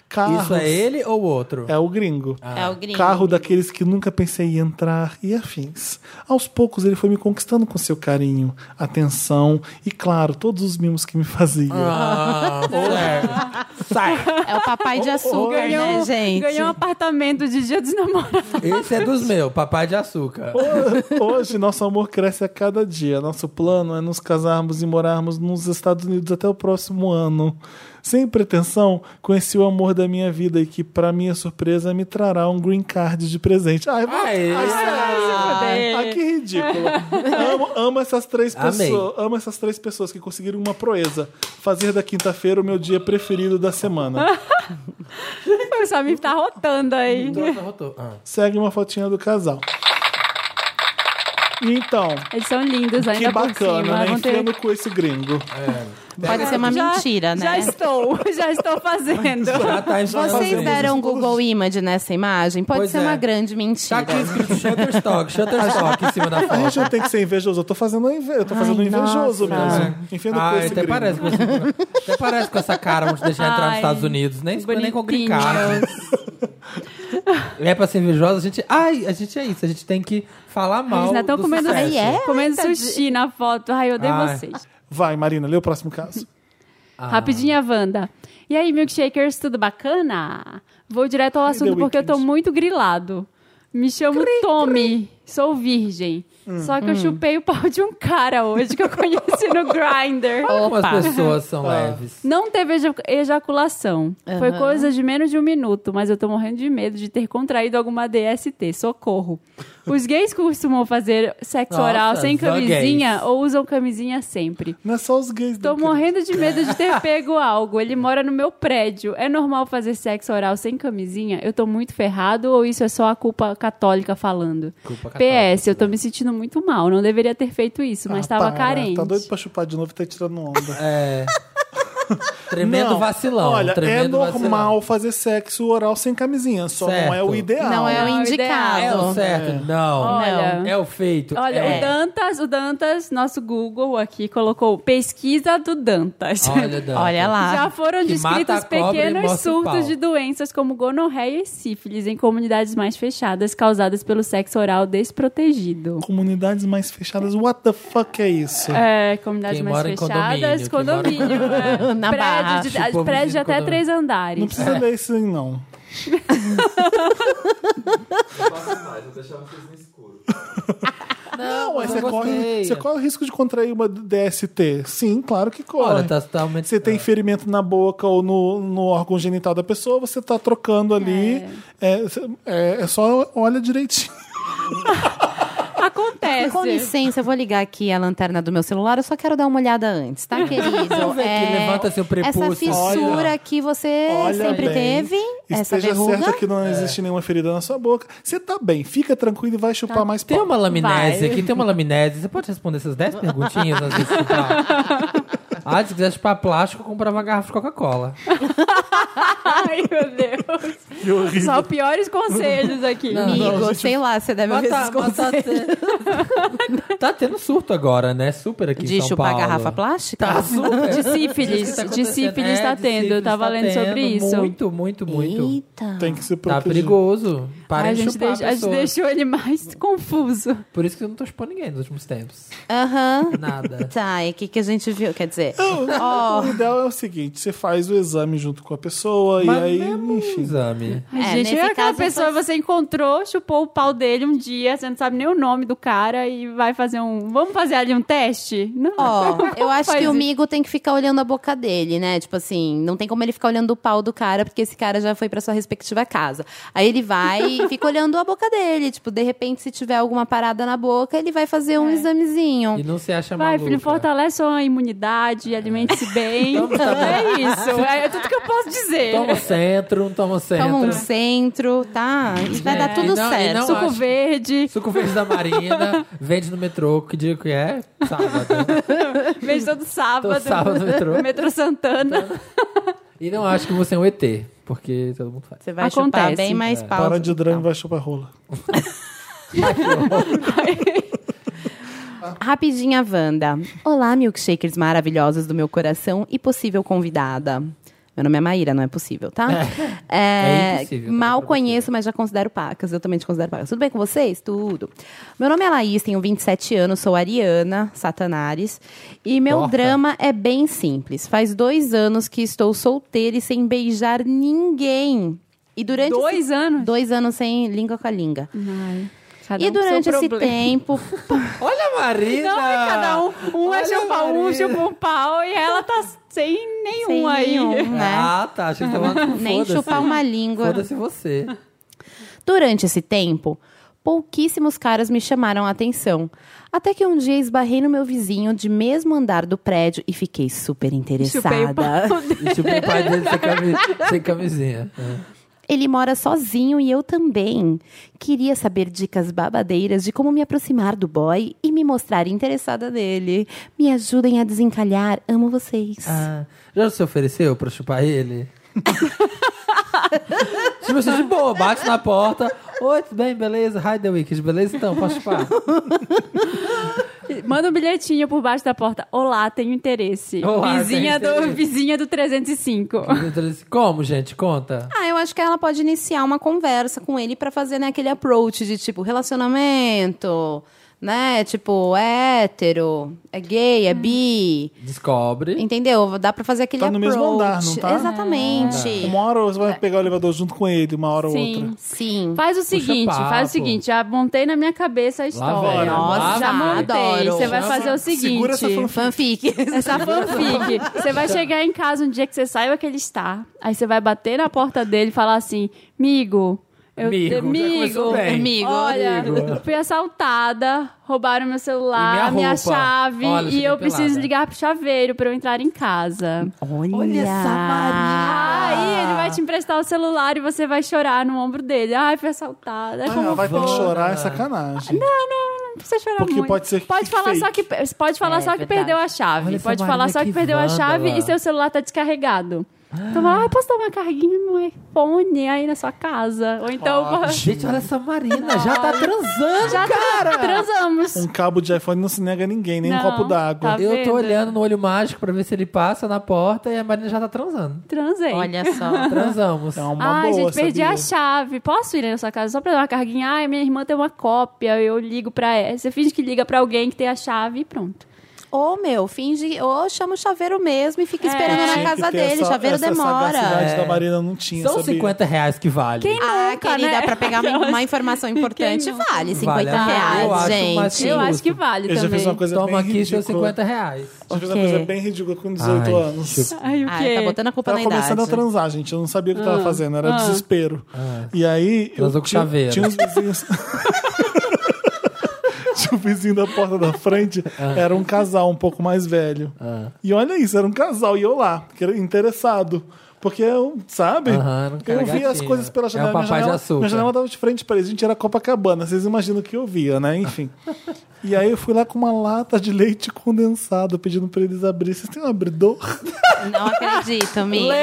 S1: Carros.
S3: Isso é ele ou outro?
S1: É o gringo.
S4: É o gringo.
S1: Carro daqueles que nunca pensei em entrar e afins. Aos poucos ele foi me conquistando com seu carinho, atenção e, claro, todos os mimos que me fazia.
S3: Ah, certo. Sai.
S4: É o papai de açúcar, né, gente?
S2: Ganhou um apartamento de dia dos namorados.
S3: Esse é dos meus, papai de açúcar.
S1: Hoje nosso amor cresce a cada dia. Nosso plano é nos casarmos e morarmos nos Estados Unidos até o próximo ano. Sem pretensão, conheci o amor da minha vida e que, para minha surpresa, me trará um green card de presente. Ai, vou-
S3: Aê.
S1: Ai, sério? Ai, que ridículo. amo, amo essas três
S3: Amei.
S1: pessoas. Amo essas três pessoas que conseguiram uma proeza. Fazer da quinta-feira o meu dia preferido da semana.
S2: O Samir tá rotando aí.
S3: Rotou. Ah.
S1: Segue uma fotinha do casal. E então,
S2: Eles são lindos ainda
S1: que
S2: por cima.
S1: bacana, né?
S2: Vão ter- é
S1: Enfiando com esse gringo.
S4: Pode ser uma
S2: Já-
S4: mentira, né?
S2: Já estou, já estou fazendo.
S3: Ah, tá, isso tá
S4: Vocês
S3: fazendo.
S4: deram um Google Image nessa imagem? Pode
S3: Pois
S4: ser
S3: é.
S4: uma grande
S3: Tá
S4: mentira.
S3: aqui escrito Shutterstock, Shutterstock em cima da
S1: A gente
S3: foto.
S1: não tem que ser invejoso. Eu tô fazendo, inve... eu tô fazendo
S4: Ai,
S1: invejoso
S4: nossa.
S1: mesmo. Enfiando
S3: Ah,
S1: com esse
S3: até
S1: gringo.
S3: parece, com esse- até parece com essa cara, vamos deixar entrar nos
S2: Ai,
S3: Estados Unidos. Nem, nem com green
S2: bonitinhos.
S3: card. É pra ser invejosa, a gente. Ai, a gente é isso, a gente tem que falar mal.
S2: Eles ainda estão
S3: do
S2: comendo, assim,
S3: sucesso.
S4: Ai, é?
S2: comendo
S4: Ai, tá
S2: sushi na foto. Ai, eu odeio
S3: Ai. Ah.
S2: vocês.
S1: Vai, Marina, lê o próximo caso.
S2: Rapidinha, Wanda. E aí, milkshakers, tudo bacana? Vou direto ao assunto
S1: The
S2: porque eu tô
S1: Weeknd.
S2: muito grilado. Me chamo Tommy, sou virgem.
S3: Hum.
S2: Só que eu chupei o pau de um cara hoje que eu conheci no Grindr.
S3: Como as pessoas
S1: Ah.
S3: são leves.
S2: Não teve eja- ejaculação. Foi coisa de menos de um minuto, mas eu tô morrendo de medo de ter contraído alguma DST. Socorro. Os gays costumam fazer sexo
S3: Nossa,
S2: oral sem
S3: só gays.
S2: camisinha ou usam camisinha sempre.
S1: Não é só os gays.
S2: Tô
S1: não, querido.
S2: morrendo de medo de ter pego algo. Ele mora no meu prédio. É normal fazer sexo oral sem camisinha? Eu tô muito ferrado ou isso é só a culpa católica falando?
S3: Culpa católica,
S2: PS, eu tô me sentindo muito mal. Não deveria ter feito isso, mas
S1: Ah,
S2: tava
S1: para.
S2: carente.
S1: Tá doido pra chupar de novo e tá tirando onda.
S3: É. Tremendo
S1: Não,
S3: vacilão.
S1: Olha,
S3: tremendo
S1: é normal
S3: vacilão.
S1: fazer sexo oral sem camisinha. Só não é
S3: Certo.
S1: o ideal.
S4: Não é o
S2: Não,
S4: indicado.
S3: É o certo. Não.
S2: Olha.
S3: É o feito.
S2: Olha,
S3: é.
S2: o Dantas, o Dantas, nosso Google aqui colocou pesquisa do Dantas.
S3: Olha, Dantas.
S4: Olha lá.
S2: Já foram
S3: Que mata a
S2: descritos
S3: cobra e
S2: pequenos
S3: mostra o pau.
S2: surtos de doenças como gonorreia e sífilis em comunidades mais fechadas causadas pelo sexo oral desprotegido.
S1: Comunidades mais fechadas. What the fuck é isso?
S2: É, comunidades
S3: Quem
S2: mais
S3: mora em
S2: fechadas,
S3: condomínio, quem
S2: condomínio, é.
S4: Na Barra.
S2: prédio de,
S3: Tipo,
S2: prédio de
S3: vizinho
S2: até
S3: condomínio.
S2: três
S1: Não
S2: andares.
S3: É.
S1: precisa ler isso aí, não. Não, mas
S3: eu
S1: você corre,
S3: gostei.
S1: você corre o risco de contrair uma DST. Sim, claro que corre.
S3: Olha, tá totalmente.
S1: Você tem ferimento na boca ou no, no órgão genital da pessoa, você tá trocando ali. É, é- é só olha direitinho.
S2: Acontece.
S4: Com licença, eu vou ligar aqui a lanterna do meu celular. Eu só quero dar uma olhada antes, tá, querido? É,
S3: ver aqui, levanta seu prepúcio.
S4: Essa fissura
S3: Olha.
S4: que você
S1: Olha
S4: É, sempre
S1: bem.
S4: teve, essa
S1: Esteja
S4: verruga.
S1: certo que
S3: É.
S1: não existe nenhuma ferida na sua boca. Você tá bem, fica tranquilo e vai chupar mais
S3: Tem
S1: pau.
S3: uma laminese
S2: Vai.
S3: aqui, tem uma laminese. Você pode responder essas 10 perguntinhas antes de chupar? Ah, se quiser chupar plástico, comprava uma garrafa de Coca-Cola.
S2: Ai, meu Deus. Só piores conselhos aqui.
S4: Amigo, sei lá, você deve ver esses
S3: mas tá, te- tá tendo surto agora, né? Super aqui em
S4: De
S3: São
S4: chupar
S3: Paulo.
S4: garrafa plástica?
S3: Tá super.
S2: De
S3: Isso
S2: sífilis.
S3: que tá
S2: de
S3: acontecendo.
S2: sífilis
S3: É,
S2: tá
S3: de
S2: tendo. Eu
S3: sífilis
S2: tava
S3: tá
S2: lendo sobre
S3: tendo.
S2: isso.
S3: Muito, muito, muito.
S4: Eita.
S1: Tem que se
S3: Tá
S1: proteger.
S3: perigoso. Para
S2: a,
S3: de
S2: gente
S3: chupar
S2: deixa- a gente
S3: pessoas.
S2: deixou ele mais confuso.
S3: Por isso que eu não tô chupando ninguém nos últimos tempos.
S4: Aham.
S3: Nada.
S4: Tá, e o que, que a gente viu? Quer dizer,
S1: Ah, O ideal é o seguinte: você faz o exame junto com a pessoa e
S3: Mas
S1: aí,
S2: é
S3: mesmo um
S1: enfim.
S3: exame.
S2: Ai,
S4: É,
S2: gente,
S4: nesse
S2: é aquela
S4: caso,
S2: pessoa que
S4: faz-
S2: você encontrou, chupou o pau dele um dia, você não sabe nem o nome do cara e vai fazer um. Vamos fazer ali um teste? Não.
S4: ó, eu acho
S2: Faz
S4: que o
S2: isso.
S4: Migo tem que ficar olhando a boca dele, né? Tipo assim, não tem como ele ficar olhando o pau do cara, porque esse cara já foi pra sua respectiva casa. Aí ele vai e fica olhando a boca dele. Tipo, de repente, se tiver alguma parada na boca, ele vai fazer
S2: É.
S4: um examezinho.
S3: E não se acha
S2: Vai,
S3: maluca. É.
S2: filho, fortalece sua imunidade, alimente-se bem. é isso. É tudo que eu posso dizer.
S3: Toma o centro, não toma o centro.
S4: Toma um centro, tá? E vai dar
S3: É. E
S4: tudo
S3: não- e
S4: certo.
S3: não
S2: Suco
S3: acho.
S2: verde,
S3: Suco verde da Marina, vende no metrô, que dia que é? Sábado.
S2: verde todo sábado.
S3: Todo sábado no metrô.
S2: Metrô Santana.
S3: E não acho que você é um ET, porque todo mundo faz.
S4: Você vai
S2: Acontece.
S4: chupar bem mais pau. né?
S2: então.
S1: Para de drama e vai chupar rola.
S4: Rapidinha, Wanda. Olá, milkshakers maravilhosos do meu coração e possível convidada. Meu nome é Maíra, não é possível, tá?
S3: É impossível, tá?
S4: mal
S3: Pra você.
S4: conheço, mas já considero pacas. Eu também te considero pacas. Tudo bem com vocês? Tudo. Meu nome é Laís, tenho 27 anos, sou ariana, satanares. E meu
S3: Torta.
S4: drama é bem simples. Faz dois anos que estou solteira e sem beijar ninguém. E durante esse-
S2: Dois anos?
S4: Dois anos sem língua com a língua.
S2: Ai, cada
S4: E
S2: um com seu
S4: durante esse
S2: problema.
S4: tempo,
S3: Olha a Marina!
S2: Não, é cada um. Um é
S3: Olha,
S2: chupar um,
S3: Marina.
S2: chupa um pau e ela tá sem nenhum
S4: Sem
S2: aí.
S4: nenhum. né?
S3: Ah, tá. Achei que tava
S4: nem
S3: foda-se.
S4: chupar uma língua.
S3: Foda-se você.
S4: Durante esse tempo, pouquíssimos caras me chamaram a atenção. Até que um dia esbarrei no meu vizinho de mesmo andar do prédio e fiquei super
S2: Chupei o
S4: interessada.
S2: pau dele.
S3: E chupei o pai dele sem, cami- sem camisinha. É.
S4: Ele mora sozinho e eu também. Queria saber dicas babadeiras de como me aproximar do boy e me mostrar interessada nele. Me ajudem a desencalhar. Amo vocês.
S3: Ah, já se ofereceu pra chupar ele? tipo assim, de boa, bate na porta. Oi, tudo bem? Beleza? Hi, The Wicked. Beleza? Então, posso chupar?
S2: Manda um bilhetinho por baixo da porta. Olá, tenho interesse.
S3: Olá,
S2: vizinha,
S3: tenho
S2: do,
S3: interesse.
S2: vizinha do 305.
S3: Então, ele disse, Como, gente? Conta.
S4: Ah, eu acho que ela pode iniciar uma conversa com ele pra fazer né, aquele approach de tipo relacionamento, né? Tipo, é hétero, é gay, é bi.
S3: Descobre.
S4: Entendeu? Dá pra fazer aquele
S1: Tá no
S4: approach.
S1: mesmo andar, não tá?
S4: Exatamente.
S1: Uma hora você vai pegar o elevador junto com ele, uma hora ou
S2: É. Sim.
S1: outra.
S4: Sim.
S2: Faz o seguinte,
S3: papo.
S2: faz o seguinte, já montei na minha cabeça a
S3: vai,
S2: história.
S4: Nossa,
S2: já
S4: vai.
S2: montei.
S4: adoro.
S2: Você vai
S4: Já
S2: fazer o seguinte.
S1: Segura essa fanfic.
S4: Fanfic.
S2: Essa fanfic. Tá Você vai chegar em casa um dia que você saiba que ele está. Aí você vai bater na porta dele e falar assim: Migo, eu
S3: Migo, já começou
S2: migo,
S3: bem.
S4: Migo.
S2: olha,
S3: Migo.
S2: fui assaltada, roubaram meu
S3: E minha
S2: celular, minha,
S3: roupa.
S2: chave
S3: Olha,
S2: e
S3: cheguei
S2: eu preciso
S3: pelada."
S2: ligar pro chaveiro pra eu entrar em casa.
S4: Olha.
S3: Ah.
S2: Aí ele vai te emprestar o celular e você vai chorar no ombro dele. Ai, fui assaltada. É
S1: Ah,
S2: como
S1: ela vai ter que
S3: Vanda.
S1: chorar, é sacanagem.
S2: não precisa chorar
S1: Porque
S2: muito.
S1: pode ser que
S2: pode
S1: fique
S2: falar só
S1: fake.
S2: que pode falar
S3: É,
S2: só que
S3: verdade.
S2: perdeu a chave.
S3: Olha essa
S2: pode falar
S3: Marina
S2: só que,
S3: que
S2: perdeu a chave
S3: vândala.
S2: e seu celular tá descarregado. Então, ah, posso dar uma carguinha no iPhone aí na sua casa? Ou então,
S3: Gente, olha essa Marina. Já tá transando,
S2: já tra-
S3: cara.
S2: transamos.
S1: Um cabo de iPhone não se nega a ninguém, nem um
S2: Não,
S1: copo d'água.
S2: tá
S3: Eu
S2: vendo?
S3: tô olhando no olho mágico pra ver se ele passa na porta e a Marina já tá transando.
S2: Transei.
S4: Olha só.
S3: Transamos.
S1: É uma
S2: tá. Ai,
S1: boa,
S2: gente, perdi
S1: sabia?
S2: a chave. Posso ir aí na sua casa só pra dar uma carguinha? Ai, minha irmã tem uma cópia, eu ligo pra ela. Você finge que liga pra alguém que tem a chave e pronto.
S4: Ou, meu, finge. Ou chama o chaveiro mesmo e fica
S2: É.
S4: esperando na
S1: Tinha que
S4: casa
S1: ter
S4: dele.
S1: essa-
S4: chaveiro
S1: essa
S4: demora.
S1: sagacidade da Marina não tinha,
S3: São
S1: sabia?
S3: 50 reais que vale.
S2: Quem
S4: Ah,
S2: nunca,
S4: querida,
S2: né?
S4: pra pegar uma, uma informação importante,
S2: nunca?
S4: vale 50
S3: Vale a pena.
S4: reais,
S3: Eu acho
S4: gente.
S3: mais
S2: Eu
S3: Justo.
S2: acho que vale
S1: Eu já
S2: também.
S1: fiz uma coisa
S3: Toma
S1: bem
S3: aqui
S1: ridícula.
S3: seus 50 reais.
S1: Já fiz
S4: O
S1: uma
S4: quê?
S1: coisa bem ridícula com 18
S3: Ai,
S1: anos.
S3: chupa.
S2: Ai, o
S4: Ah,
S2: quê?
S4: tá botando a culpa
S1: Tava
S4: na
S1: começando a
S4: idade. Ah.
S1: transar, gente. Eu não sabia o que tava fazendo, era desespero. E aí, eu
S3: É. Transou com
S1: tinha,
S3: chaveiro.
S1: tinha uns vizinhos. tinha um vizinho da porta da frente,
S3: Ah.
S1: era um casal um pouco mais velho. E olha isso, era um casal, e eu lá, que era interessado. Porque eu, sabe?
S3: Aham, era um cara
S1: eu via as
S3: gatinho.
S1: coisas pela
S3: É
S1: janela.
S3: o papai de
S1: minha,
S3: açúcar.
S1: janela minha janela dava de frente pra eles, gente, era Copacabana. Vocês imaginam o que eu via, né? Enfim. E aí eu fui lá com uma lata de leite condensado, pedindo pra eles abrir. Vocês têm um abridor?
S4: Não acredito, amiga.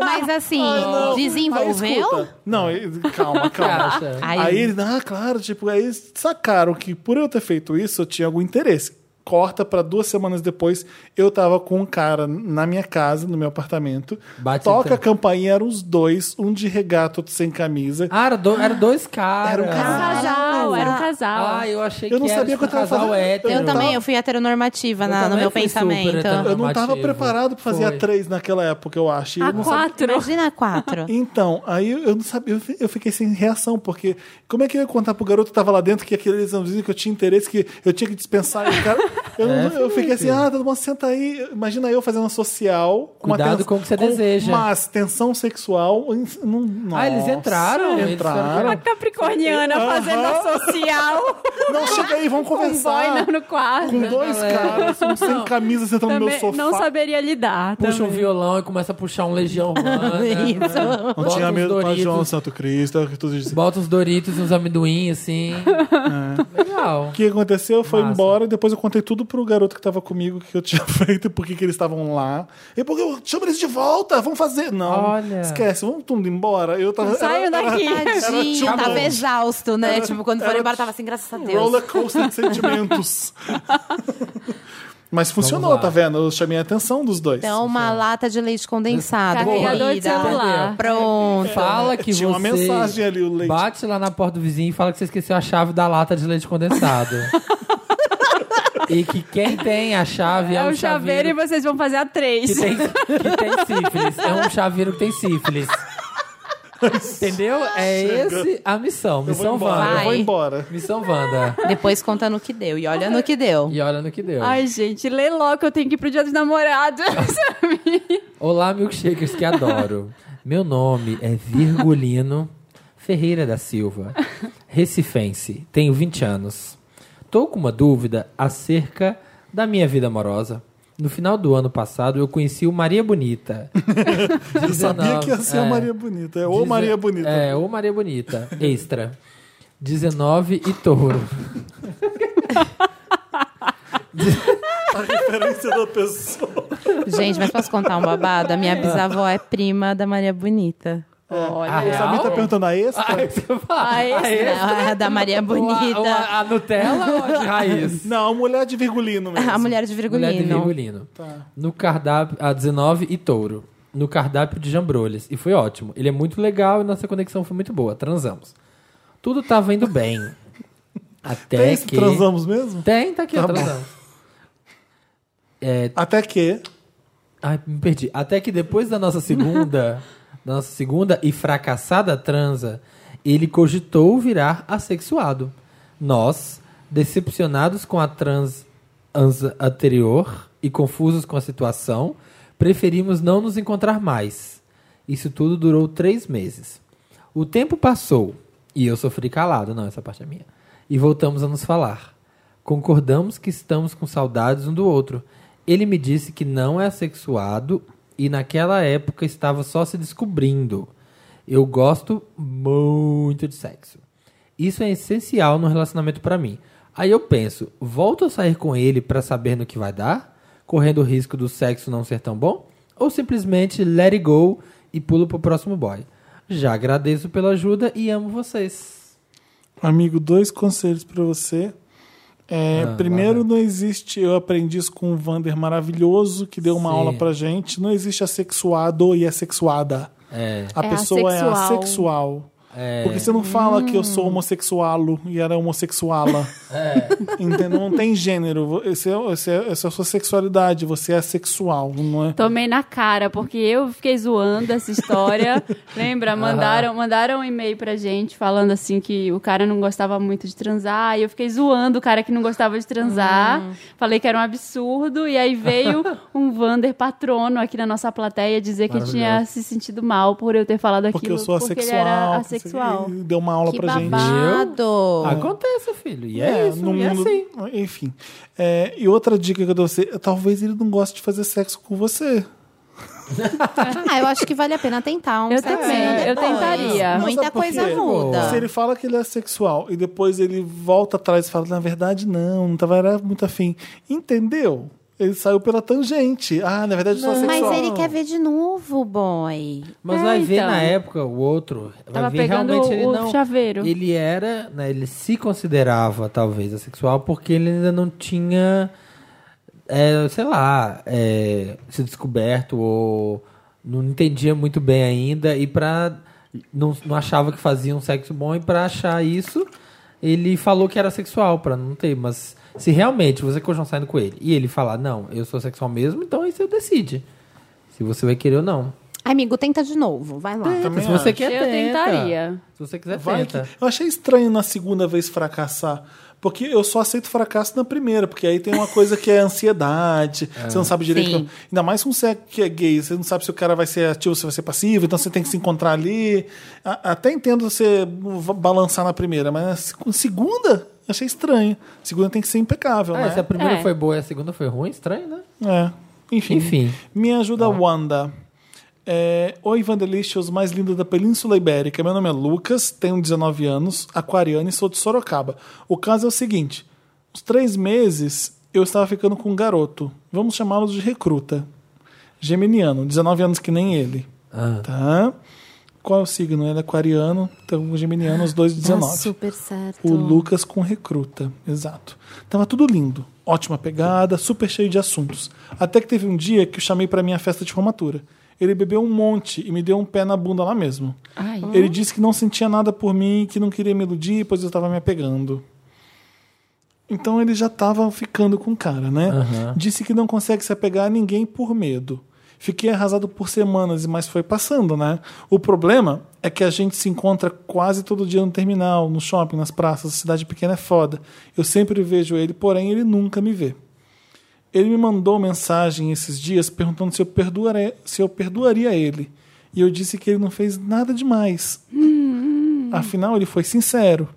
S4: Mas assim,
S1: Aí,
S4: desenvolveu?
S1: escuta, não, e- calma, calma.
S3: Caixa.
S4: Aí-
S1: aí, eles, ah, claro, tipo, aí eles sacaram que por eu ter feito isso, eu tinha algum interesse. Corta pra duas semanas depois, eu tava com um cara na minha casa, no meu apartamento.
S3: Bate
S1: toca
S3: então.
S1: a campainha, eram os dois, um de regata, outro sem camisa.
S3: Ah, era, do- era dois caras.
S1: Era um
S2: Era um
S1: casal.
S2: casal, era um casal.
S3: Ah, eu achei
S1: Eu não
S3: que era
S1: sabia que
S3: tipo,
S1: eu tava
S3: um casal
S1: fazendo-
S3: hétero.
S4: Eu também, eu fui heteronormativa na- no
S3: também
S4: meu
S3: fui super
S4: pensamento.
S3: heteronormativa.
S1: eu não tava
S3: normativo.
S1: preparado pra fazer
S3: Ah, Foi. Ah,
S1: a três naquela época, eu acho. E eu
S2: A
S1: não
S2: quatro.
S4: Imagina quatro.
S1: Então, aí eu não sabia, eu fi- eu fiquei sem reação, porque como é que eu ia contar pro garoto que tava lá dentro que aquele examezinho que eu tinha interesse, que eu tinha que dispensar e o cara. Eu, não-
S3: É,
S1: eu fiquei assim, ah, todo mundo senta aí. Imagina eu fazendo uma social. com uma
S3: Cuidado
S1: tens-
S3: com o que você deseja.
S1: Mas tensão sexual. em- Não,
S3: Ah, eles
S1: nossa.
S3: entraram. eles
S1: Entraram.
S2: Uma capricorniana fazendo a social.
S1: Não, chega aí, vamos
S2: Um boy
S1: conversar.
S2: no- no quarto.
S1: Com dois
S3: Galera.
S1: caras, um sem camisa sentando no meu
S2: Também
S1: sofá.
S2: não saberia lidar.
S3: Puxa
S2: também.
S3: um violão e começa a puxar um legião romana.
S4: Isso.
S1: Não
S3: Bota
S1: tinha
S3: uns
S1: medo do Pai
S3: Doritos.
S1: João Santo Cristo, é o que tudo isso.
S3: Bota os Doritos e uns amendoim, assim. Legal.
S1: É. O que aconteceu foi
S3: Massa.
S1: embora e depois eu contei tudo pro garoto que tava comigo o que eu tinha feito, por que que eles estavam lá. E porque eu chamo eles de volta, vamos fazer. Não,
S3: Olha.
S1: esquece, vamos todo mundo embora. Eu tava.
S2: Saiam daqui.
S4: Tadinho,
S1: Era
S4: tava
S1: tipo-
S4: exausto, né? tipo, quando foram
S1: era
S4: embora,
S1: tipo-
S4: tava assim, graças a Deus.
S1: Roller coaster de sentimentos. Mas funcionou,
S3: Vamos
S1: tá
S3: lá.
S1: vendo? Eu chamei a atenção dos dois.
S4: Então, uma lata de leite
S2: Tá.
S4: condensado.
S2: Carregador de
S4: corrida.
S2: celular.
S4: Pronto.
S3: Fala
S1: Tinha
S3: que você
S1: uma mensagem ali, o leite.
S3: bate lá na porta do vizinho e fala que você esqueceu a chave da lata de leite condensado. e que quem tem a chave é,
S2: É
S3: um
S2: o chaveiro e vocês vão fazer a três.
S3: que tem, que tem sífilis. É um chaveiro que tem sífilis. Entendeu? É esse a missão.
S1: eu vou
S3: Missão
S1: embora. Eu
S3: Wanda.
S1: vou
S4: Vai.
S1: embora.
S3: Missão Wanda.
S4: Depois contando o que deu. E olha no que deu.
S3: E olha no que deu.
S2: Ai, gente, lê logo que eu tenho que ir pro dia dos namorados. sabe?
S3: Olá, milkshakers que adoro. Meu nome é Virgulino Ferreira da Silva, recifense, tenho 20 anos. Tô com uma dúvida acerca da minha vida amorosa. No final do ano passado, eu conheci o Maria Bonita.
S1: Eu sabia que ia ser a
S3: É.
S1: Maria Bonita. É, ou
S3: Deze-
S1: Maria Bonita.
S3: É, ou Maria Bonita. Extra. 19 e touro.
S1: A referência da
S3: Tá
S1: pessoa.
S4: Gente, mas posso contar um babado? A minha bisavó é prima da Maria Bonita.
S3: Ah,
S1: A Samir tá
S3: real?
S1: perguntando a extra?
S3: Ah, você fala.
S2: Ah, esse-
S4: Não, é da Maria
S3: Ou a, ou
S4: Bonita.
S3: a- a Nutella ou a de raiz?
S1: Não, mulher de virgulino mesmo.
S4: A mulher de
S3: Mulher de
S4: Virgulino.
S3: virgulino.
S1: Tá.
S3: No cardápio, a 19 e touro. No cardápio de jambrolhas. E foi ótimo. Ele é muito legal e nossa conexão foi muito boa. Transamos. Tudo tava indo bem. Até
S1: Tem se
S3: que...
S1: transamos mesmo?
S3: Tem, tá aqui,
S1: Tá bom.
S3: transamos. É,
S1: Até que.
S3: ai, me perdi. Até que depois da nossa segunda... da nossa segunda e fracassada transa, ele cogitou virar assexuado. Nós, decepcionados com a trans ans- anterior e confusos com a situação, preferimos não nos encontrar mais. Isso tudo durou três meses. O tempo passou e eu sofri calado. Não, essa parte é minha. E voltamos a nos falar. Concordamos que estamos com saudades um do outro. Ele me disse que não é assexuado e naquela época estava só se descobrindo. Eu gosto muito de sexo. Isso é essencial no relacionamento pra mim. Aí eu penso, volto a sair com ele pra saber no que vai dar, correndo o risco do sexo não ser tão bom, ou simplesmente let it go e pulo pro próximo boy. Já agradeço pela ajuda e amo vocês.
S1: Amigo, dois conselhos pra você. É,
S3: Ah,
S1: primeiro, não existe. Eu aprendi isso com o Vander maravilhoso, que deu uma
S3: Sim.
S1: aula pra gente. Não existe assexuado e assexuada.
S3: É,
S1: A
S2: É
S1: pessoa é
S2: assexual. Hum.
S1: assexual.
S3: é,
S1: Porque você não fala que eu sou homossexualo e ela é homossexuala.
S3: É.
S1: Entendeu? Não tem gênero. Esse é, esse é- essa é a sua sexualidade. Você é assexual, não é?
S2: Tomei na cara, porque eu fiquei zoando essa história. Lembra? Mandaram, mandaram um e-mail pra gente falando assim que o cara não gostava muito de transar. E eu fiquei zoando o cara que não gostava de transar. Falei que era um absurdo. E aí veio um Vander patrono aqui na nossa plateia dizer que
S3: Maravilhoso.
S2: tinha se sentido mal por eu ter falado aquilo.
S1: Porque eu sou
S2: porque
S1: assexual.
S2: ele era
S1: que não sei o quê.
S2: assexual.
S1: E deu uma aula
S4: Que
S1: pra gente.
S4: babado.
S3: Acontece, filho. E é, isso,
S1: Ah. no
S3: e é
S1: mundo-
S3: assim.
S1: Enfim. É, e outra dica que eu dou pra você, talvez ele não goste de fazer sexo com você.
S4: Ah, eu acho que vale a pena tentar um
S2: Eu
S4: sexinho
S2: também, eu
S4: depois.
S2: tentaria.
S1: Não,
S4: Muita
S1: sabe por
S4: coisa
S1: quê?
S4: muda.
S1: Se ele fala que ele é sexual e depois ele volta atrás e fala, na verdade, não, não tava era muito afim. Entendeu? Ele saiu pela tangente. Ah, na verdade, eu sou
S4: Mas
S1: sexual.
S4: ele quer ver de novo, boy.
S3: Mas
S2: É,
S3: vai ver
S2: então.
S3: na época o outro. Vai
S2: Tava
S3: ver
S2: pegando
S3: realmente ele
S2: o
S3: não.
S2: chaveiro.
S3: Ele era, né, ele se considerava talvez assexual porque ele ainda não tinha, é, sei lá, é, se descoberto ou não entendia muito bem ainda e pra. Não, não achava que fazia um sexo bom e pra achar isso ele falou que era sexual pra não ter. Mas se realmente você continuar saindo com ele e ele falar não, eu sou sexual mesmo, então aí você decide se você vai querer ou não.
S4: Amigo, tenta de novo, vai lá.
S1: Também
S3: Se você
S1: acho.
S3: quer,
S2: Eu
S3: tenta.
S2: tentaria.
S3: Se você quiser,
S1: Vai
S3: tenta.
S1: que- Eu achei estranho na segunda vez fracassar. Porque eu só aceito fracasso na primeira, porque aí tem uma coisa que é ansiedade, você não sabe direito.
S4: Sim.
S1: Ainda mais com você que é gay, você não sabe se o cara vai ser ativo, se vai ser passivo, então você tem que se encontrar ali. A- até entendo você va- balançar na primeira, mas na seg- segunda, eu achei estranho. Segunda tem que ser impecável,
S3: Ah,
S1: né?
S3: se a primeira
S2: É.
S3: foi boa e a segunda foi ruim, estranho, né?
S1: É. Enfim.
S3: Enfim. Tá
S1: Me ajuda, Wanda. É, Oi, Vandelicious, mais linda da Península Ibérica. Meu nome é Lucas, tenho 19 anos, aquariano e sou de Sorocaba. O caso é o seguinte: os três meses eu estava ficando com um garoto. Vamos chamá-lo de recruta. Geminiano, 19 anos que nem ele.
S3: Ah.
S1: Tá? Qual é o signo? Ele é aquariano, então geminiano, os dois 19.
S4: super certo.
S1: O Lucas com recruta, exato. Tava tudo lindo, ótima pegada, super cheio de assuntos. Até que teve um dia que eu chamei pra minha festa de formatura. Ele bebeu um monte e me deu um pé na bunda lá mesmo.
S2: Ai.
S1: Ele disse que não sentia nada por mim, que não queria me iludir, pois eu estava me apegando. Então ele já estava ficando com o cara, né?
S3: Aham.
S1: Disse que não consegue se apegar a ninguém por medo. Fiquei arrasado por semanas, mas foi passando, né? O problema é que a gente se encontra quase todo dia no terminal, no shopping, nas praças. A cidade pequena é foda. Eu sempre vejo ele, porém ele nunca me vê. Ele me mandou mensagem esses dias perguntando se eu, perdoare- se eu perdoaria ele. E eu disse que ele não fez nada demais. Uhum. Afinal, ele foi sincero.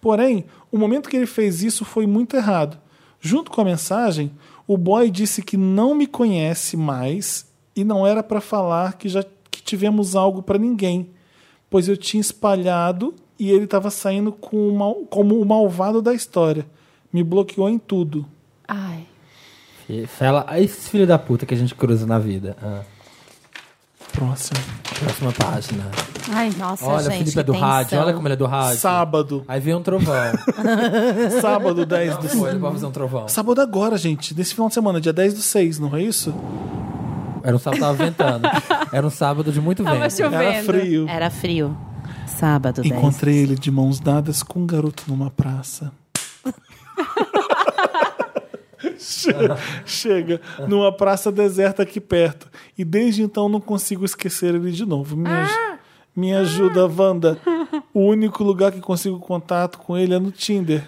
S1: Porém, o momento que ele fez isso foi muito errado. Junto com a mensagem, o boy disse que não me conhece mais e não era para falar que já que tivemos algo para ninguém, pois eu tinha espalhado e ele estava saindo com o mal- como o malvado da história. Me bloqueou em tudo.
S2: Ai.
S3: E Fala, "Ah, esses filhos da puta que a gente cruza na vida. Ah,
S1: Próximo.
S3: próxima página.
S4: Ai, nossa,
S3: olha, o
S4: gente.
S3: Felipe é do
S4: que tensão.
S3: rádio, olha como ele é do rádio.
S1: Sábado.
S3: Aí vem um trovão.
S1: Sábado 10 do
S3: Pô, ele vai fazer um trovão.
S1: Sábado agora, gente. Desse final de semana, dia 10 do 6, não é isso?
S3: Era um sábado, tava ventando. Era um sábado de muito
S2: Tava
S3: vento.
S1: Era
S2: chovendo.
S1: frio.
S4: Era frio. Sábado, 10.
S1: Encontrei ele de mãos dadas com um garoto numa praça. Che- Chega, numa praça deserta aqui perto. E desde então não consigo esquecer ele de novo. Me, aj- me ajuda, Wanda. O único lugar que consigo contato com ele é no Tinder.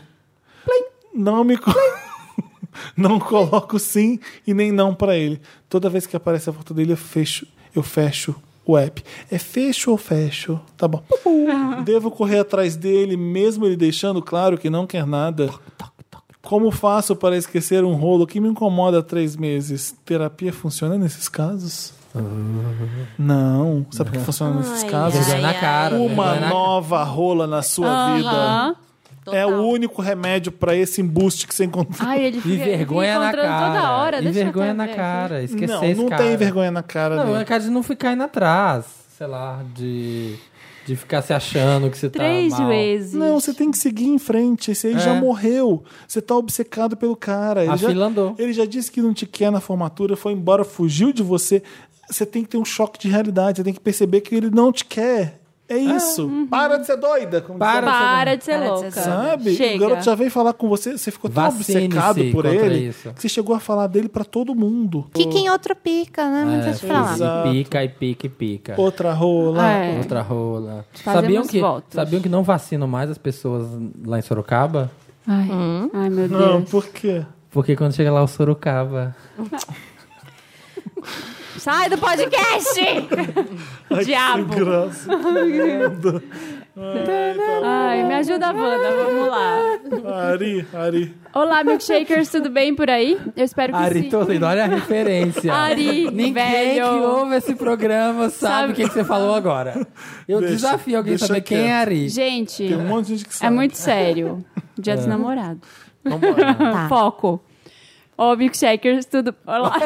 S1: Não me. co- não coloco sim e nem não pra ele. Toda vez que aparece a foto dele, eu fecho, eu fecho o app. É fecho ou fecho? Tá bom. Devo correr atrás dele, mesmo ele deixando claro que não quer nada. Como faço para esquecer um rolo que me incomoda há três meses? Terapia funciona nesses casos? Não. Sabe o que funciona nesses casos?
S3: Vergonha na cara.
S1: Uma
S3: vergonha na-
S1: nova rola na sua vida.
S2: Aham.
S1: É o único remédio pra esse embuste que você encontrou.
S2: Ai, ele
S3: E
S2: fica-
S3: vergonha
S2: fica
S3: na
S2: encontrando
S3: cara.
S2: toda hora.
S3: E
S2: Deixa eu
S3: vergonha
S2: até
S3: na
S2: ver
S3: cara. Esquecer
S1: não,
S3: esse
S1: não
S3: cara.
S1: tem vergonha na cara
S3: Não, é
S1: dele.
S3: cara de não ficar indo atrás. Sei lá, de, de ficar se achando que você tá
S2: Três
S3: mal.
S2: vezes.
S1: Não, você tem que seguir em frente. Esse aí
S3: É.
S1: já morreu. Você tá obcecado pelo cara. Ele
S3: A
S1: já,
S3: fila andou.
S1: ele já disse que não te quer na formatura, foi embora, fugiu de você. Você tem que ter um choque de realidade. Você tem que perceber que ele não te quer. É isso. Para de ser doida. como diz a
S3: Ah, uhum. Para,
S2: Para de ser
S4: Para de ser
S2: louca.
S4: doida.
S1: Sabe?
S2: Chega.
S1: O garoto já veio falar com você, você ficou tão
S3: Vacine-se
S1: obcecado por
S3: contra
S1: ele
S3: isso.
S1: que você chegou a falar dele pra todo mundo.
S4: Fica em outro pica, né?
S3: É.
S4: Mas deixa eu falar.
S1: exato.
S3: E pica, e pica, e pica.
S1: Outra rola.
S2: É.
S3: Outra rola.
S2: Fazemos
S3: Sabiam que,
S2: votos.
S3: sabiam que não vacinam mais as pessoas lá em Sorocaba?
S2: Ai. Ai, meu Deus.
S1: Não, por quê?
S3: Porque quando chega lá o Sorocaba.
S2: Sai do podcast! Diabo.
S1: Que graça.
S2: Ai, me ajuda, Wanda. Vamos lá.
S1: Ari, Ari.
S2: Olá, milkshakers, tudo bem por aí? Eu espero que
S3: Ari
S2: sim.
S3: Toledo, olha a referência.
S2: Ari,
S3: Ninguém
S2: velho.
S3: que ouve esse programa sabe
S2: Sabe.
S3: o que, que você falou agora. Eu
S1: Deixa-
S3: desafio alguém
S1: deixa
S3: saber quem é
S1: quieto.
S3: Ari.
S2: Gente,
S1: Tem um monte de gente que
S2: é
S1: sabe.
S2: muito sério. Dia dos namorados.
S1: Vambora.
S2: Foco. Ô, milkshakers, tudo... Olá.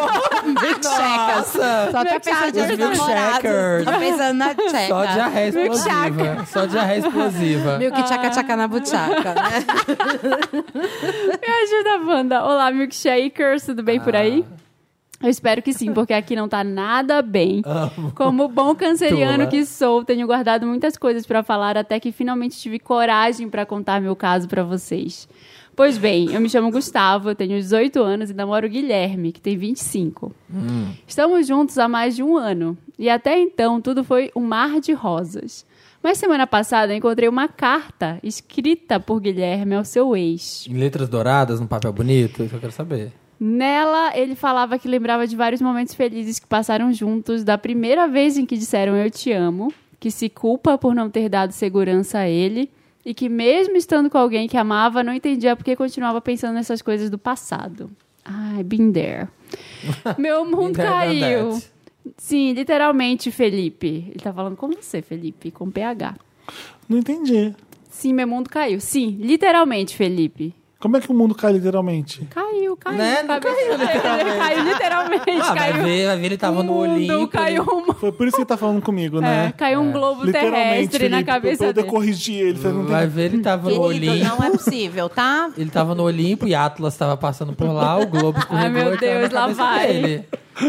S3: Nossa!
S4: Só tá
S2: Meu
S4: pensando
S2: Deus,
S4: nos
S2: meu
S4: namorados.
S3: checker.
S4: Tá pensando na tcheca.
S3: Só diarreia explosiva. Só diarreia explosiva.
S4: Milk tchaca tchaca na butchaca, né?
S2: Me ajuda, Wanda. Olá, milkshakers, tudo bem por aí? Eu espero que sim, porque aqui não tá nada bem. Como bom canceriano
S3: Tula.
S2: que sou, tenho guardado muitas coisas pra falar até que finalmente tive coragem pra contar meu caso pra vocês. Pois bem, eu me chamo Gustavo, eu tenho 18 anos e namoro o Guilherme, que tem 25. Estamos juntos há mais de um ano e até então tudo foi um mar de rosas. Mas semana passada encontrei uma carta escrita por Guilherme ao seu ex.
S3: Em letras douradas, num papel bonito, isso que eu quero saber.
S2: Nela, ele falava que lembrava de vários momentos felizes que passaram juntos, da primeira vez em que disseram eu te amo, que se culpa por não ter dado segurança a ele e que mesmo estando com alguém que amava, não entendia porque continuava pensando nessas coisas do passado. Ai, been there. Meu mundo
S3: Been there, done
S2: caiu.
S3: that.
S2: Sim, literalmente, Felipe. Ele tá falando com você, Felipe, com PH.
S1: Não entendi.
S2: Sim, meu mundo caiu. Sim, literalmente, Felipe.
S1: Como é que o mundo cai literalmente?
S2: Caiu, caiu.
S3: Né? Não
S2: cabeça-
S3: caiu, literalmente.
S2: Caiu literalmente.
S3: Ah, vai
S2: caiu.
S3: ver, vai ver, ele tava
S2: um
S3: no
S2: mundo,
S3: Olimpo, né?
S2: Caiu
S3: ele-
S2: um,
S1: Foi por isso que ele tá falando comigo,
S2: é,
S1: né?
S2: caiu um globo
S1: Literalmente,
S2: terrestre na
S1: Felipe, pra
S2: cabeça
S1: eu poder
S2: dele.
S1: corrigir ele. Você não tem
S3: Vai ver, ele tava no
S4: Querido,
S3: Olimpo.
S4: não é possível, tá?
S3: Ele tava no Olimpo e Atlas tava passando por lá, o Globo escorregou
S2: Ai, meu
S3: e caiu na
S2: Deus, lá
S3: cabeça
S2: vai.
S3: dele.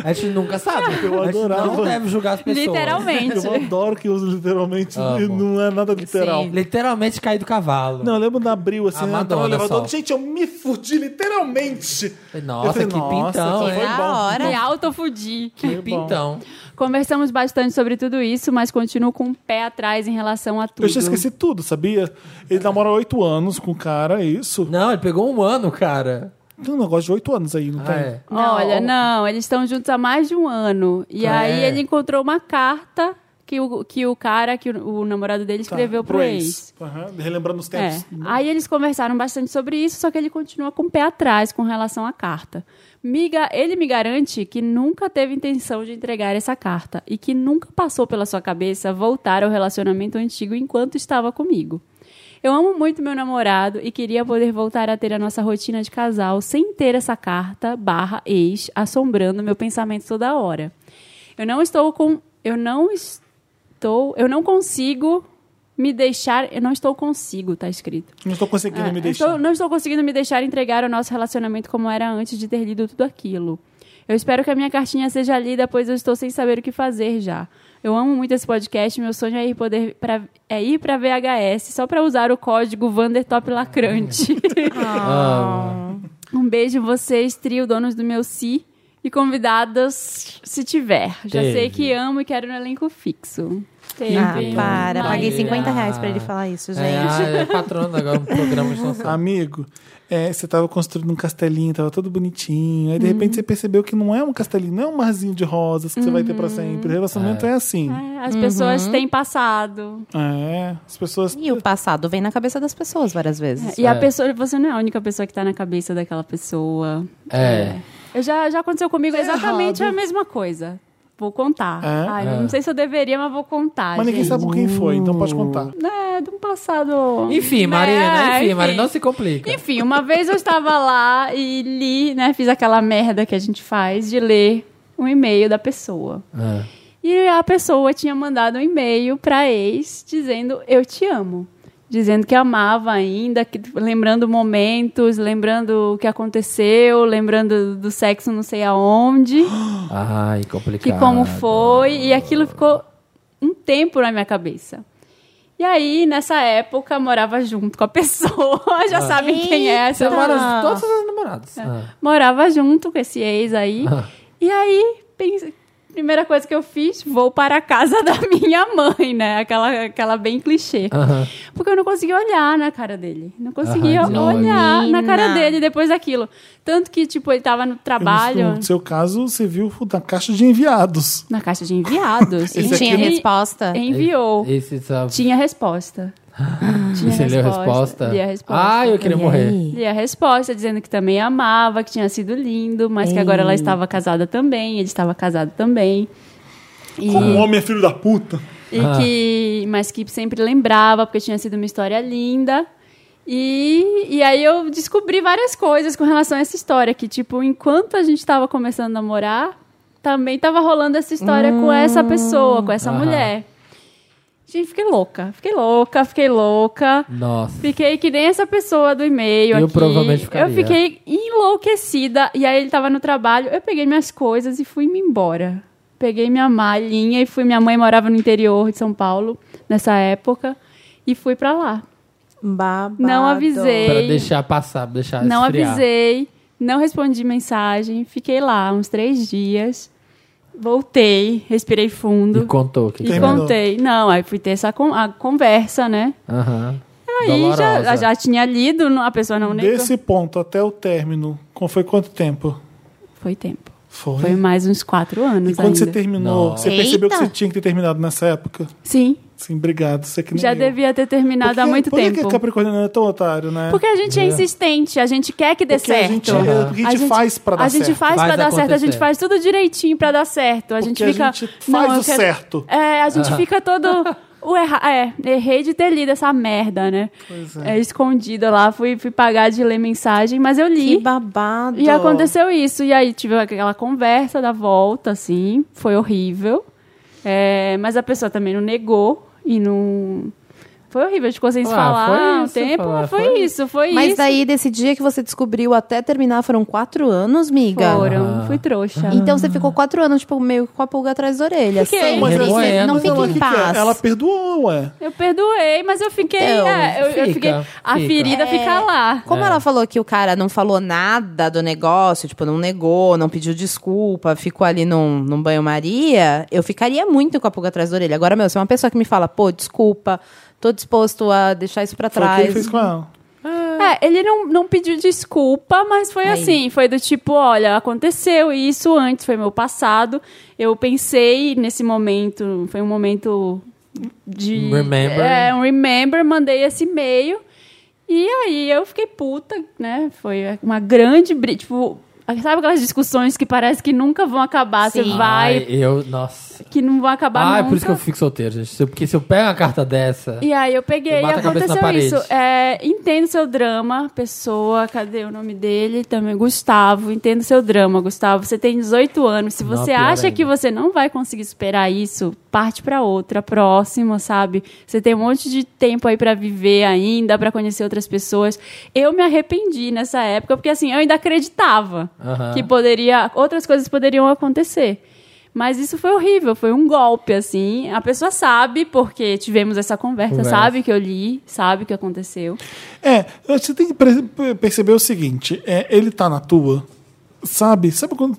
S3: A gente nunca sabe.
S1: Eu
S3: a gente
S1: adorava.
S3: não deve julgar as pessoas.
S2: Literalmente.
S1: Eu adoro que usa literalmente
S3: Amo.
S1: e não é nada literal.
S4: Sim.
S3: Literalmente cai do cavalo.
S1: Não, eu lembro da Abril, assim,
S3: A
S1: ela entrou no
S3: Madonna
S1: elevador.
S3: só.
S1: Gente, eu me fudi literalmente.
S3: Nossa,
S1: Eu falei,
S3: que
S1: "Nossa,
S3: pintão,
S1: então
S3: hein?"
S1: foi
S4: Da
S1: bom.
S4: hora.
S2: Me autofudi.
S3: que pintão.
S2: Conversamos bastante sobre tudo isso, mas continuo com o pé atrás em relação a tudo.
S1: Eu já esqueci tudo, sabia? Ele namora oito anos com o cara, é isso?
S3: Não, ele pegou um ano, cara.
S1: Tem um negócio de oito anos aí, não
S3: Ah,
S1: tem? Tá.
S3: é.
S4: Não.
S2: Olha, não, eles estão juntos há mais de um ano. E
S3: É.
S2: aí ele encontrou uma carta que o, que o cara, que o, o namorado dele
S1: Tá.
S2: escreveu pro ex.
S1: Aham, Relembrando os
S2: É.
S1: tempos.
S2: Aí eles conversaram bastante sobre isso, só que ele continua com o pé atrás com relação à carta. Me ga- ele me garante que nunca teve intenção de entregar essa carta e que nunca passou pela sua cabeça voltar ao relacionamento antigo enquanto estava comigo. Eu amo muito meu namorado e queria poder voltar a ter a nossa rotina de casal sem ter essa carta barra ex assombrando meu pensamento toda hora. Eu não estou com. Eu não estou. Eu não consigo me deixar. Eu não estou consigo, tá escrito.
S1: Não estou conseguindo
S2: Ah,
S1: me
S2: eu
S1: deixar.
S2: estou- não estou conseguindo me deixar entregar o nosso relacionamento como era antes de ter lido tudo aquilo. Eu espero que a minha cartinha seja lida, pois eu estou sem saber o que fazer já. Eu amo muito esse podcast. Meu sonho é ir poder pra, é ir para VHS só para usar o código Vandertop Lacrante. Ah, um beijo vocês, trio donos do meu si e convidados se tiver. Já
S3: Teve.
S2: sei que amo e quero no elenco fixo. Teve.
S4: Ah,
S3: Entendi.
S4: para.
S2: Mas-
S4: Paguei 50 reais
S3: Ah.
S4: pra ele falar isso, gente.
S3: É, ah, é patrono agora, um programa de
S1: Ah,
S3: noção.
S1: Amigo, é, você tava construindo um castelinho, tava todo bonitinho. Aí
S2: Uhum.
S1: de repente você percebeu que não é um castelinho, não é um marzinho de rosas que você vai ter
S2: Uhum.
S1: pra sempre. O relacionamento é, assim.
S2: É, As pessoas têm passado.
S1: É. As pessoas.
S4: E o passado vem na cabeça das pessoas várias vezes.
S2: E a
S3: É.
S2: pessoa, você não é a única pessoa que tá na cabeça daquela pessoa.
S3: É.
S2: Eu já, já aconteceu comigo exatamente a mesma coisa. Vou contar.
S1: É?
S2: Ai, Não sei se eu deveria, mas vou contar.
S1: Mas ninguém
S2: gente.
S1: sabe com quem foi, então pode contar.
S2: É, de um passado. né?
S3: Enfim, Marina, enfim, Marina, não se complica.
S2: Enfim, uma vez eu estava lá e li, né? Fiz aquela merda que a gente faz de ler um e-mail da pessoa.
S3: Ah.
S2: E a pessoa tinha mandado um e-mail pra ex dizendo eu te amo. Dizendo que amava ainda, que, lembrando momentos, lembrando o que aconteceu, lembrando do sexo não sei aonde,
S3: Ai,
S2: que
S3: complicado.
S2: como foi. E aquilo ficou um tempo na minha cabeça. E aí, nessa época, morava junto com a pessoa, já sabem quem é
S3: Você
S2: essa
S3: mora todos os namorados.
S2: É.
S3: Ah.
S2: morava junto com esse ex aí.
S3: Ah.
S2: E aí, pense- primeira coisa que eu fiz, vou para a casa da minha mãe, né? Aquela, aquela bem clichê.
S3: Aham.
S2: Porque eu não conseguia olhar na cara dele. Não conseguia
S3: Aham, de novo.
S2: olhar na cara
S4: Menina.
S2: dele depois daquilo. Tanto que, tipo, ele tava no trabalho,
S1: No seu caso, você viu na caixa de enviados.
S2: na caixa de enviados.
S4: E
S1: Esse
S4: tinha
S1: aqui-
S4: resposta.
S2: Enviou.
S3: Esse sabe.
S2: Tinha resposta. Tinha
S3: Ah. Você leu a resposta?
S2: Li a resposta.
S3: Ah, eu queria
S4: E
S3: morrer.
S4: aí?
S2: E a resposta dizendo que também amava, que tinha sido lindo, mas que
S3: É.
S2: agora ela estava casada também, ele estava casado também. E,
S1: Como homem é filho da puta.
S2: e
S3: um Ah.
S2: que, mas que sempre lembrava, porque tinha sido uma história linda. E, e aí eu descobri várias coisas com relação a essa história, que tipo, enquanto a gente estava começando a namorar, também estava rolando essa história com essa pessoa, com essa
S3: Hum. Aham.
S2: mulher. Gente, fiquei louca, fiquei louca, fiquei louca.
S3: Nossa.
S2: Fiquei que nem essa pessoa do e-mail
S3: Eu
S2: aqui.
S3: provavelmente ficaria.
S2: Eu fiquei enlouquecida. E aí ele tava no trabalho. Eu peguei minhas coisas e fui-me embora. Peguei minha malinha e fui. Minha mãe morava no interior de São Paulo nessa época. E fui pra lá.
S4: Babado.
S2: Não avisei.
S3: Pra deixar passar, pra deixar
S2: não
S3: esfriar.
S2: avisei. Não respondi mensagem. Fiquei lá uns três dias. Voltei. Respirei
S3: E
S2: fundo.
S3: contou o que
S2: E
S3: que
S1: Terminou.
S2: contei. Não, aí fui ter essa con- a conversa, né?
S3: Aham.
S2: Aí já,
S3: Dolorosa.
S2: já tinha lido, não- a pessoa não negou.
S1: Desse ponto até o término, com- foi quanto tempo?
S2: Foi tempo.
S1: Foi.
S2: Foi mais uns quatro anos
S1: E quando
S2: ainda.
S1: você terminou,
S3: Nossa.
S1: você percebeu que
S4: Eita.
S1: você tinha que ter terminado nessa época?
S2: Sim,
S1: Sim, obrigado. Você que nem
S2: já
S1: eu.
S2: devia ter terminado
S1: Porque-
S2: há muito
S1: por que
S2: tempo.
S1: que Capricorniano é tão otário, né?
S2: Porque a gente é insistente, a gente quer que dê
S1: Porque a
S2: certo.
S1: gente, é- porque a gente faz pra dar
S2: A gente
S1: certo.
S2: faz
S3: Faz
S2: pra dar certo, a
S3: acontecer.
S2: gente faz tudo direitinho pra dar certo. A gente
S1: Porque a
S2: fica.
S1: gente faz
S2: "Não, eu
S1: o certo." Ah.
S2: É, a gente fica todo. O erra... É, errei de ter lido essa merda, né?
S1: Pois
S2: é. escondida lá, fui, fui pagar de ler mensagem, mas eu li.
S4: Que babado.
S2: E aconteceu isso. E aí tive aquela conversa da volta, assim. Foi horrível. É, mas a pessoa também não negou e não. Foi horrível, a gente ficou sem se
S3: Ah,
S2: falar
S3: foi
S2: um
S3: isso,
S2: tempo.
S3: falar,
S2: mas foi,
S3: foi-
S2: isso, foi
S8: Mas
S2: isso.
S8: daí, desse dia que você descobriu até terminar, foram quatro anos, miga?
S2: Foram, fui trouxa.
S8: Então você ficou quatro anos, tipo, meio com a pulga atrás da orelha.
S2: Fiquei.
S8: Sempre.
S1: Mas
S3: ela-
S8: você não
S3: mas assim,
S8: fica
S1: ela,
S8: em
S1: que que é?
S8: paz.
S1: Ela perdoou, ué.
S2: Eu perdoei, mas eu fiquei.
S8: Então,
S2: é, eu, eu
S3: fica,
S2: fiquei a
S3: fica.
S2: ferida fica lá.
S8: Como
S3: É.
S8: ela falou que o cara não
S4: Não falou nada do negócio, tipo, não negou, não pediu desculpa, ficou ali num, num banho-maria. Eu ficaria muito com a pulga atrás da orelha. Agora, meu, se é uma pessoa que me fala, pô, desculpa, tô disposto a deixar isso pra
S1: Foi o que ele
S4: trás.
S1: fez com ela.
S2: É, ele não, não pediu desculpa, mas foi assim, foi do tipo, olha, aconteceu isso antes, foi meu passado. Eu pensei nesse momento, foi um momento de
S3: Remember.
S2: é, um remember, mandei esse e-mail. E aí eu fiquei puta, né? Foi uma grande briga, tipo, sabe aquelas discussões que parece que nunca vão acabar, você vai
S3: Ai, eu, nossa.
S2: que não vão acabar
S3: Ah,
S2: nunca.
S3: é por isso que eu fico solteiro, gente. Se eu- Porque se eu pego uma carta dessa.
S2: E aí eu peguei
S3: Eu
S2: e
S3: bato a cabeça na
S2: aconteceu isso.
S3: parede.
S2: É, entendo seu drama, pessoa, cadê o nome dele? Também, Gustavo, entendo seu drama, Gustavo. Você tem 18 anos. Se
S3: Não,
S2: você
S3: pior
S2: acha
S3: ainda.
S2: que você não vai conseguir superar isso, parte pra outra, próxima, sabe? Você tem um monte de tempo aí pra viver ainda, pra conhecer outras pessoas. Eu me arrependi nessa época, porque assim, eu ainda acreditava
S3: Aham.
S2: que poderia, outras coisas poderiam acontecer. Mas isso foi horrível, foi um golpe, assim. A pessoa sabe, porque tivemos essa conversa,
S3: Conversa.
S2: sabe que eu li, sabe o que aconteceu.
S1: É, você tem que pre- perceber o seguinte: é, ele tá na tua, sabe? Sabe quando.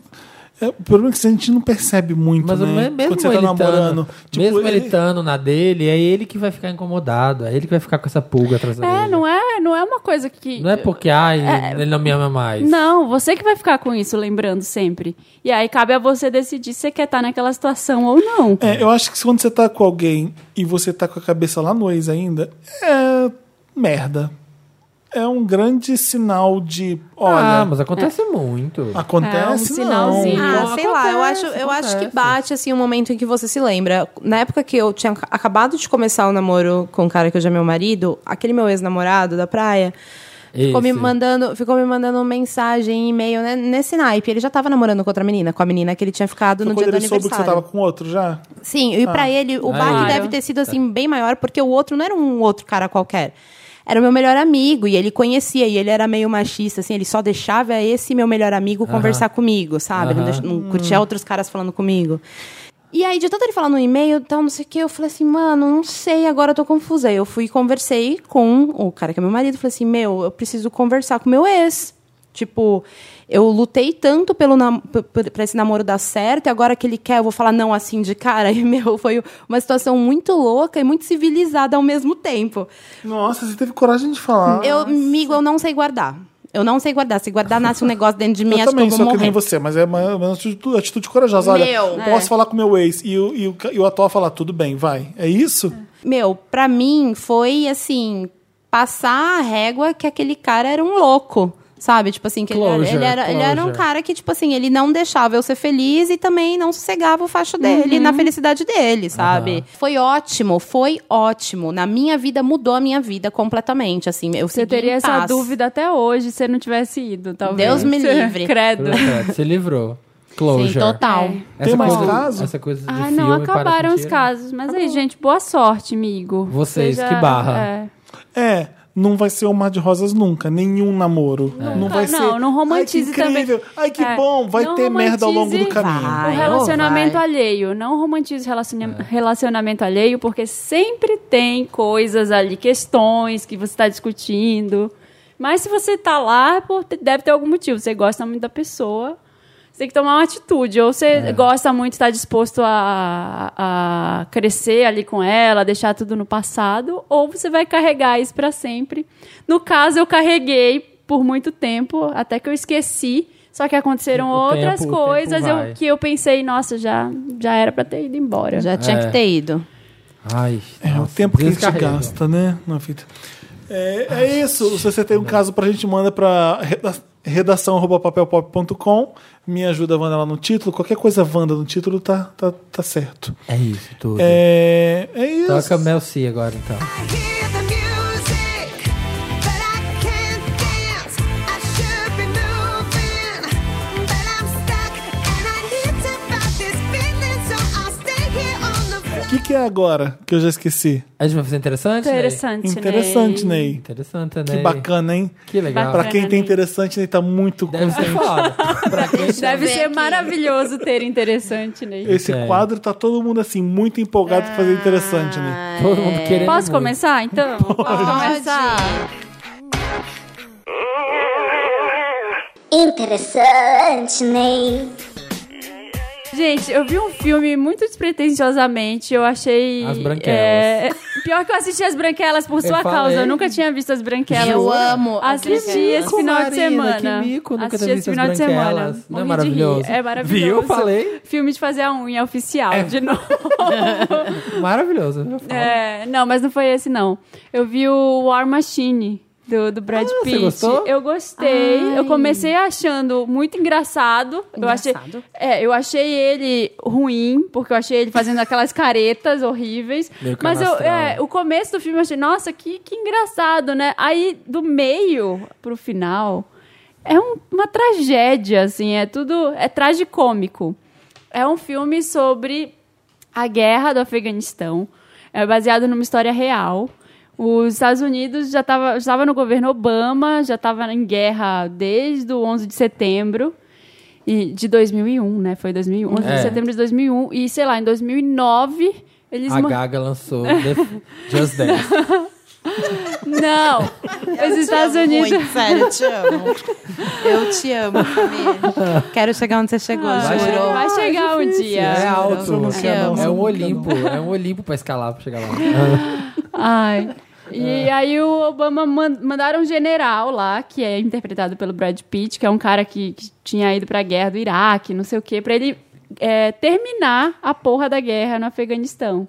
S1: é, o problema é que a gente não percebe muito,
S3: Mas
S1: né?
S3: me- mesmo
S1: quando você
S3: ele
S1: tá namorando.
S3: tando,
S1: tipo,
S3: mesmo ele tando na dele, é ele que vai ficar incomodado, é ele que vai ficar com essa pulga atrás da
S2: É,
S3: orelha.
S2: não é, não é uma coisa que.
S3: Não é porque, ai, ele não me ama mais.
S2: Não, você que vai ficar com isso lembrando sempre. E aí cabe a você decidir se você quer estar naquela situação ou não.
S1: É, eu acho que quando você tá com alguém e você tá com a cabeça lá no ex ainda, é merda. É um grande sinal de. Olha, Ah,
S3: ah, mas acontece muito.
S1: acontece
S2: É um
S1: não.
S2: sinalzinho.
S4: Ah, sei lá, eu acho,
S3: Acontece,
S4: eu acho que
S3: acontece.
S4: bate assim o momento em que você se lembra. Na época que eu tinha ac- acabado de começar o namoro com o cara que hoje é meu marido, aquele meu ex-namorado da praia. Ficou me,
S3: Esse.
S4: mandando, ficou me mandando mensagem, e-mail, né, nesse naipe. Ele já tava namorando com outra menina, com a menina que ele tinha ficado
S1: Foi
S4: no dia
S1: quando
S4: do
S1: ele soube que você
S4: aniversário.
S1: tava com outro já?
S4: Sim, e pra ele o
S3: Ah,
S4: baque
S3: ele-
S4: deve ter sido
S3: É.
S4: assim bem maior, porque o outro não era um outro cara qualquer. Era o meu melhor amigo e ele conhecia e ele era meio machista assim, ele só deixava esse meu melhor amigo conversar comigo, sabe? Ele Não,
S3: Aham. Hum.
S4: deix- não curtia outros caras falando comigo. E aí, de tanto ele falar no e-mail, tal, não sei o que, eu falei assim, mano, não sei, agora eu tô confusa. Aí eu fui e conversei com o cara que é meu marido, falei assim, meu, eu preciso conversar com meu ex. Tipo, eu lutei tanto pelo nam p- p- pra esse namoro dar certo, e agora que ele quer, eu vou falar não assim de cara. E, meu, foi uma situação muito louca e muito civilizada ao mesmo tempo.
S1: Nossa, você teve coragem de falar.
S4: Eu, amigo, eu não sei guardar. Eu não sei guardar. Se guardar, nasce um negócio dentro de mim,
S1: eu
S4: acho
S1: também
S4: que eu
S1: sou
S4: vou
S1: que nem
S4: morrer.
S1: você, mas é uma, uma atitude, atitude corajosa. Olha,
S4: Meu.
S1: posso falar com meu ex e o, e o, ca- e o atual falar, tudo bem, vai. É isso?
S4: Meu, pra mim foi assim, passar a régua que aquele cara era um louco. Sabe, tipo assim, que ele era-
S3: Closure,
S4: ele, era, ele, era, um
S3: closure.
S4: cara que, tipo assim, ele não deixava eu ser feliz e também não sossegava o facho dele na felicidade dele, sabe? Foi ótimo, foi ótimo. Na minha vida, mudou a minha vida completamente, assim. Eu
S2: Você
S4: segui
S2: teria
S4: em
S2: essa
S4: paz.
S2: dúvida até hoje se não tivesse ido, talvez. é
S4: Deus me livre.
S2: Credo.
S3: Se livrou.
S4: Sim,
S3: Closure.
S4: total.
S2: É.
S3: Essa
S1: Tem mais
S3: coisa,
S1: caso?
S3: Essa coisa de
S2: Ah,
S3: filme
S2: não,
S3: parece
S2: acabaram os
S3: mentira.
S2: casos. Mas aí, gente, boa sorte, amigo.
S3: Vocês, que barra.
S2: é.
S1: É, não vai ser um mar de rosas nunca, nenhum namoro. Não vai ser.
S2: não, não romantize
S1: Ai, que incrível.
S2: também.
S1: Ai, que
S2: É,
S1: bom, vai
S2: não
S1: ter merda ao longo do
S2: romantize-
S1: caminho.
S4: Vai.
S2: O
S3: Ah, é
S4: Ai,
S2: um relacionamento
S4: ô, vai.
S2: alheio. Não romantize relaciona relacionamento alheio, porque sempre tem coisas ali, questões que você está discutindo. Mas se você tá lá, é por- deve ter algum motivo. Você gosta muito da pessoa. Você tem que tomar uma atitude. Ou você
S3: É.
S2: gosta muito, está disposto a, a crescer ali com ela, deixar tudo no passado, ou você vai carregar isso para sempre. No caso, eu carreguei por muito tempo, até que eu esqueci. Só que aconteceram
S3: O
S2: outras
S3: tempo- o
S2: coisas
S3: tempo
S2: eu-
S3: vai.
S2: que eu pensei, nossa, já, já era para ter ido embora.
S4: Já tinha
S3: É.
S4: que ter ido.
S3: Ai,
S1: É o
S3: nossa,
S1: tempo que a gente
S3: descarrego.
S1: gasta, né, na vida. É, é isso. Se você tem um caso pra gente, manda pra reda- redação@papelpop.com. Me ajuda, Wanda, lá no título. Qualquer coisa, Wanda, no título tá, tá, tá certo.
S3: É isso, tudo.
S1: É, é isso.
S3: Toca Mel C agora, então.
S7: I hear the music, but I can't dance. I should be moving, but I'm stuck, and I need to fight this feeling, so I'll stay here on the floor.
S1: O que, que é agora? Que eu já esqueci.
S3: A gente vai fazer interessante, Ney?
S2: Interessante, né?
S1: Interessante, Ney.
S3: Interessante, né?
S1: Que bacana, hein?
S3: Que legal.
S1: Pra quem
S2: Bacana,
S1: tem
S2: Ney.
S1: interessante, Ney tá muito
S3: Deve ser
S1: contente.
S3: foda. pra quem...
S2: Deve
S4: ver
S2: ser
S4: aqui.
S2: maravilhoso ter interessante, né, Ney.
S1: Esse
S3: Sério.
S1: quadro tá todo mundo assim, muito empolgado pra fazer interessante, Ney.
S3: Todo mundo querendo
S2: É. Posso
S3: muito.
S2: começar, então? Posso começar?
S6: Interessante, Ney.
S2: Gente, eu vi um filme muito despretensiosamente, eu achei...
S3: As Branquelas.
S2: é, Pior que eu assisti As Branquelas por sua
S3: falei.
S2: causa, eu nunca tinha visto As Branquelas.
S4: Eu amo As
S2: Assisti
S4: Branquelas.
S2: esse final
S3: Marina,
S2: de semana.
S3: né? que mico, nunca ter
S2: assisti esse
S3: visto As
S2: final de
S3: Branquelas.
S2: semana.
S3: Não
S2: Morri
S3: é
S2: de
S3: maravilhoso?
S2: rir, É maravilhoso.
S3: Viu? Falei.
S2: Filme de fazer a unha oficial,
S3: É.
S2: de novo.
S3: Maravilhoso. eu falo.
S2: É, não, mas não foi esse, não. Eu vi o War Machine. Do, do Brad
S3: Ah, você
S2: Pitt.
S3: gostou?
S2: Eu gostei.
S4: Ai.
S2: Eu comecei achando muito engraçado. Eu achei,
S4: Engraçado.
S2: é, eu achei ele ruim, porque eu achei ele fazendo aquelas caretas horríveis.
S3: Meio
S2: Mas eu,
S3: canastrão.
S2: é, o começo do filme eu achei, nossa, que, que engraçado, né? Aí, do meio pro final, é um- uma tragédia, assim, é tudo. É tragicômico. É um filme sobre a guerra do Afeganistão. É baseado numa história real. Os Estados Unidos já estava no governo Obama, já estava em guerra desde o 11 de setembro e- de 2001, né? Foi 2001, 11
S3: É.
S2: de setembro de 2001. E, sei lá, em 2009, eles...
S3: A
S2: ma-
S3: Gaga lançou The- Just Dance.
S2: Não! Os Estados
S4: Te amo
S2: Unidos...
S4: Muito, sério, eu te amo. Eu te amo, família. Quero chegar onde você chegou,
S2: Ah,
S3: chegar.
S4: juro.
S2: vai chegar um dia.
S1: Não,
S3: É
S1: não,
S3: alto.
S1: não,
S3: É
S1: não,
S3: um
S1: não.
S3: Olimpo. É um Olimpo pra escalar, pra chegar lá.
S2: Ai. E aí o Obama man- mandaram um general lá, que é interpretado pelo Brad Pitt, que é um cara que, que tinha ido pra guerra do Iraque, não sei o quê, pra ele é, terminar a porra da guerra no Afeganistão.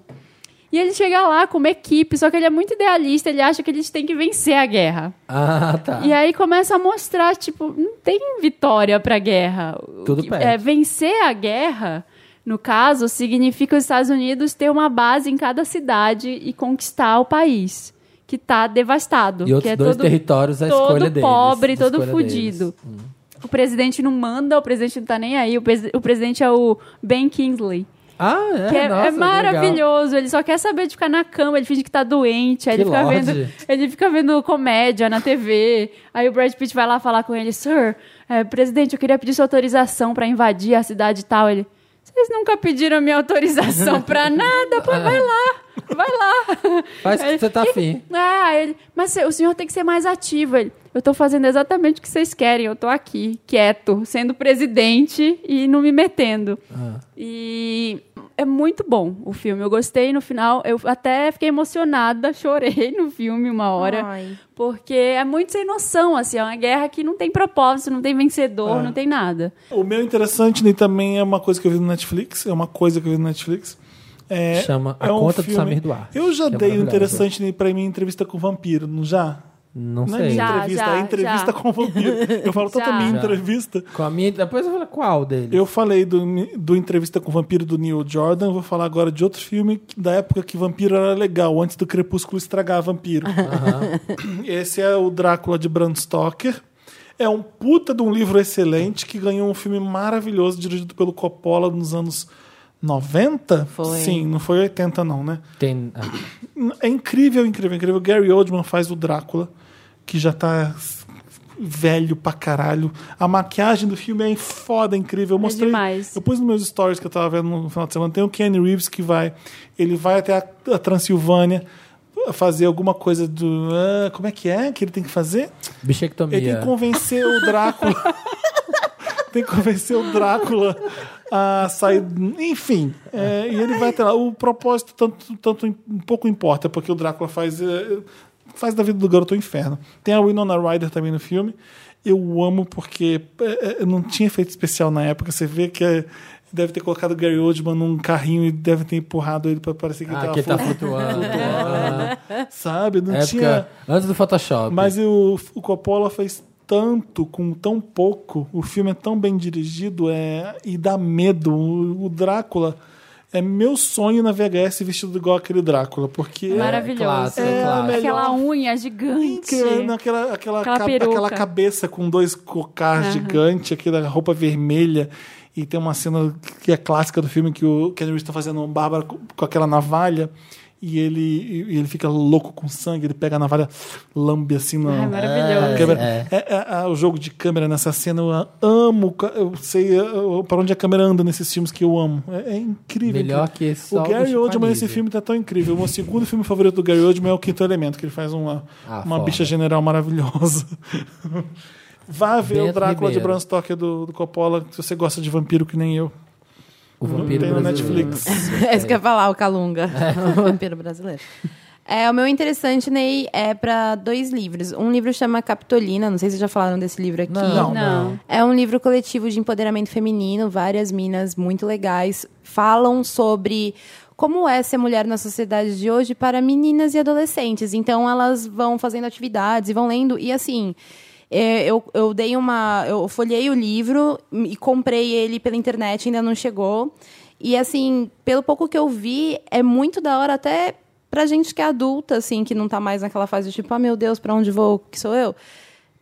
S2: E ele chega lá com uma equipe, só que ele é muito idealista, ele acha que eles têm que vencer a guerra.
S3: Ah, tá.
S2: E é aí começa a mostrar, tipo, não tem vitória pra guerra. O
S3: Tudo
S2: que-
S3: perde.
S2: É, vencer a guerra, no caso, significa os Estados Unidos ter uma base em cada cidade e conquistar o país, que tá devastado.
S3: E outros
S2: que é
S3: dois
S2: todo,
S3: territórios, a
S2: todo
S3: escolha deles.
S2: pobre,
S3: a
S2: todo
S3: escolha Hum.
S2: fudido. O presidente não manda, o presidente não tá nem aí. O, presi- o presidente é o Ben Kingsley.
S3: Ah, é,
S2: Que é,
S3: nossa,
S2: é
S3: que legal.
S2: maravilhoso. Ele só quer saber de ficar na cama, ele finge que tá doente. Aí
S3: Que
S2: ele fica,
S3: lorde.
S2: vendo, ele fica vendo comédia na TV. Aí o Brad Pitt vai lá falar com ele: Sir, eh, presidente, eu queria pedir sua autorização pra invadir a cidade e tal. Ele. Vocês nunca pediram minha autorização pra nada,
S3: É.
S2: pô, vai lá, vai lá.
S3: Faz o que
S2: Aí,
S3: você tá
S2: "Que-
S3: afim."
S2: ah, aí ele, mas se- o senhor tem que ser mais ativo. Ele, eu tô fazendo exatamente o que vocês querem, eu tô aqui, quieto, sendo presidente e não me metendo. E é muito bom o filme. Eu gostei no final, eu até fiquei emocionada, chorei no filme uma hora.
S4: Ai.
S2: Porque é muito sem noção, assim, é uma guerra que não tem propósito, não tem vencedor, não tem nada.
S1: O meu interessante, Ney, também é uma coisa que eu vi no Netflix. É uma coisa que eu vi no Netflix. É,
S3: Chama A
S1: é um
S3: Conta do
S1: filme-
S3: Samir Duarte,
S1: Eu já
S3: que é
S1: dei o
S3: maravilhoso.
S1: interessante Ney, pra minha entrevista com o vampiro, não já?
S3: Não
S1: Não é minha
S3: sei.
S2: Já,
S1: entrevista,
S2: já,
S1: é entrevista
S2: já.
S1: com o vampiro. Eu falo tanto
S2: Já.
S1: minha
S2: Já.
S1: entrevista.
S3: Com a minha... Depois eu falo qual dele.
S1: Eu falei do, do Entrevista com o Vampiro do Neil Jordan, vou falar agora de outro filme que- da época que vampiro era legal, antes do Crepúsculo estragar vampiro. Esse é o Drácula de Bram Stoker. É um puta de um livro excelente que ganhou um filme maravilhoso dirigido pelo Coppola nos anos 90?
S4: Foi.
S1: Sim, não foi 80 não, né?
S3: Tem... ah,
S1: É incrível, incrível, incrível. Gary Oldman faz o Drácula, que já tá velho pra caralho. A maquiagem do filme é foda, incrível. Eu mostrei.
S2: demais.
S1: Eu pus nos meus stories que eu tava vendo no final de semana. Tem o Kenny Reeves que vai. Ele vai até a, a Transilvânia fazer alguma coisa do. ah, como é que é que ele tem que fazer?
S3: Bichectomia.
S1: Ele tem que convencer o Drácula. tem que convencer o Drácula a sair. Enfim. é, e ele vai até lá. O propósito tanto, tanto im- um pouco importa, porque o Drácula faz, é, faz da vida do garoto um inferno. Tem a Winona Ryder também no filme. Eu amo porque é, é, não tinha efeito especial na época. Você vê que é, deve ter colocado o Gary Oldman num carrinho e deve ter empurrado ele pra parecer que
S3: Ah,
S1: ele
S3: que
S1: tava
S3: tá
S1: flutuando,
S3: flutuando. Ah,
S1: sabe? Não
S3: época
S1: tinha.
S3: antes do Photoshop.
S1: Mas o, o Coppola fez tanto com tão pouco, o filme é tão bem dirigido é, e dá medo. O, o Drácula é meu sonho na VHS vestido igual aquele Drácula, porque é
S2: Maravilhoso.
S3: clássico,
S1: É,
S3: clássico.
S1: melhor.
S2: Aquela unha gigante.
S1: incrível, naquela- aquela,
S2: Aquela
S1: ca-
S2: peruca.
S1: aquela cabeça com dois cocars gigantes, aquela roupa vermelha. E tem uma cena que é clássica do filme que o Ken Reeves está fazendo um Bárbara com, com aquela navalha. E ele, e ele fica louco com sangue, ele pega a navalha, lambe assim na,
S2: Ai, maravilhoso.
S1: A câmera-
S3: É.
S1: é, é, é, o jogo de câmera nessa cena eu a- amo. ca- Eu sei eu, para onde a câmera anda nesses filmes que eu amo. É, é incrível.
S3: Melhor
S1: incrível.
S3: que esse
S1: O
S3: só
S1: Gary
S3: do
S1: Oldman
S3: Chicanismo.
S1: nesse filme tá tão incrível. O meu segundo filme favorito do Gary Oldman é o Quinto Elemento, que ele faz uma,
S3: Ah,
S1: uma
S3: foda.
S1: bicha general maravilhosa. Vá ver o
S3: Bento
S1: Drácula de
S3: Ribeiro.
S1: Bram Stoker do, do Coppola, se você gosta de vampiro que nem eu.
S3: o
S1: Não
S3: vampiro
S1: tem no
S3: brasileiro.
S1: Netflix.
S4: É isso que eu ia falar, o Calunga. o vampiro brasileiro. É, o meu interessante, Ney, é pra dois livros. Um livro chama Capitolina, não sei se vocês já falaram desse livro aqui.
S1: Não.
S2: Não.
S4: É um livro coletivo de empoderamento feminino, várias minas muito legais falam sobre como é ser mulher na sociedade de hoje para meninas e adolescentes. Então elas vão fazendo atividades e vão lendo e assim, é, eu, eu dei uma, eu folhei o livro e comprei ele pela internet, ainda não chegou. E assim, pelo pouco que eu vi, é muito da hora até pra gente que é adulta, assim, que não tá mais naquela fase de tipo, ah, meu Deus, pra onde vou? Que sou eu?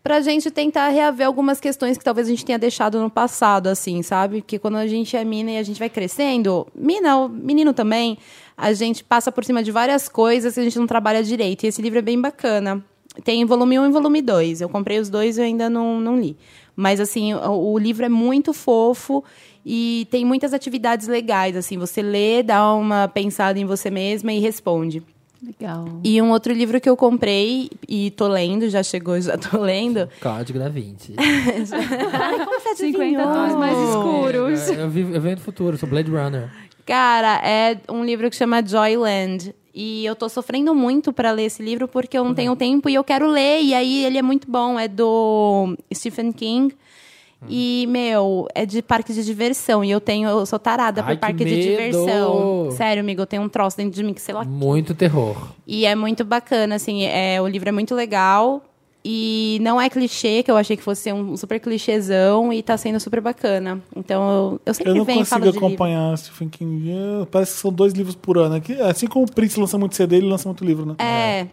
S4: pra gente tentar reaver algumas questões que talvez a gente tenha deixado no passado, assim, sabe? Que quando a gente é mina e a gente vai crescendo, mina, o menino também, a gente passa por cima de várias coisas que a gente não trabalha direito. E esse livro é bem bacana. Tem volume 1 e volume 2. Eu comprei os dois e eu ainda não, não li. Mas, assim, o, o livro é muito fofo e tem muitas atividades legais, assim. Você lê, dá uma pensada em você mesma e responde.
S2: Legal.
S4: E um outro livro que eu comprei e tô lendo, já chegou, já tô lendo,
S3: Código da 20.
S4: como você
S2: 50 tons mais escuros.
S3: É, Eu, vi- eu venho do futuro, sou Blade Runner.
S4: Cara, é um livro que chama Joyland. E eu tô sofrendo muito pra ler esse livro porque eu não tenho tempo e eu quero ler. E aí ele é muito bom. É do Stephen King. E, meu, é de parque de diversão. E eu tenho, eu sou tarada
S3: Ai,
S4: por parque
S3: que
S4: de
S3: medo!
S4: diversão. Sério, amigo, eu tenho um troço dentro de mim que sei lá
S3: Muito terror.
S4: e é muito bacana, assim, é, o livro é muito legal. E não é clichê, que eu achei que fosse ser um super clichêzão, e tá sendo super bacana. Então, eu, eu sempre
S1: Eu não
S4: venho e falo
S1: consigo
S4: de livro.
S1: acompanhar Stephen King. É, Parece que são dois livros por ano. É que- Assim como o Prince lança muito CD, ele lança muito livro, né?
S4: É.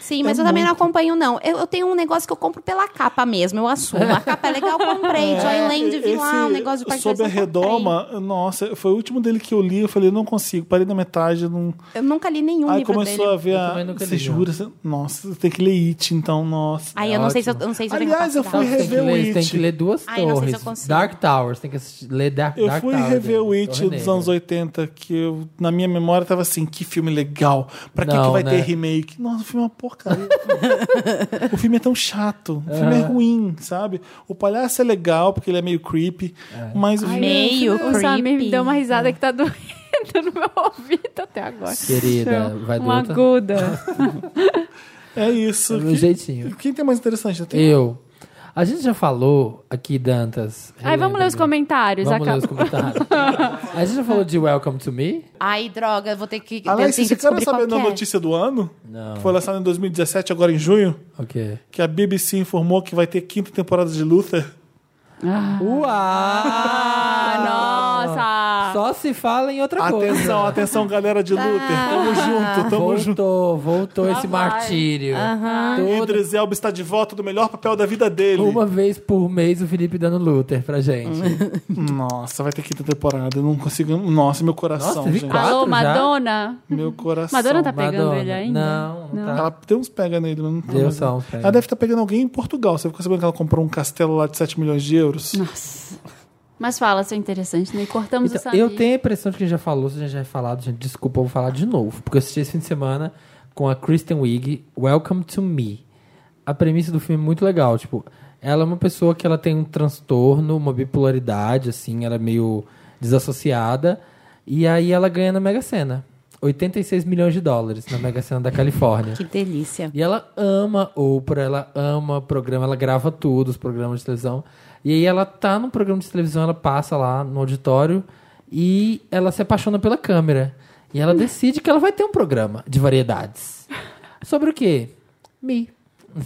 S4: Sim, mas eu também não acompanho, não. Eu, eu tenho um negócio que eu compro pela capa mesmo, eu assumo. A capa é legal, eu comprei. Joyland, vi lá, um negócio de parque de
S1: Sob a
S4: diversão, comprei.
S1: Redoma, nossa, foi o último dele que eu li. Eu falei, não consigo, parei na metade. Não...
S4: Eu nunca li nenhum
S1: Aí
S4: livro
S1: começou
S4: dele.
S1: a ver
S3: Eu
S1: a.
S3: também nunca
S1: Você
S3: li, não.
S1: jura? Você- Nossa, você tem que ler It, então, nossa.
S4: Aí
S3: É
S4: eu não sei se eu,
S3: ótimo.
S4: não sei se eu tenho
S1: Aliás, eu fui
S4: capacidade.
S3: tem, que
S1: rever o
S3: ler, tem que ler
S1: It.
S3: duas
S4: Ai, não sei se eu
S3: torres.
S4: consigo.
S3: Dark Towers, tem que assistir- ler Dark,
S1: Eu
S3: Dark né?
S1: fui
S3: Towers.
S1: rever o It
S3: Torre
S1: dos
S3: Negra.
S1: anos 80, que eu- na minha memória tava assim, que filme legal. Pra que, que
S3: Não,
S1: vai
S3: né?
S1: ter remake? Nossa, o filme é uma porcaria. o filme é tão chato. O filme é ruim, sabe? O palhaço é legal, porque ele é meio creepy. Mas o filme é-
S4: Meio
S2: O Samir me
S4: creepy. Ah.
S2: deu uma risada que tá doendo no meu ouvido até agora.
S3: Querida, vai do
S2: Uma
S3: outro- Ah,
S2: aguda.
S1: é isso.
S3: Do
S1: Que-
S3: jeitinho.
S1: Quem tem mais interessante? né? Tem-
S3: Eu. A gente já falou aqui, Dantas.
S2: Aí vamos ler os
S3: relembra-me.
S2: comentários.
S3: Vamos ler
S2: acaba.
S3: os comentários. a gente já falou de Welcome to Me?
S4: Ai, droga, eu vou ter que. eu
S1: Alex,
S4: tenho
S1: você
S4: que
S1: quer
S4: descobrir qual
S1: saber da
S4: que é.
S1: notícia do ano?
S3: Não.
S1: Que foi lançada em 2017, agora em junho?
S3: Ok.
S1: Que a BBC informou que vai ter quinta temporada de Luther.
S3: Uau!
S2: Ah, nossa!
S3: Só se fala em outra coisa.
S1: Atenção, atenção, galera
S3: Ah.
S1: de Luther. Tamo junto, tamo junto.
S3: Voltou, voltou esse martírio. Todo-
S1: Idris Elba está de volta do melhor papel da vida dele.
S3: uma vez por mês o Felipe dando Luther pra gente.
S1: Nossa, vai ter quinta temporada. Eu não consigo. Nossa, meu coração,
S3: Nossa, vi
S1: gente.
S3: quatro.
S2: Alô,
S3: já?
S2: Madonna?
S1: Meu coração.
S2: Madonna tá pegando
S3: Madonna.
S2: ele ainda?
S3: Não, não, tá.
S1: Ela tem uns pega nele, mas não tá
S3: Deu
S1: mais-
S3: só um uns pega.
S1: Ela deve estar pegando alguém em Portugal. Você ficou sabendo que ela comprou um castelo lá de 7 milhões de euros?
S2: Nossa. Mas fala, seu interessante, né? Cortamos o
S3: Então,
S2: Samir.
S3: eu tenho a impressão de que a gente já falou, se a gente já é falado, gente, desculpa, eu vou falar de novo. Porque eu assisti esse fim de semana com a Kristen Wiig, Welcome to Me. A premissa do filme é muito legal, tipo, ela é uma pessoa que ela tem um transtorno, uma bipolaridade, assim, ela é meio desassociada. E aí ela ganha na Mega Sena. 86 milhões de dólares na Mega Sena da Califórnia.
S4: Que delícia.
S3: E ela ama Oprah, ela ama programa, ela grava tudo, os programas de televisão. E aí ela tá num programa de televisão, ela passa lá no auditório E ela se apaixona pela câmera. E ela decide que ela vai ter um programa de variedades. Sobre o quê? Me.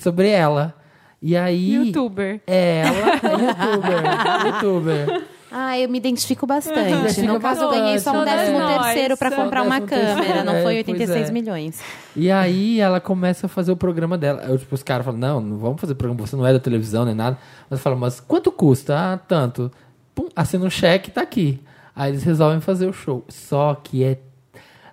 S3: Sobre ela. E aí.
S2: Youtuber.
S3: É, Ela é youtuber. youtuber.
S8: Ah, eu me identifico bastante.
S3: Identifica
S8: No caso, eu ganhei só um
S2: bastante.
S8: décimo
S1: É
S2: Todas
S8: terceiro
S2: nós.
S8: pra
S2: Só
S8: comprar uma
S3: décimo terceiro,
S8: câmera. Não
S3: é,
S8: foi
S3: pois
S8: 86
S3: é.
S8: milhões.
S3: E aí ela começa a fazer o programa dela. Eu, tipo, os caras falam, não, não vamos fazer programa, você não é da televisão nem nada. Mas fala, mas quanto custa? Ah, tanto. Pum, assina um cheque tá aqui. Aí eles resolvem fazer o show. Só que é.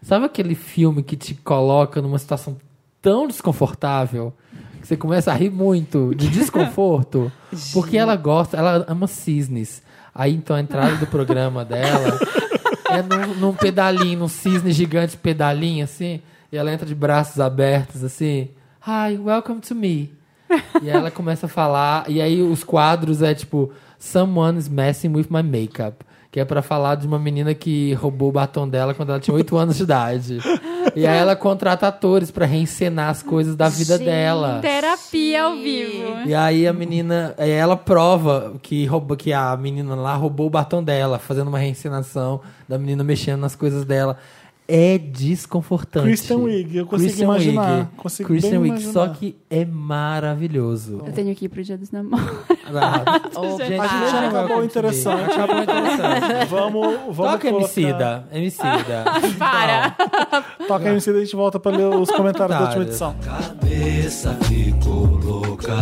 S3: Sabe aquele filme que te coloca numa situação tão desconfortável que você começa a rir muito de desconforto? porque ela gosta, ela ama cisnes. Aí então a entrada do programa dela é num, num pedalinho, num cisne gigante pedalinho, assim. E ela entra de braços abertos, assim. Hi, welcome to me. E ela começa a falar. E aí os quadros é tipo: Someone is messing with my makeup. Que é pra falar de uma menina que roubou o batom dela quando ela tinha 8 anos de idade. E aí ela contrata atores pra reencenar as coisas da vida dela.
S2: Terapia ao vivo.
S3: E aí a menina, aí ela prova que rouba, que a menina lá roubou o batom dela, fazendo uma reencenação da menina mexendo nas coisas dela. É desconfortante.
S1: Christian Wiig, eu consigo
S3: Christian
S1: imaginar,
S3: Wiig.
S1: consigo
S3: Christian
S1: bem
S3: Wiig, só
S1: imaginar.
S3: que é maravilhoso.
S2: Eu tenho que ir pro dia dos namoros.
S3: Ah,
S8: Opa.
S3: gente,
S1: A gente já
S3: não
S1: acabou
S3: acabou
S1: interessante.
S3: Acabou interessante.
S1: Vamos, vamos
S3: Toca
S1: colocar-
S3: Emicida, Emicida.
S2: Para.
S1: Toca MC, a gente volta pra ler os comentários da última
S3: Comentários.
S1: edição.
S9: Cabeça ficou louca,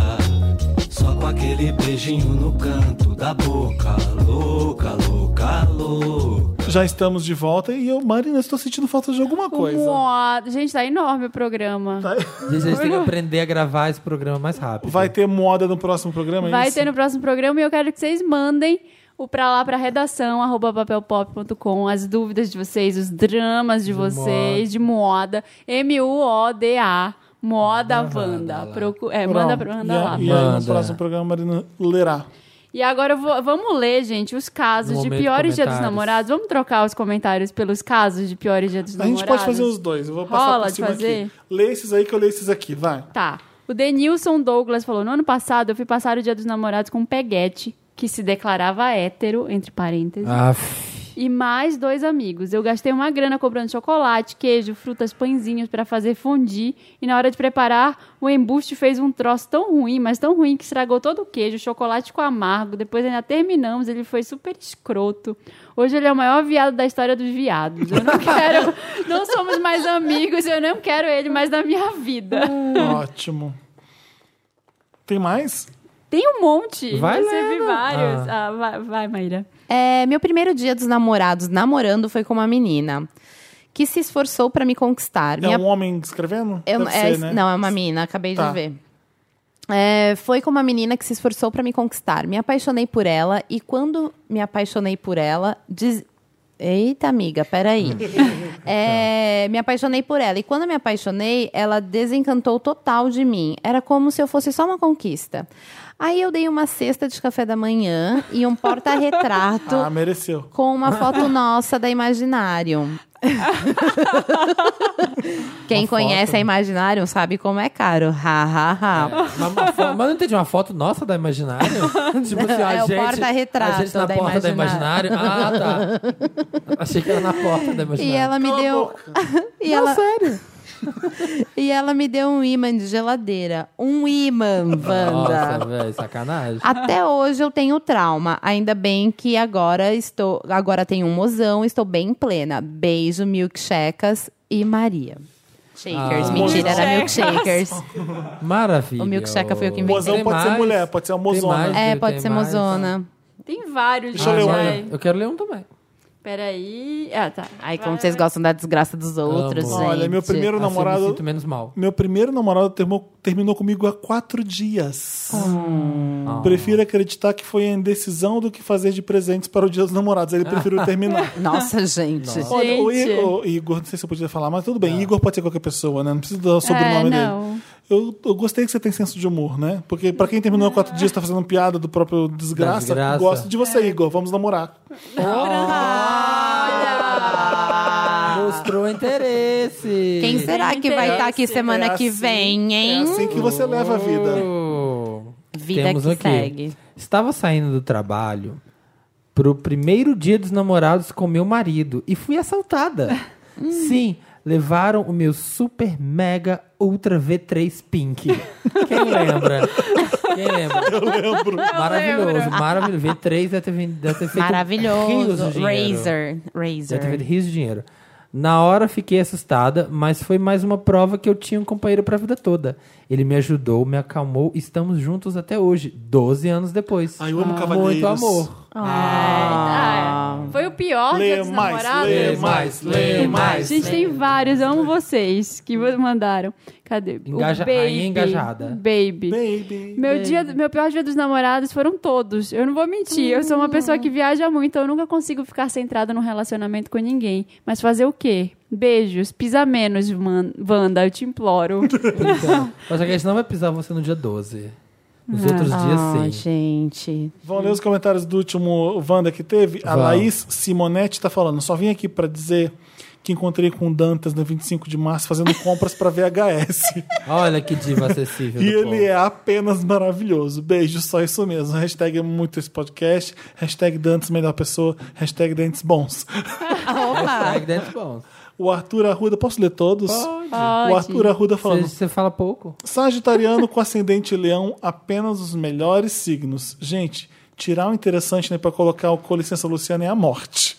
S9: só com aquele beijinho no canto da boca. Louca, louca, louca.
S1: Já estamos de volta e eu, Marina, estou sentindo falta de alguma coisa.
S2: Mua. Gente, tá enorme o programa.
S1: Tá?
S3: Então, Gente, a gente tem que aprender a gravar esse programa mais rápido.
S1: Vai ter moda no próximo programa, é
S2: Vai
S1: isso?
S2: ter no próximo programa e eu quero que vocês mandem o pra lá pra redação, arroba papelpop.com, as dúvidas de vocês, os dramas de, vocês, de moda. M-U-O-D-A. Moda Wanda. Procu- é,
S1: Pronto.
S2: manda, pra- manda
S1: e, a-
S2: lá.
S1: E aí, no
S3: Manda.
S1: próximo programa, a Marina lerá.
S2: E agora eu vou- vamos ler, gente, os casos
S3: No
S2: de
S3: momento,
S2: piores Dia dos
S3: comentários.
S2: Namorados. Vamos trocar os comentários pelos casos de piores Dia dos
S1: A
S2: Namorados.
S1: gente pode fazer os dois. Eu vou passar
S2: Rola
S1: por
S2: de
S1: cima
S2: fazer?
S1: aqui. Lê esses aí que eu leio esses aqui, vai.
S2: Tá. O Denilson Douglas falou: no ano passado eu fui passar o Dia dos Namorados com um peguete que se declarava hétero, entre parênteses.
S3: Aff.
S2: e mais dois amigos. Eu gastei uma grana comprando chocolate, queijo, frutas, pãezinhos para fazer fondue e na hora de preparar, o embuste fez um troço tão ruim, mas tão ruim que estragou todo o queijo, o chocolate ficou amargo, depois ainda terminamos, ele foi super escroto. Hoje ele é o maior viado da história dos viados. Eu não quero, não somos mais amigos, eu não quero ele mais na minha vida.
S1: Ótimo. Tem mais?
S2: Tem um monte,
S3: Vai
S2: recebi
S3: lendo.
S2: vários. Ah, vai, vai, Maíra.
S8: É, meu primeiro dia dos namorados namorando foi com uma menina que se esforçou pra me conquistar.
S1: É
S8: Minha
S1: um homem escrevendo?
S8: É,
S1: Deve
S8: é-
S1: ser, né?
S8: Não, é uma mina, acabei
S1: Tá.
S8: de ver. É, foi com uma menina que se esforçou pra me conquistar. Me apaixonei por ela e quando me apaixonei por ela, diz... Eita, amiga, peraí.
S1: Hum.
S8: É, me apaixonei por ela. E quando me apaixonei, ela desencantou total de mim. Era como se eu fosse só uma conquista. Aí eu dei uma cesta de café da manhã e um porta-retrato
S1: Ah, mereceu.
S8: com uma foto nossa da Imaginário. Quem
S3: Uma
S8: conhece
S3: foto.
S8: a Imaginário sabe como é caro. Ha, ha, ha.
S3: Mas, uma fo- mas não entendi uma foto nossa da Imaginário? tipo assim, a
S8: é o
S3: gente.
S8: porta-retrato
S3: A gente na
S8: da
S3: porta da
S8: Imaginário.
S3: Imaginário. Ah, tá. Achei que era na porta da Imaginário.
S8: E ela me
S1: Cala a
S8: deu.
S1: boca.
S8: e ela... sério. e ela me deu um imã de geladeira. Um imã, Wanda.
S3: Nossa, velho, sacanagem.
S8: Até hoje eu tenho trauma. Ainda bem que agora estou. Agora tenho um mozão, estou bem plena. Beijo, milkshakers e Maria. Shakers,
S3: Ah.
S8: mentira, era
S2: Milkshakers.
S8: milkshakers.
S3: Maravilha.
S8: O milkshake foi o que inventei.
S1: Mozão
S3: Tem
S1: Então pode ser
S3: mais?
S1: mulher, pode ser uma
S3: Tem
S1: mozona.
S3: mais?
S8: É,
S3: Tem
S8: pode ser
S3: mais,
S8: mozona.
S2: Tem vários,
S1: Deixa eu
S2: gente.
S1: ler um.
S2: vai.
S3: Eu quero ler um também.
S2: Peraí. Ah, tá.
S8: Aí, como vocês gostam da desgraça dos outros,
S3: Amo.
S8: É, gente.
S1: Olha, meu primeiro
S3: Assim eu
S1: namorado.
S3: me sinto menos mal.
S1: Meu primeiro namorado termo- terminou comigo há quatro dias. Prefiro acreditar que foi a indecisão do que fazer de presentes para o Dia dos Namorados. Ele preferiu terminar.
S8: Nossa, gente.
S1: Olha, o
S2: Gente.
S1: Igor, o Igor, não sei se eu podia falar, mas tudo bem. Igor pode ser qualquer pessoa, né? Não precisa dar o sobrenome
S2: É, não.
S1: dele. Eu, eu gostei que você tem senso de humor, né? Porque pra quem terminou há quatro dias tá fazendo piada do próprio desgraça,
S3: desgraça.
S1: gosto de você, Igor. Vamos namorar.
S3: Mostrou interesse.
S8: Ah. Quem será um que vai estar tá aqui semana
S1: É
S8: que
S1: assim-
S8: vem,
S1: É
S8: hein?
S1: assim que você leva a vida.
S3: Oh.
S8: Vida
S3: Temos
S8: que
S3: aqui.
S8: segue.
S3: Estava saindo do trabalho pro primeiro dia dos namorados com meu marido e fui assaltada.
S8: Hum.
S3: Sim, levaram o meu super mega ultra V3 Pink. Quem lembra? Quem lembra? Eu lembro. Maravilhoso, maravilhoso. V3 deve ter, vindo- deve ter feito rios
S4: Maravilhoso.
S3: de dinheiro.
S4: Razer. Razer.
S3: Deve ter feito rios de dinheiro. Na hora fiquei assustada, mas foi mais uma prova que eu tinha um companheiro pra vida toda. Ele me ajudou, me acalmou, estamos juntos até hoje, 12 anos depois.
S1: Ai, Ah, eu amo
S3: Muito
S1: Cavaleiros.
S3: amor.
S2: Ah, foi o pior
S1: Lê
S2: dia dos
S1: mais,
S2: namorados.
S1: lê mais, lê mais.
S2: Gente, tem vários. Eu amo vocês que vo- mandaram. Cadê? O
S3: Engaja-
S2: baby,
S3: aí é engajada.
S2: Baby.
S1: Baby.
S2: Meu, dia, meu pior dia dos namorados foram todos. Eu não vou mentir. Eu sou uma pessoa que viaja muito, eu nunca consigo ficar centrada num relacionamento com ninguém. Mas fazer o quê? Beijos. Pisa menos, man- Wanda. Eu te imploro.
S3: Então, mas a gente não vai pisar você no dia 12. Nos outros
S4: Ah,
S3: dias, sim.
S4: gente.
S1: Vamos ler os comentários do último Wanda que teve. A
S3: Vamos.
S1: Laís Simonetti tá falando. Só vim aqui pra dizer que encontrei com o Dantas no 25 de março fazendo compras pra VHS.
S3: Olha que diva acessível.
S1: e
S3: do povo.
S1: ele é apenas maravilhoso. Beijo, só isso mesmo. Hashtag amo muito esse podcast. Hashtag Dantas melhor pessoa. Hashtag Dantes bons.
S3: Hashtag Dance Bones.
S1: O Arthur Arruda, posso ler todos? O Arthur Arruda
S3: Você,
S1: falando.
S3: você fala pouco.
S1: Sagitariano com ascendente leão, apenas os melhores signos. Gente, tirar o interessante né, para colocar o com licença Luciana é a morte.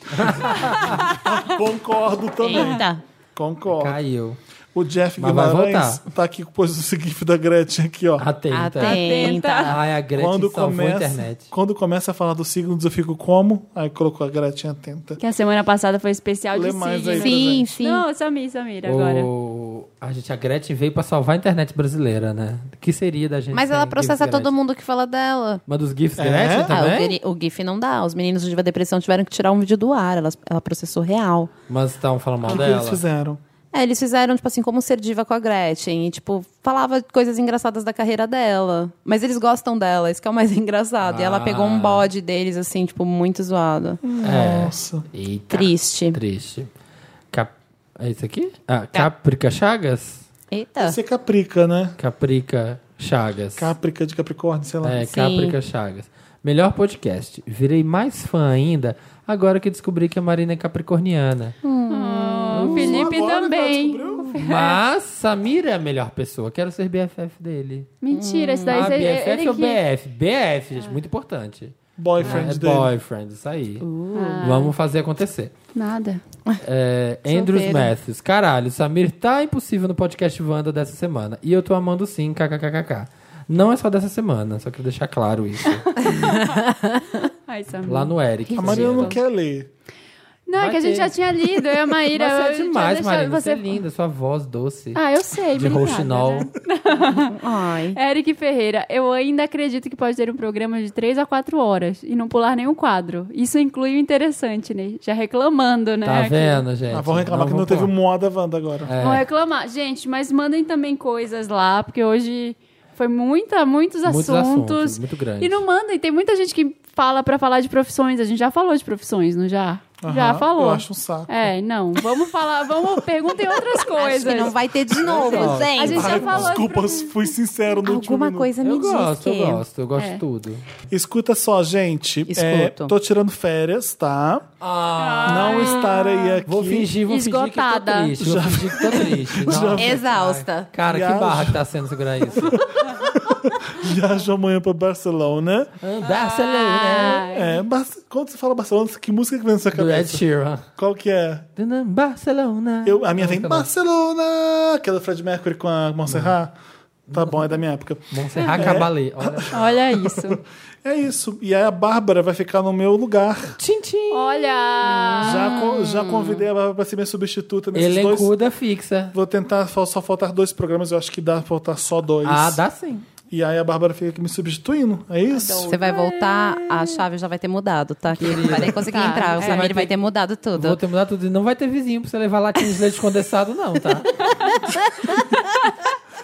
S1: Concordo também.
S4: Eita.
S1: Concordo.
S3: Caiu.
S1: O Jeff
S3: Mas vai
S1: Guimarães
S3: voltar.
S1: tá aqui pôs o gif da Gretchen aqui, ó.
S3: Atenta.
S2: Tá
S4: Atenta.
S3: Ai, a Gretchen
S1: Quando
S3: salvou a
S1: começa,
S3: internet.
S1: quando começa a falar dos signos, eu fico como? Aí colocou a Gretchen atenta.
S2: que a semana passada foi especial
S1: Lê
S2: de
S1: mais
S2: signo.
S1: aí,
S8: Sim, sim.
S2: Não, Samir, Samir, agora.
S3: O- A gente, a Gretchen veio pra salvar a internet brasileira, né? O que seria da gente?
S8: Mas
S3: sem
S8: ela
S3: GIFs
S8: processa
S3: Gretchen?
S8: todo mundo que fala dela.
S3: Mas dos GIFs Gretchen
S8: Ah, o
S3: também?
S8: gri- o, GIF não dá. Os meninos do Diva Depressão tiveram que tirar um vídeo do ar. Ela, ela processou real.
S3: Mas estavam falando mal
S1: O que, que
S3: dela.
S1: eles fizeram?
S8: É, eles fizeram, tipo assim, como ser diva com a Gretchen. E, tipo, falava coisas engraçadas da carreira dela. Mas eles gostam dela, isso que é o mais engraçado. E ela
S3: Ah.
S8: pegou um bode deles, assim, tipo, muito zoado.
S3: É.
S1: Nossa.
S3: Eita,
S8: Triste.
S3: triste. Cap... É isso aqui?
S8: Tá.
S3: Ah, Caprica Chagas?
S8: Eita.
S1: Você é caprica, né?
S3: Caprica Chagas.
S1: Caprica de Capricórnio, sei lá.
S3: É,
S8: Sim.
S3: Caprica Chagas. Melhor podcast. Virei mais fã ainda agora que descobri que a Marina é capricorniana.
S2: Ah,
S8: Hum,
S2: o Felipe
S1: Agora que ela
S2: também.
S1: descobriu?
S3: Mas Samira é a melhor pessoa. Quero ser BFF dele.
S2: Mentira, isso daí
S3: ah,
S2: cê-
S3: BFF
S2: ele
S3: ou
S2: que-
S3: BF? BF, gente, muito importante.
S1: Boyfriend
S3: é
S1: dele. Ah.
S3: boyfriend, isso aí.
S2: Uh.
S3: Vamos fazer acontecer.
S2: Nada.
S3: É, Andrews
S8: Solteiro.
S3: Matthews. Caralho, Samir tá impossível no podcast Wanda dessa semana. E eu tô amando sim, kkkk. Não é só dessa semana, só quero deixar claro isso.
S2: Ai, Samir.
S3: Lá no Eric.
S1: A Maria não quer ler.
S2: Não, é
S3: Vai
S2: que a gente
S3: ter.
S2: já tinha lido, eu e a Maíra. eu-
S3: Mas é
S2: eu tinha
S3: demais,
S2: deixado
S3: Marina. Você é
S2: você-
S3: linda, sua voz doce.
S2: Ah, eu sei,
S3: de
S2: obrigada,
S3: roxinol.
S2: né?
S4: Ai.
S2: Eric Ferreira, eu ainda acredito que pode ter um programa de 3 a 4 horas e não pular nenhum quadro. Isso inclui o interessante, né? Já reclamando, né?
S3: Tá
S2: aqui.
S3: vendo, gente?
S1: Ah, vão reclamar que não
S3: vou
S1: teve
S3: pôr.
S1: moda Wanda agora.
S3: É.
S2: Vão reclamar. Gente, mas mandem também coisas lá, porque hoje foi muita, muitos,
S3: Muitos
S2: assuntos.
S3: assuntos, muito grande.
S2: E não mandem, tem muita gente que fala pra falar de profissões. A gente já falou de profissões, não já? já
S1: Aham,
S2: falou.
S1: Eu acho um saco.
S2: É, não. Vamos falar, vamos perguntem outras coisas.
S8: Acho que não vai ter de novo,
S3: Não.
S2: A
S8: gente.
S2: gente já falou
S1: Desculpa, fui sincero no último
S8: Alguma
S1: minuto.
S8: coisa me
S3: Eu
S8: diz
S3: gosto,
S8: que...
S3: eu gosto, eu gosto de
S2: É.
S3: tudo.
S1: Escuta só, gente. É,
S8: Escuto.
S1: tô tirando férias, tá? Não estarei aqui.
S3: Ah. Vou fingir, vou
S2: Esgotada.
S3: fingir que eu tô triste. Vou fingir que eu tô triste. Não.
S8: Exausta.
S3: Cara, que
S1: Viagem.
S3: barra que tá sendo segurar isso.
S1: Viajo amanhã pra Barcelona.
S3: Ah, Barcelona.
S1: É, Bar- quando você fala Barcelona, que música que vem na sua
S3: Do Ed
S1: cabeça?
S3: Sheeran.
S1: Qual que é?
S3: Barcelona.
S1: Eu, a minha vem
S3: Não, tá não.
S1: Barcelona, aquela do Fred Mercury com a Montserrat. Tá bom, é da minha época.
S3: Montserrat Caballé. Olha.
S2: Olha isso.
S1: É isso. E aí a Bárbara vai ficar no meu lugar.
S3: Tchim, tchim.
S2: Olha!
S3: Ah.
S1: Já, co- já convidei a Bárbara pra ser minha substituta nesses dois.
S3: Elencuda fixa.
S1: Vou tentar fal- só faltar dois programas, eu acho que dá pra faltar só dois.
S3: Ah, dá sim.
S1: E aí a Bárbara fica aqui me substituindo, é isso?
S8: Você vai voltar, a chave já vai ter mudado, tá? Que não vai nem conseguir
S2: Tá,
S8: entrar. O
S2: é.
S8: Samir
S3: Vai
S8: vai
S3: ter-
S8: ter... mudado tudo.
S3: Vou ter mudar tudo. E Não vai ter vizinho pra você levar latinha de leite condensado, não, tá?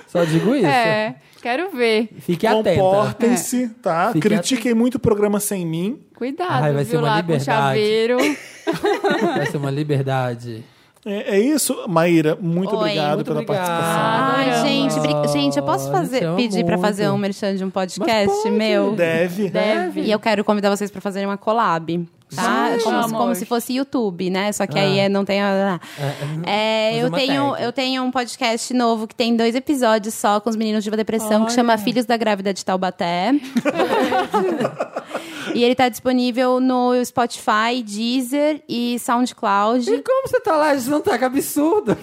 S3: Só digo isso.
S2: É, quero ver.
S3: Fique atenta. É.
S1: Comportem-se, tá?
S3: Fique
S1: Critiquem muito o programa sem mim.
S2: Cuidado,
S3: Ai, vai
S2: viu
S3: ser uma
S2: lá
S3: liberdade.
S2: com o chaveiro.
S3: Vai ser uma liberdade.
S1: É, é isso, Maíra. Muito
S8: Oi,
S1: obrigado
S3: muito
S1: pela
S3: obrigado.
S1: participação.
S8: Ai,
S2: Adoramos.
S8: gente, bri- gente, eu posso
S3: Olha,
S8: fazer,
S3: te amo
S8: pedir pra fazer
S3: muito.
S8: um merchan de um podcast meu?
S1: Deve.
S8: É, E eu quero convidar vocês pra fazerem uma collab. tá?
S2: Sim,
S8: como, se-
S2: amor.
S8: como se fosse YouTube, né? Só que aí é- não tem. a- É,
S3: Mas é
S8: eu,
S3: uma
S8: tenho,
S3: tag.
S8: eu tenho um podcast novo que tem dois episódios só com os meninos de depressão, que chama Filhos da Grávida de Taubaté. e ele tá disponível no Spotify, Deezer e
S3: E
S8: SoundCloud.
S3: como você tá lá de Santa que absurdo?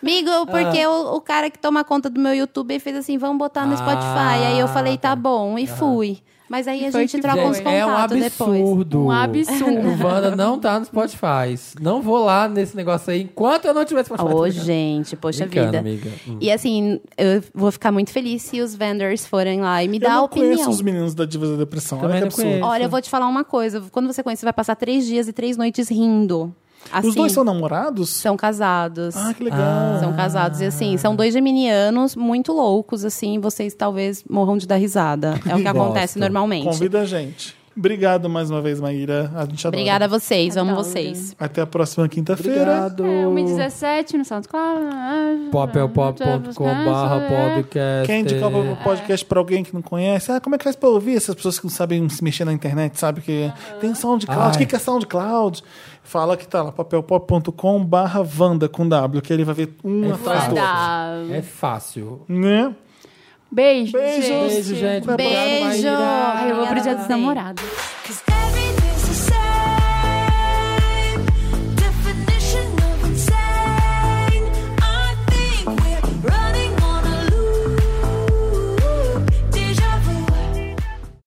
S8: Amigo, porque o, o cara que toma conta do meu YouTube ele fez assim, vamos botar no
S3: Ah,
S8: Spotify. Aí eu falei, tá
S3: tá.
S8: bom, e fui. Mas aí a
S2: Foi
S8: gente
S2: que
S8: troca
S2: foi.
S8: uns
S3: é um
S8: contatos depois.
S3: absurdo.
S2: Um absurdo.
S3: O Wanda não tá no Spotify. Não vou lá nesse negócio aí enquanto eu não tiver Spotify.
S8: Ô,
S3: Tô brincando.
S8: gente, poxa
S3: Brincando,
S8: vida.
S3: amiga. Hum.
S8: E assim, eu vou ficar muito feliz se os vendors forem lá e me
S1: eu
S8: dar
S1: não
S8: opinião.
S1: conheço os meninos da Divas da Depressão. Olha
S3: Também
S1: que
S3: não
S1: absurdo.
S3: conheço.
S8: Olha, eu vou te falar uma coisa. Quando você conhece, você vai passar três dias e três noites rindo. Assim,
S1: Os dois são namorados?
S8: são casados.
S1: Ah, que legal.
S8: São casados. E assim, são dois geminianos muito loucos, assim. Vocês talvez morram de dar risada. É o que acontece
S3: Gosto.
S8: normalmente.
S1: Convida a gente. Obrigado mais uma vez, Maíra. A gente adora.
S8: Obrigada a vocês. Amo
S2: Adoro.
S8: vocês.
S1: Até a próxima quinta-feira.
S3: Obrigado.
S2: É, 1,17 no SoundCloud.
S3: Popelpop.com.br podcast.
S1: Quem indicar
S3: é.
S1: o podcast pra alguém que não conhece? Ah, como é que faz pra ouvir essas pessoas que não sabem se mexer na internet, sabe? Que tem SoundCloud. O
S3: Ai.
S1: que que é SoundCloud? Fala que tá lá, papelpop.com barra Wanda com W, que ele vai ver um
S3: É
S1: atrás do outro.
S2: Wanda.
S3: É fácil.
S1: Né?
S2: Beijo,
S1: Beijos.
S2: gente.
S3: Beijo, gente.
S1: Beijo.
S3: Obrigado, Maíra.
S2: Ai, eu vou pro dia dos namorados.
S10: Cause every